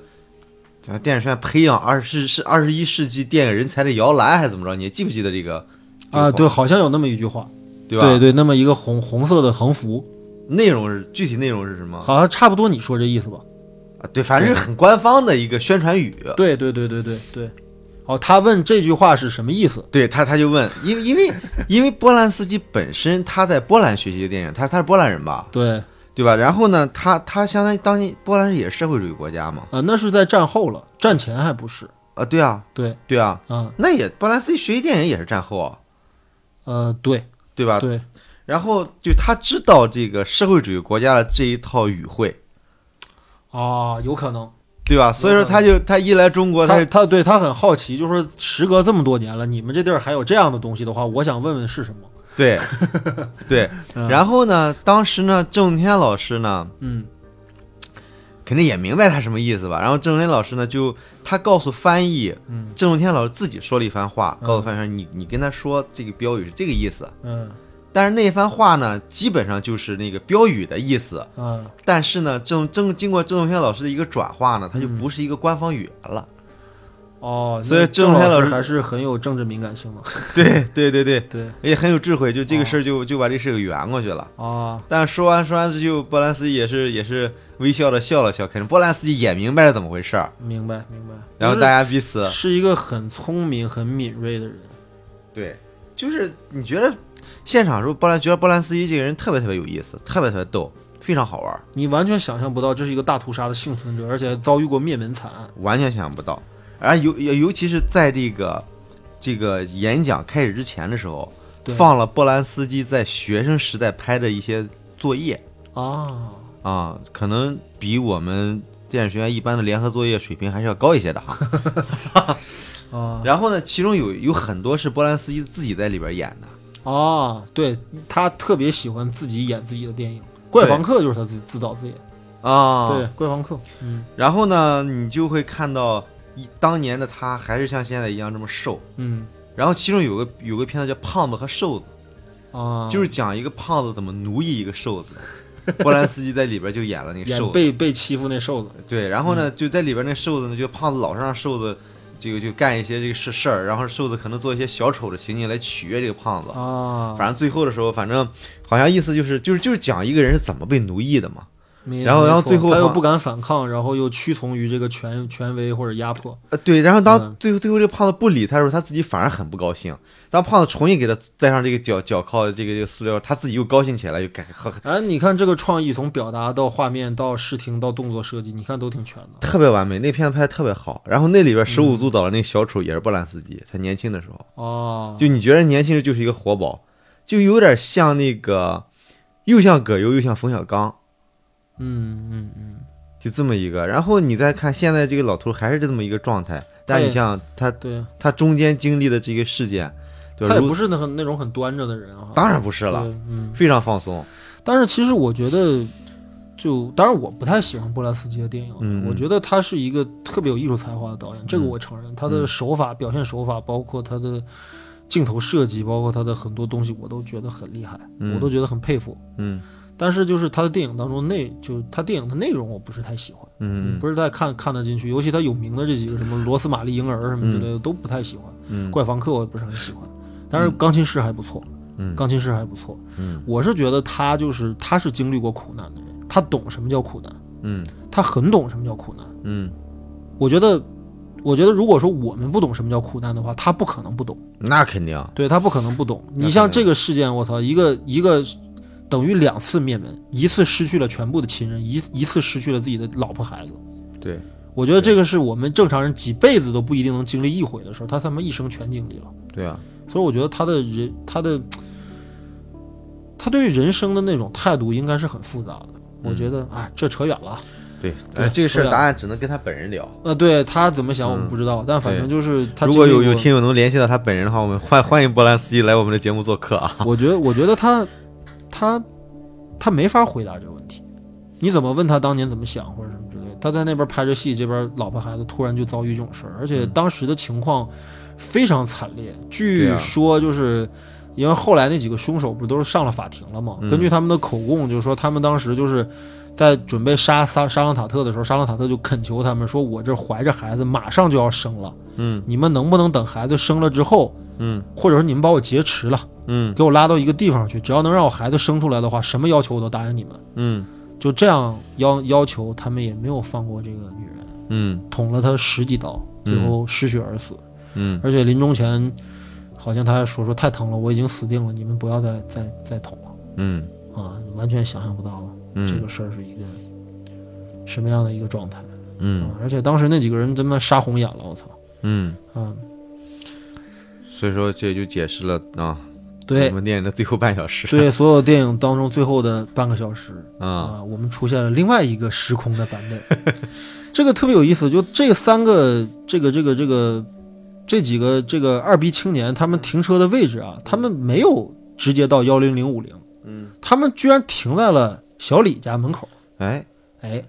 叫电影学院培养二十是二十一世纪电影人才的摇篮，还是怎么着？你记不记得这个？这个啊，话对，好像有那么一句话，对对吧？对，那么一个红红色的横幅，内容是具体内容是什么？好像差不多你说这意思吧？啊，对，反正是很官方的一个宣传语。对对对对对对。哦，他问这句话是什么意思？对他，他就问，因为因为因为波兰斯基本身他在波兰学习的电影，他他是波兰人吧，对啊、对吧？然后呢，他他相当于当年波兰也是社会主义国家嘛，呃那是在战后了，战前还不是？啊，对啊，对对啊，啊，那也波兰斯基学习电影也是战后啊，呃，对对吧？对，然后就他知道这个社会主义国家的这一套语汇，啊，有可能。对吧？所以说他就他一来中国，他他就他对他很好奇，就说时隔这么多年了，你们这地儿还有这样的东西的话，我想问问是什么？对对，嗯然后呢，当时呢，郑天老师呢，嗯肯定也明白他什么意思吧。然后郑中天老师呢，就他告诉翻译，嗯郑中天老师自己说了一番话，嗯告诉翻译说你你跟他说这个标语是这个意思，嗯但是那番话呢，基本上就是那个标语的意思。啊但是呢，郑郑经过郑中天老师的一个转化呢，他就不是一个官方语言了。哦，所以那郑郑天老老师还是很有政治敏感性的。对对对对， *laughs* 对 *laughs* 也很有智慧，就这个事儿就、就把这事儿给圆过去了。啊，但是说完说完，就波兰斯基也是也是微笑的笑了笑，可能波兰斯基也明白了怎么回事儿。明白明白。然后大家彼嗯此就是是一个很聪明、很敏锐的人。对，就是你觉得现场时候，波兰觉得波兰斯基这个人特别特别有意思，特别特别逗，非常好玩，你完全想象不到，这是一个大屠杀的幸存者，而且遭遇过灭门惨案。完全想不到。而尤尤尤其是在这个这个演讲开始之前的时候，对放了波兰斯基在学生时代拍的一些作业啊，啊，可能比我们电影学院一般的联合作业水平还是要高一些的哈。啊然后呢，其中有有很多是波兰斯基自己在里边演的。啊！对他特别喜欢自己演自己的电影，《怪房客》就是他自自导自演。啊，对，《怪房客》嗯然后呢，你就会看到一当年的他还是像现在一样这么瘦。嗯然后其中有个有个片子叫《胖子和瘦子》，啊，就是讲一个胖子怎么奴役一个瘦子。波兰斯基在里边就演了那个 *laughs* 演瘦子，被嗯被欺负那瘦子。对，然后呢就在里边那瘦子呢，就胖子老是让瘦子这个就干一些这个事事儿，然后瘦子可能做一些小丑的行径来取悦这个胖子。啊，反正最后的时候，反正好像意思就是就是就是讲一个人是怎么被奴役的嘛。没然后没然后错最后他又哈不敢反抗，然后又屈从于这个权权威或者压迫。呃，对，然后当嗯最后最后这胖子不理他的时候，他自己反而很不高兴。当胖子重新给他戴上这个脚脚铐，这个这个塑料，他自己又高兴起来，又感呵呵哎，你看这个创意，从表达到画面到视听到动作设计，你看都挺全的。特别完美。那片子拍的特别好。然后那里边手嗯舞足蹈的那个小丑也是波兰斯基，他年轻的时候，哦，就你觉得年轻时就是一个活宝，就有点像那个，又像葛优又像冯小刚，嗯嗯嗯，就这么一个。然后你再看现在这个老头还是这么一个状态，但是你对像他对，他中间经历的这个事件，对吧他也如不是那很那种很端着的人啊。当然不是了对，，嗯。非常放松。但是其实我觉得就，当然我不太喜欢波兰斯基的电影，嗯嗯我觉得他是一个特别有艺术才华的导演，这个嗯我承认。他的嗯手法、表现手法，包括他的镜头设计，包括他的很多东西，我都觉得很厉害，嗯我都觉得很佩服。嗯但是就是他的电影当中内，就他电影的内容我不是太喜欢，嗯，嗯不是太看看得进去。尤其他有名的这几个什么罗斯玛丽婴儿什么之类的、都不太喜欢，嗯怪房客我也不是很喜欢。但是钢琴师还不错，嗯钢琴师还不错。嗯我是觉得他就是他是经历过苦难的人，他懂什么叫苦难，嗯他很懂什么叫苦难。嗯，我觉得，我觉得如果说我们不懂什么叫苦难的话，他不可能不懂。那肯定，对他不可能不懂。那你像肯定这个事件，我操，一个一个等于两次灭门，一次失去了全部的亲人，一一次失去了自己的老婆孩子。对我觉得这个是我们正常人几辈子都不一定能经历一回的事儿，他他妈一生全经历了。对啊，所以我觉得他的人，他的他对于人生的那种态度应该是很复杂的。我嗯觉得啊，这扯远了。对，对哎，这个事对儿啊答案只能跟他本人聊。呃，对他怎么想我们嗯不知道，但反正就是他如果经历有有过听友能联系到他本人的话，我们欢欢迎波兰斯基来我们的节目做客啊。我觉得，我觉得他，他，他没法回答这个问题。你怎么问他当年怎么想或者什么之类的？他在那边拍着戏，这边老婆孩子突然就遭遇这种事儿，而且嗯当时的情况非常惨烈。对据啊说就是。因为后来那几个凶手不都是上了法庭了吗？嗯根据他们的口供，就是说他们当时就是在准备杀杀沙朗塔特的时候，沙朗塔特就恳求他们说：“我这怀着孩子马上就要生了，嗯你们能不能等孩子生了之后，嗯或者说你们把我劫持了，嗯给我拉到一个地方去，只要能让我孩子生出来的话，什么要求我都答应你们。嗯就这样要要求，他们也没有放过这个女人，嗯捅了她十几刀，最后失血而死。嗯而且临终前，好像他还说说太疼了，我已经死定了，你们不要再再再捅了嗯啊！完全想象不到这嗯个事儿是一个什么样的一个状态啊！嗯而且当时那几个人真的杀红眼了，我操！嗯，啊，所以说这也就解释了啊，对我们电影的最后半小时。对，所有电影当中最后的半个小时，啊，啊，我们出现了另外一个时空的版本， *laughs* 这个特别有意思。就这三个，这个这个这个这几个这个二逼青年，他们停车的位置啊，他们没有直接到幺零零五零，嗯，他们居然停在了小李家门口。哎，哎，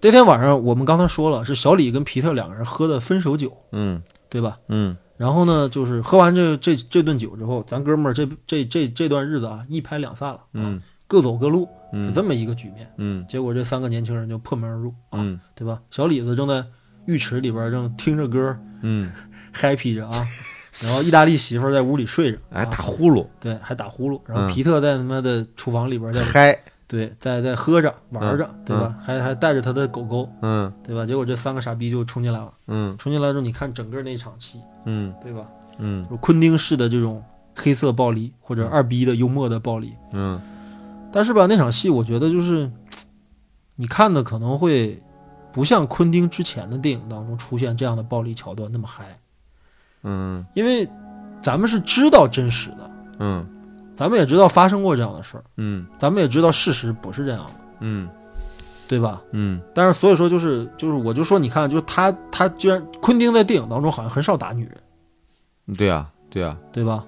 那天晚上我们刚才说了，是小李跟皮特两个人喝的分手酒，嗯对吧？嗯然后呢，就是喝完这这这顿酒之后，咱哥们儿这这这这段日子啊，一拍两散了，啊，嗯各走各路，是嗯这么一个局面。嗯结果这三个年轻人就破门而入啊，嗯对吧？小李子正在浴池里边正听着歌嗯， happy 着啊， *laughs* 然后意大利媳妇儿在屋里睡着，哎，啊打呼噜，对，还打呼噜，然后嗯皮特在他妈的厨房里边在、嗨， *laughs* 对在在喝着玩着，对吧？还还带着他的狗狗，嗯对吧？结果这三个傻逼就冲进来了，嗯冲进来之后你看整个那场戏，嗯对吧？嗯就是昆汀式的这种黑色暴力或者二逼的幽默的暴力，嗯但是吧，那场戏我觉得就是，你看的可能会不像昆汀之前的电影当中出现这样的暴力桥段那么嗨，嗯因为咱们是知道真实的，嗯咱们也知道发生过这样的事儿，嗯咱们也知道事实不是这样的，嗯对吧？嗯但是所以说就是就是我就说你看，就是他他居然昆汀在电影当中好像很少打女人，嗯，对啊对啊对吧？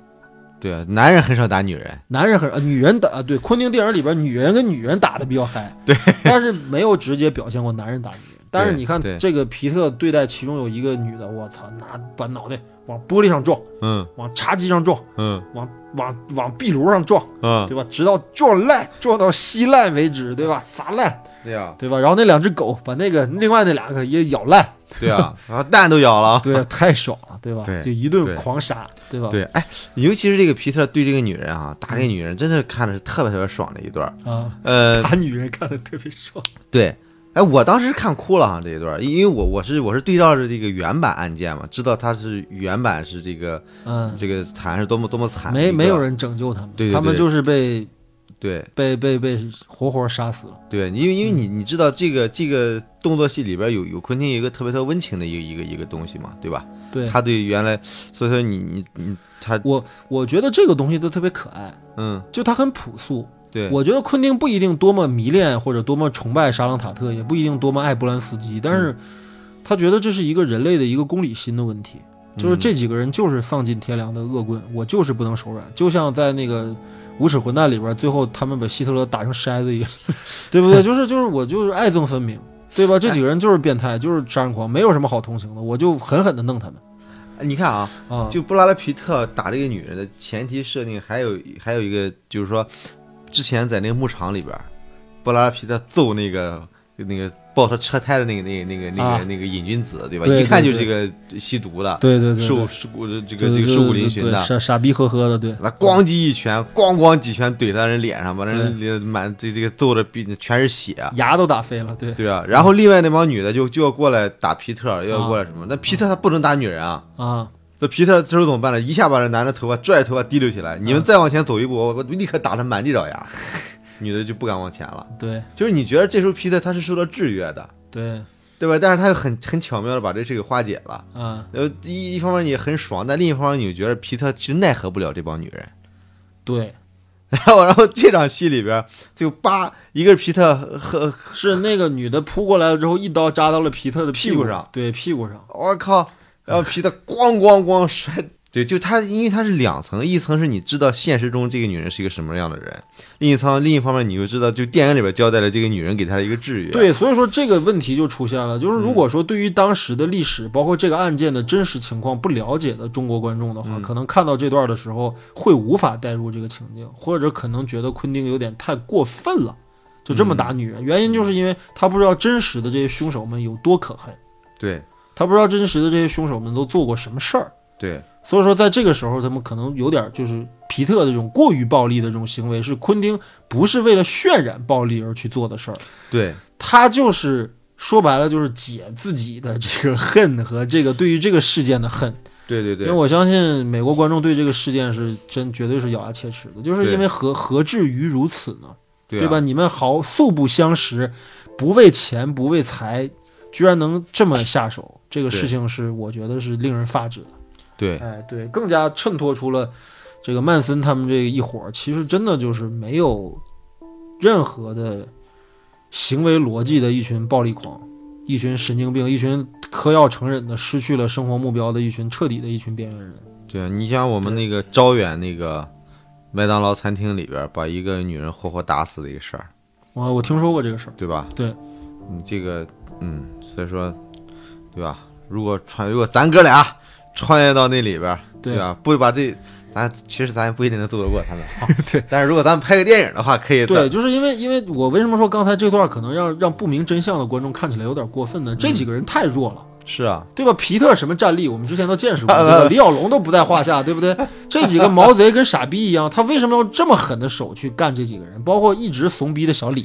对啊，男人很少打女人，男人很呃女人打啊，对，昆汀电影里边女人跟女人打的比较嗨， *laughs* 对，但是没有直接表现过男人打女人。但是你看对这个皮特对待其中有一个女的，我操，拿把脑袋往玻璃上撞，嗯往茶几上撞，嗯往往往壁炉上撞，嗯，对吧？直到撞烂，撞到稀烂为止，对吧？砸烂，对啊对吧？然后那两只狗把那个另外那两个也咬烂，对啊，然后蛋都咬了，对，啊太爽了，对吧？对就一顿对狂杀，对吧？对，哎，尤其是这个皮特对这个女人啊，打这个女人真的看的是特别特别爽的一段儿。啊，呃，打女人看的特别爽，对，哎，我当时是看哭了哈这一段儿，因因为我我是我是对照着这个原版案件嘛，知道他是原版是这个嗯，这个惨是多么多么惨的一没个，没有人拯救他们，对对他们对就是被对被被被活活杀死了。对，因为因为你你知道这个这个动作戏里边有有昆汀有一个特别特别温情的一个一个一个东西嘛，对吧？对，他对原来所以说你你你他我我觉得这个东西都特别可爱，嗯就它很朴素。对我觉得昆汀不一定多么迷恋或者多么崇拜沙朗塔特，也不一定多么爱波兰斯基，但嗯是他觉得这是一个人类的一个公理心的问题，嗯就是这几个人就是丧尽天良的恶棍，我就是不能手软。就像在那个《无耻混蛋》里边，最后他们把希特勒打成筛子一 *laughs* 样，对不对？就是就是我就是爱憎分明。对吧？这几个人就是变态，就是杀人狂，没有什么好同情的。我就狠狠的弄他们你看啊，啊！就布拉德皮特打这个女人的前提设定，还有还有一个就是说，之前在那个牧场里边儿，布拉德皮特揍那个那个爆他车胎的那个那个那个那个、啊那个瘾君子，对吧？对一看对就是个吸毒的，对对对对，受受过这个对这个对受苦对嶙对峋对的。傻傻逼呵呵的，对，那咣叽一拳，咣咣几拳怼在人脸上，把人脸满这这个揍的鼻全是血，啊牙都打飞了，对对啊。然后另外那帮女的就就要过来打皮特，又要过来什么？那皮特他不能打女人啊，啊，这皮特这时候怎么办呢？一下把这男的头发拽着头发提溜起来，你们再往前走一步，我我立刻打他满地找牙。女的就不敢往前了。对就是你觉得这时候皮特他是受到制约的，对对吧？但是他又很很巧妙的把这事给化解了。啊，呃，一一方面也很爽，但另一方面你就觉得皮特其实奈何不了这帮女人，对 *laughs* 然后然后这场戏里边就叭，一个是皮特和是那个女的扑过来了之后，一刀扎到了皮特的屁股股上，对屁股上，我靠，然后皮特咣咣咣摔，对，就他，因为他是两层，一层是你知道现实中这个女人是一个什么样的人，另一层另一方面你就知道，就电影里边交代了这个女人给他的一个制约，对，所以说这个问题就出现了，就是如果说对于当时的历史，包括这个案件的真实情况不了解的中国观众的话，嗯可能看到这段的时候会无法代入这个情境，或者可能觉得昆汀有点太过分了，就这么打女人，原因就是因为他不知道真实的这些凶手们有多可恨，对他不知道真实的这些凶手们都做过什么事儿。对所以说，在这个时候，他们可能有点就是皮特的这种过于暴力的这种行为，是昆汀不是为了渲染暴力而去做的事儿，对他就是说白了就是解自己的这个恨和这个对于这个事件的恨。对对因为对，我相信美国观众对这个事件是真绝对是咬牙切齿的，就是因为何何至于如此呢？对对啊吧？？你们好素不相识，不为钱不为财，居然能这么下手，这个对事情是我觉得是令人发指的。对哎，对，更加衬托出了这个曼森他们这一伙儿，其实真的就是没有任何的行为逻辑的一群暴力狂，一群神经病，一群嗑药成瘾的、失去了生活目标的一群彻底的一群边缘人。对，啊你像我们那个招远那个麦当劳餐厅里边，把一个女人活活打死的一个事儿，我我听说过这个事儿，对吧？对，你这个，嗯，所以说，对吧？如果穿，如果咱哥俩穿越到那里边儿，对吧？不把这，咱其实咱也不一定能斗得过他们。对，但是如果咱们拍个电影的话，可以对，的。就是因为因为我为什么说刚才这段可能让让不明真相的观众看起来有点过分呢？这几个人太弱了。是啊，对吧？皮特什么战力，我们之前都见识 *laughs* 过，对吧？李小龙都不在话下，对不对？这几个毛贼跟傻逼一样，他为什么要这么狠的手去干这几个人？包括一直怂逼的小 *laughs* 李，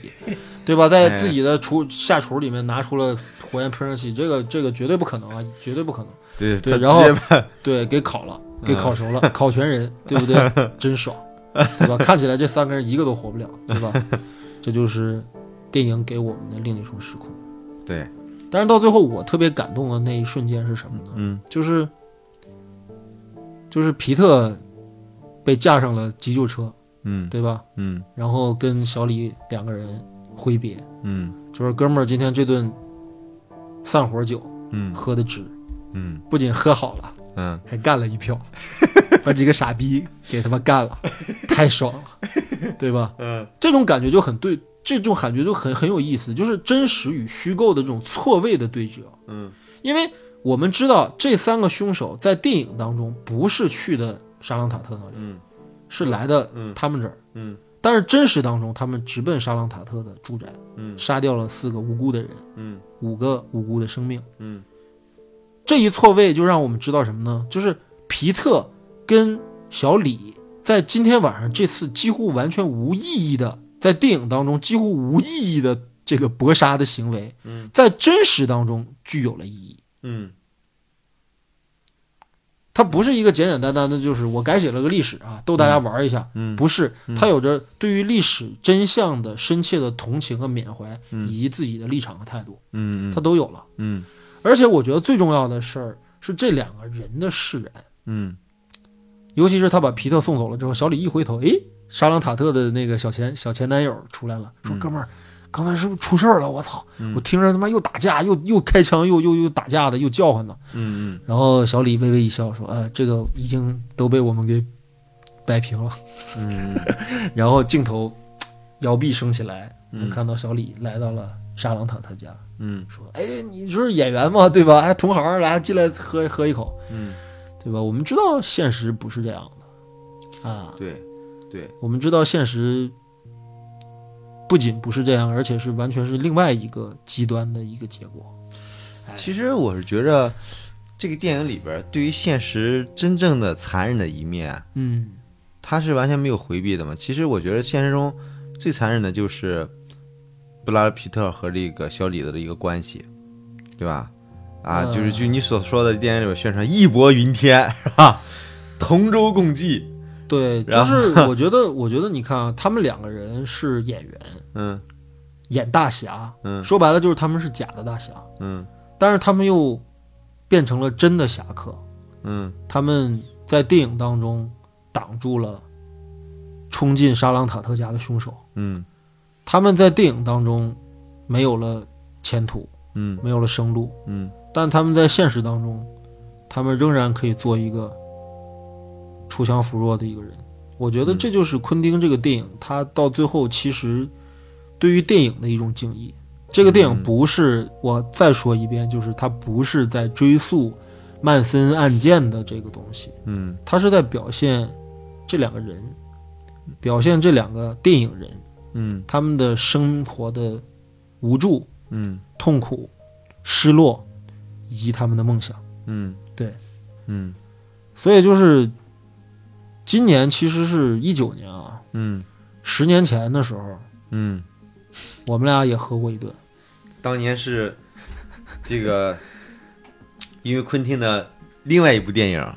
对吧？哎在自己的厨下厨里面拿出了火焰喷射器，这个这个绝对不可能啊，绝对不可能。对对他然后直接把对，给烤 *laughs* 了，给烤熟了，烤全人，对不对？真爽，对吧？看起来这三个人一个都活不了，对 *laughs* 吧？这就是电影给我们的另一重时空。对，但是到最后，我特别感动的那一瞬间是什么呢？嗯，就是就是皮特被架上了急救车，嗯对吧？嗯然后跟小李两个人挥别，嗯就是哥们儿，今天这顿散伙酒嗯喝的值，嗯不仅喝好了，嗯，还干了一票， *laughs* 把几个傻逼给他们干了，太爽了，对吧？ *laughs* 嗯，这种感觉就很对，这种感觉就很很有意思，就是真实与虚构的这种错位的对折。嗯，因为我们知道这三个凶手在电影当中不是去的沙朗塔特那里，嗯是来的嗯他们这儿。嗯但是真实当中，他们直奔沙朗塔特的住宅，嗯杀掉了四个无辜的人，嗯五个无辜的生命。嗯这一错位就让我们知道什么呢？就是皮特跟小李在今天晚上这次几乎完全无意义的，在电影当中几乎无意义的这个搏杀的行为，嗯在真实当中具有了意义。嗯，它不是一个简简单单的，就是我改写了个历史啊，逗大家玩一下。嗯不是嗯，它有着对于历史真相的深切的同情和缅怀，嗯以及自己的立场和态度，嗯它都有了。嗯而且我觉得最重要的事儿是这两个人的释然。嗯尤其是他把皮特送走了之后，小李一回头，诶，沙朗塔特的那个小前小前男友出来了，说：“哥们儿，刚才是不是出事儿了？我操！我听着他妈又打架，又又开枪，又又又打架的，又叫唤的。嗯嗯”然后小李微微一笑说：“啊，这个已经都被我们给摆平了。嗯，”然后镜头摇臂升起来，嗯看到小李来到了沙朗塔特家，嗯说：“哎，你是演员嘛，对吧？哎，同行，来进来喝喝一口，嗯，对吧？我们知道现实不是这样的啊。”对对，我们知道现实不仅不是这样，而且是完全是另外一个极端的一个结果。其实我是觉着，这个电影里边儿对于现实真正的残忍的一面，嗯，他是完全没有回避的嘛。其实我觉得现实中最残忍的就是布拉德皮特和这个小李子的一个关系，对吧？啊，嗯就是就你所说的电影里边宣传义薄云天 *laughs* 是吧？同舟共济，对，就然后是我觉得，我觉得你看啊，他们两个人是演员，嗯演大侠，嗯说白了就是他们是假的大侠，嗯但是他们又变成了真的侠客。嗯他们在电影当中挡住了冲进沙朗塔特家的凶手。嗯他们在电影当中没有了前途，嗯没有了生路，嗯但他们在现实当中，他们仍然可以做一个锄强扶弱的一个人。我觉得这就是昆汀这个电影，他到最后其实对于电影的一种敬意。这个电影嗯不是我再说一遍，就是它不是在追溯曼森案件的这个东西，嗯它是在表现这两个人，表现这两个电影人嗯他们的生活的无助、嗯痛苦、失落，以及他们的梦想。嗯，对，嗯所以就是今年其实是一九年啊，嗯十年前的时候，嗯，我们俩也喝过一顿。当年是这个，因为昆汀的另外一部电影，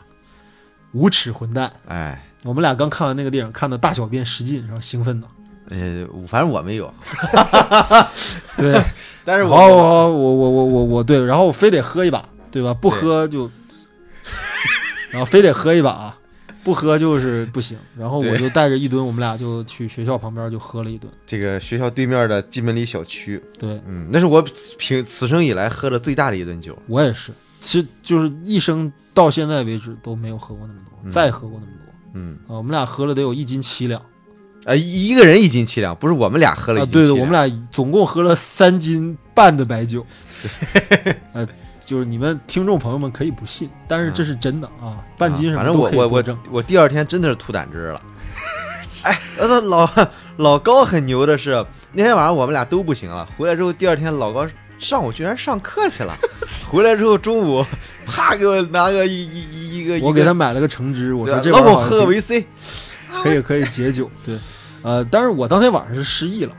无耻混蛋！哎，我们俩刚看完那个电影，看的大小便失禁，然后兴奋呢。呃，反正我没有， *laughs* 对，但是我我我我我我我我对，然后我非得喝一把，对吧？不对喝就， *laughs* 然后非得喝一把啊，不喝就是不行。然后我对就带着一吨，我们俩就去学校旁边就喝了一顿。这个学校对面的金门里小区，对嗯，那是我平此生以来喝的最大的一顿酒，我也是，其实就是一生到现在为止都没有喝过那么多，嗯再喝过那么多。嗯，啊，我们俩喝了得有一斤七两呃，一一个人一斤七两，不是我们俩喝了啊，一斤对七的，两，我们俩总共喝了三斤半的白 *laughs* 酒。呃，就是你们听众朋友们可以不信，但是这是真的啊，半斤什嗯么啊反正都我可以我作我证。我第二天真的是吐胆汁了。 *laughs* 哎，我操，老老高很牛的是，那天晚上我们俩都不行了，回来之后第二天老高上午居然上课 *laughs* 去了，回来之后中午啪给我拿个一一一一个，我给他买了个橙汁，我一说个这老玩意给儿我好像喝个可以维 C 可以可以解酒。对，呃，但是我当天晚上是失忆了，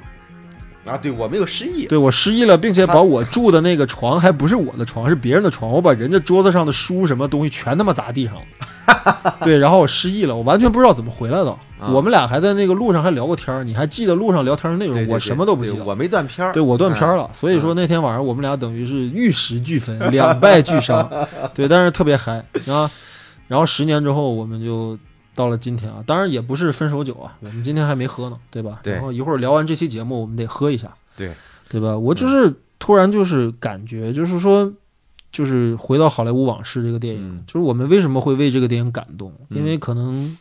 啊，对我没有失忆，对我失忆了，并且他把我住的那个床还不是我的床，是别人的床，我把人家桌子上的书什么东西全他妈砸地上了。对，然后我失忆了，我完全不知道怎么回来的。啊我们俩还在那个路上还聊过天儿，你还记得路上聊天的内容？对对我对什么都不对记得，我没断片儿，嗯对我断片儿了，了。所以说那天晚上我们俩等于是玉石俱焚，两败俱伤。对，但是特别嗨啊。然后十年之后，我们就到了今天啊，当然也不是分手酒啊，我们今天还没喝呢，对吧？对然后一会儿聊完这期节目，我们得喝一下。对，对吧？我就是突然就是感觉，就是说，就是回到《好莱坞往事》这个电影，嗯就是我们为什么会为这个电影感动？嗯因为可能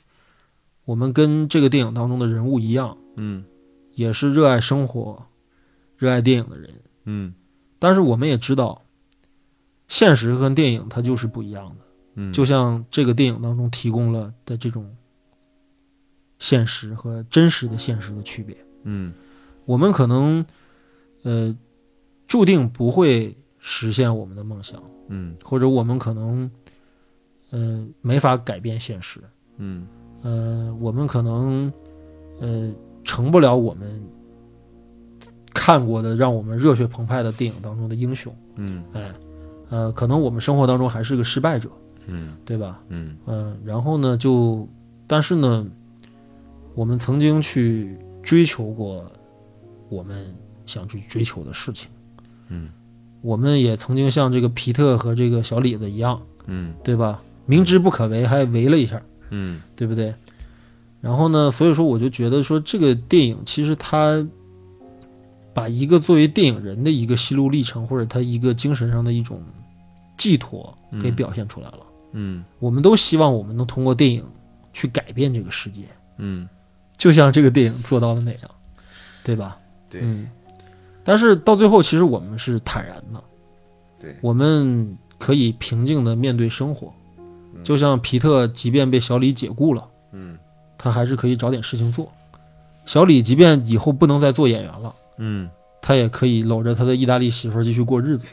我们跟这个电影当中的人物一样，嗯也是热爱生活、热爱电影的人。嗯但是我们也知道，现实跟电影它就是不一样的。嗯，就像这个电影当中提供了的这种现实和真实的现实的区别，嗯我们可能呃注定不会实现我们的梦想，嗯或者我们可能呃没法改变现实，嗯呃，我们可能呃成不了我们看过的让我们热血澎湃的电影当中的英雄。嗯哎，呃，可能我们生活当中还是个失败者，嗯对吧？嗯嗯、然后呢，就但是呢，我们曾经去追求过我们想去追求的事情，嗯我们也曾经像这个皮特和这个小李子一样，嗯对吧？明知不可为，还为了一下，嗯对不对？然后呢，所以说我就觉得说这个电影其实它把一个作为电影人的一个心路历程，或者他一个精神上的一种寄托给嗯表现出来了。嗯我们都希望我们能通过电影去改变这个世界，嗯，就像这个电影做到的那样，对吧？对嗯。但是到最后，其实我们是坦然的，对，我们可以平静的面对生活，就像皮特，即便被小李解雇了。嗯他还是可以找点事情做。小李即便以后不能再做演员了，嗯他也可以搂着他的意大利媳妇儿继续过日 *laughs* 子。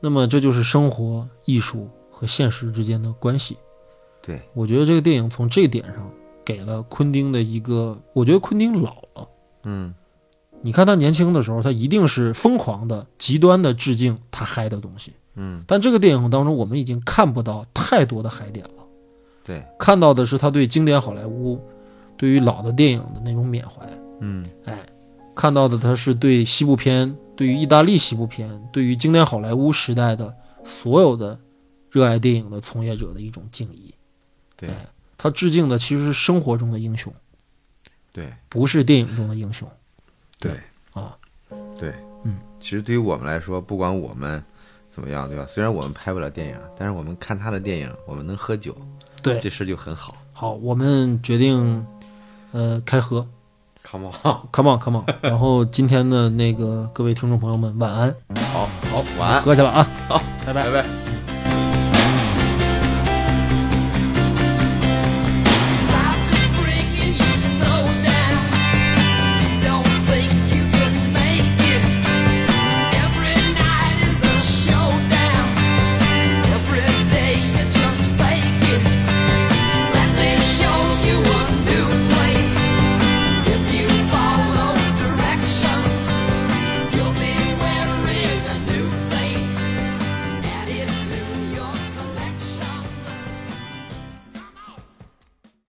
那么这就是生活、艺术和现实之间的关系。对，我觉得这个电影从这点上给了昆汀的一个，我觉得昆汀老了。嗯你看他年轻的时候，他一定是疯狂的、极端的致敬他嗨的东西。嗯但这个电影当中，我们已经看不到太多的嗨点了。对，看到的是他对经典好莱坞、对于老的电影的那种缅怀。嗯。哎，看到的他是对西部片、对于意大利西部片、对于经典好莱坞时代的所有的热爱电影的从业者的一种敬意。对哎他致敬的其实是生活中的英雄，对不是电影中的英雄。对啊，对，嗯，其实对于我们来说，不管我们怎么样，对吧？虽然我们拍不了电影，但是我们看他的电影，我们能喝酒，对，这事儿就很好。好，我们决定，呃，开喝 Come on， ，come on，come on。然后今天的那个各位听众朋友们，晚安，好好晚安，喝去了啊，好，拜拜拜。拜。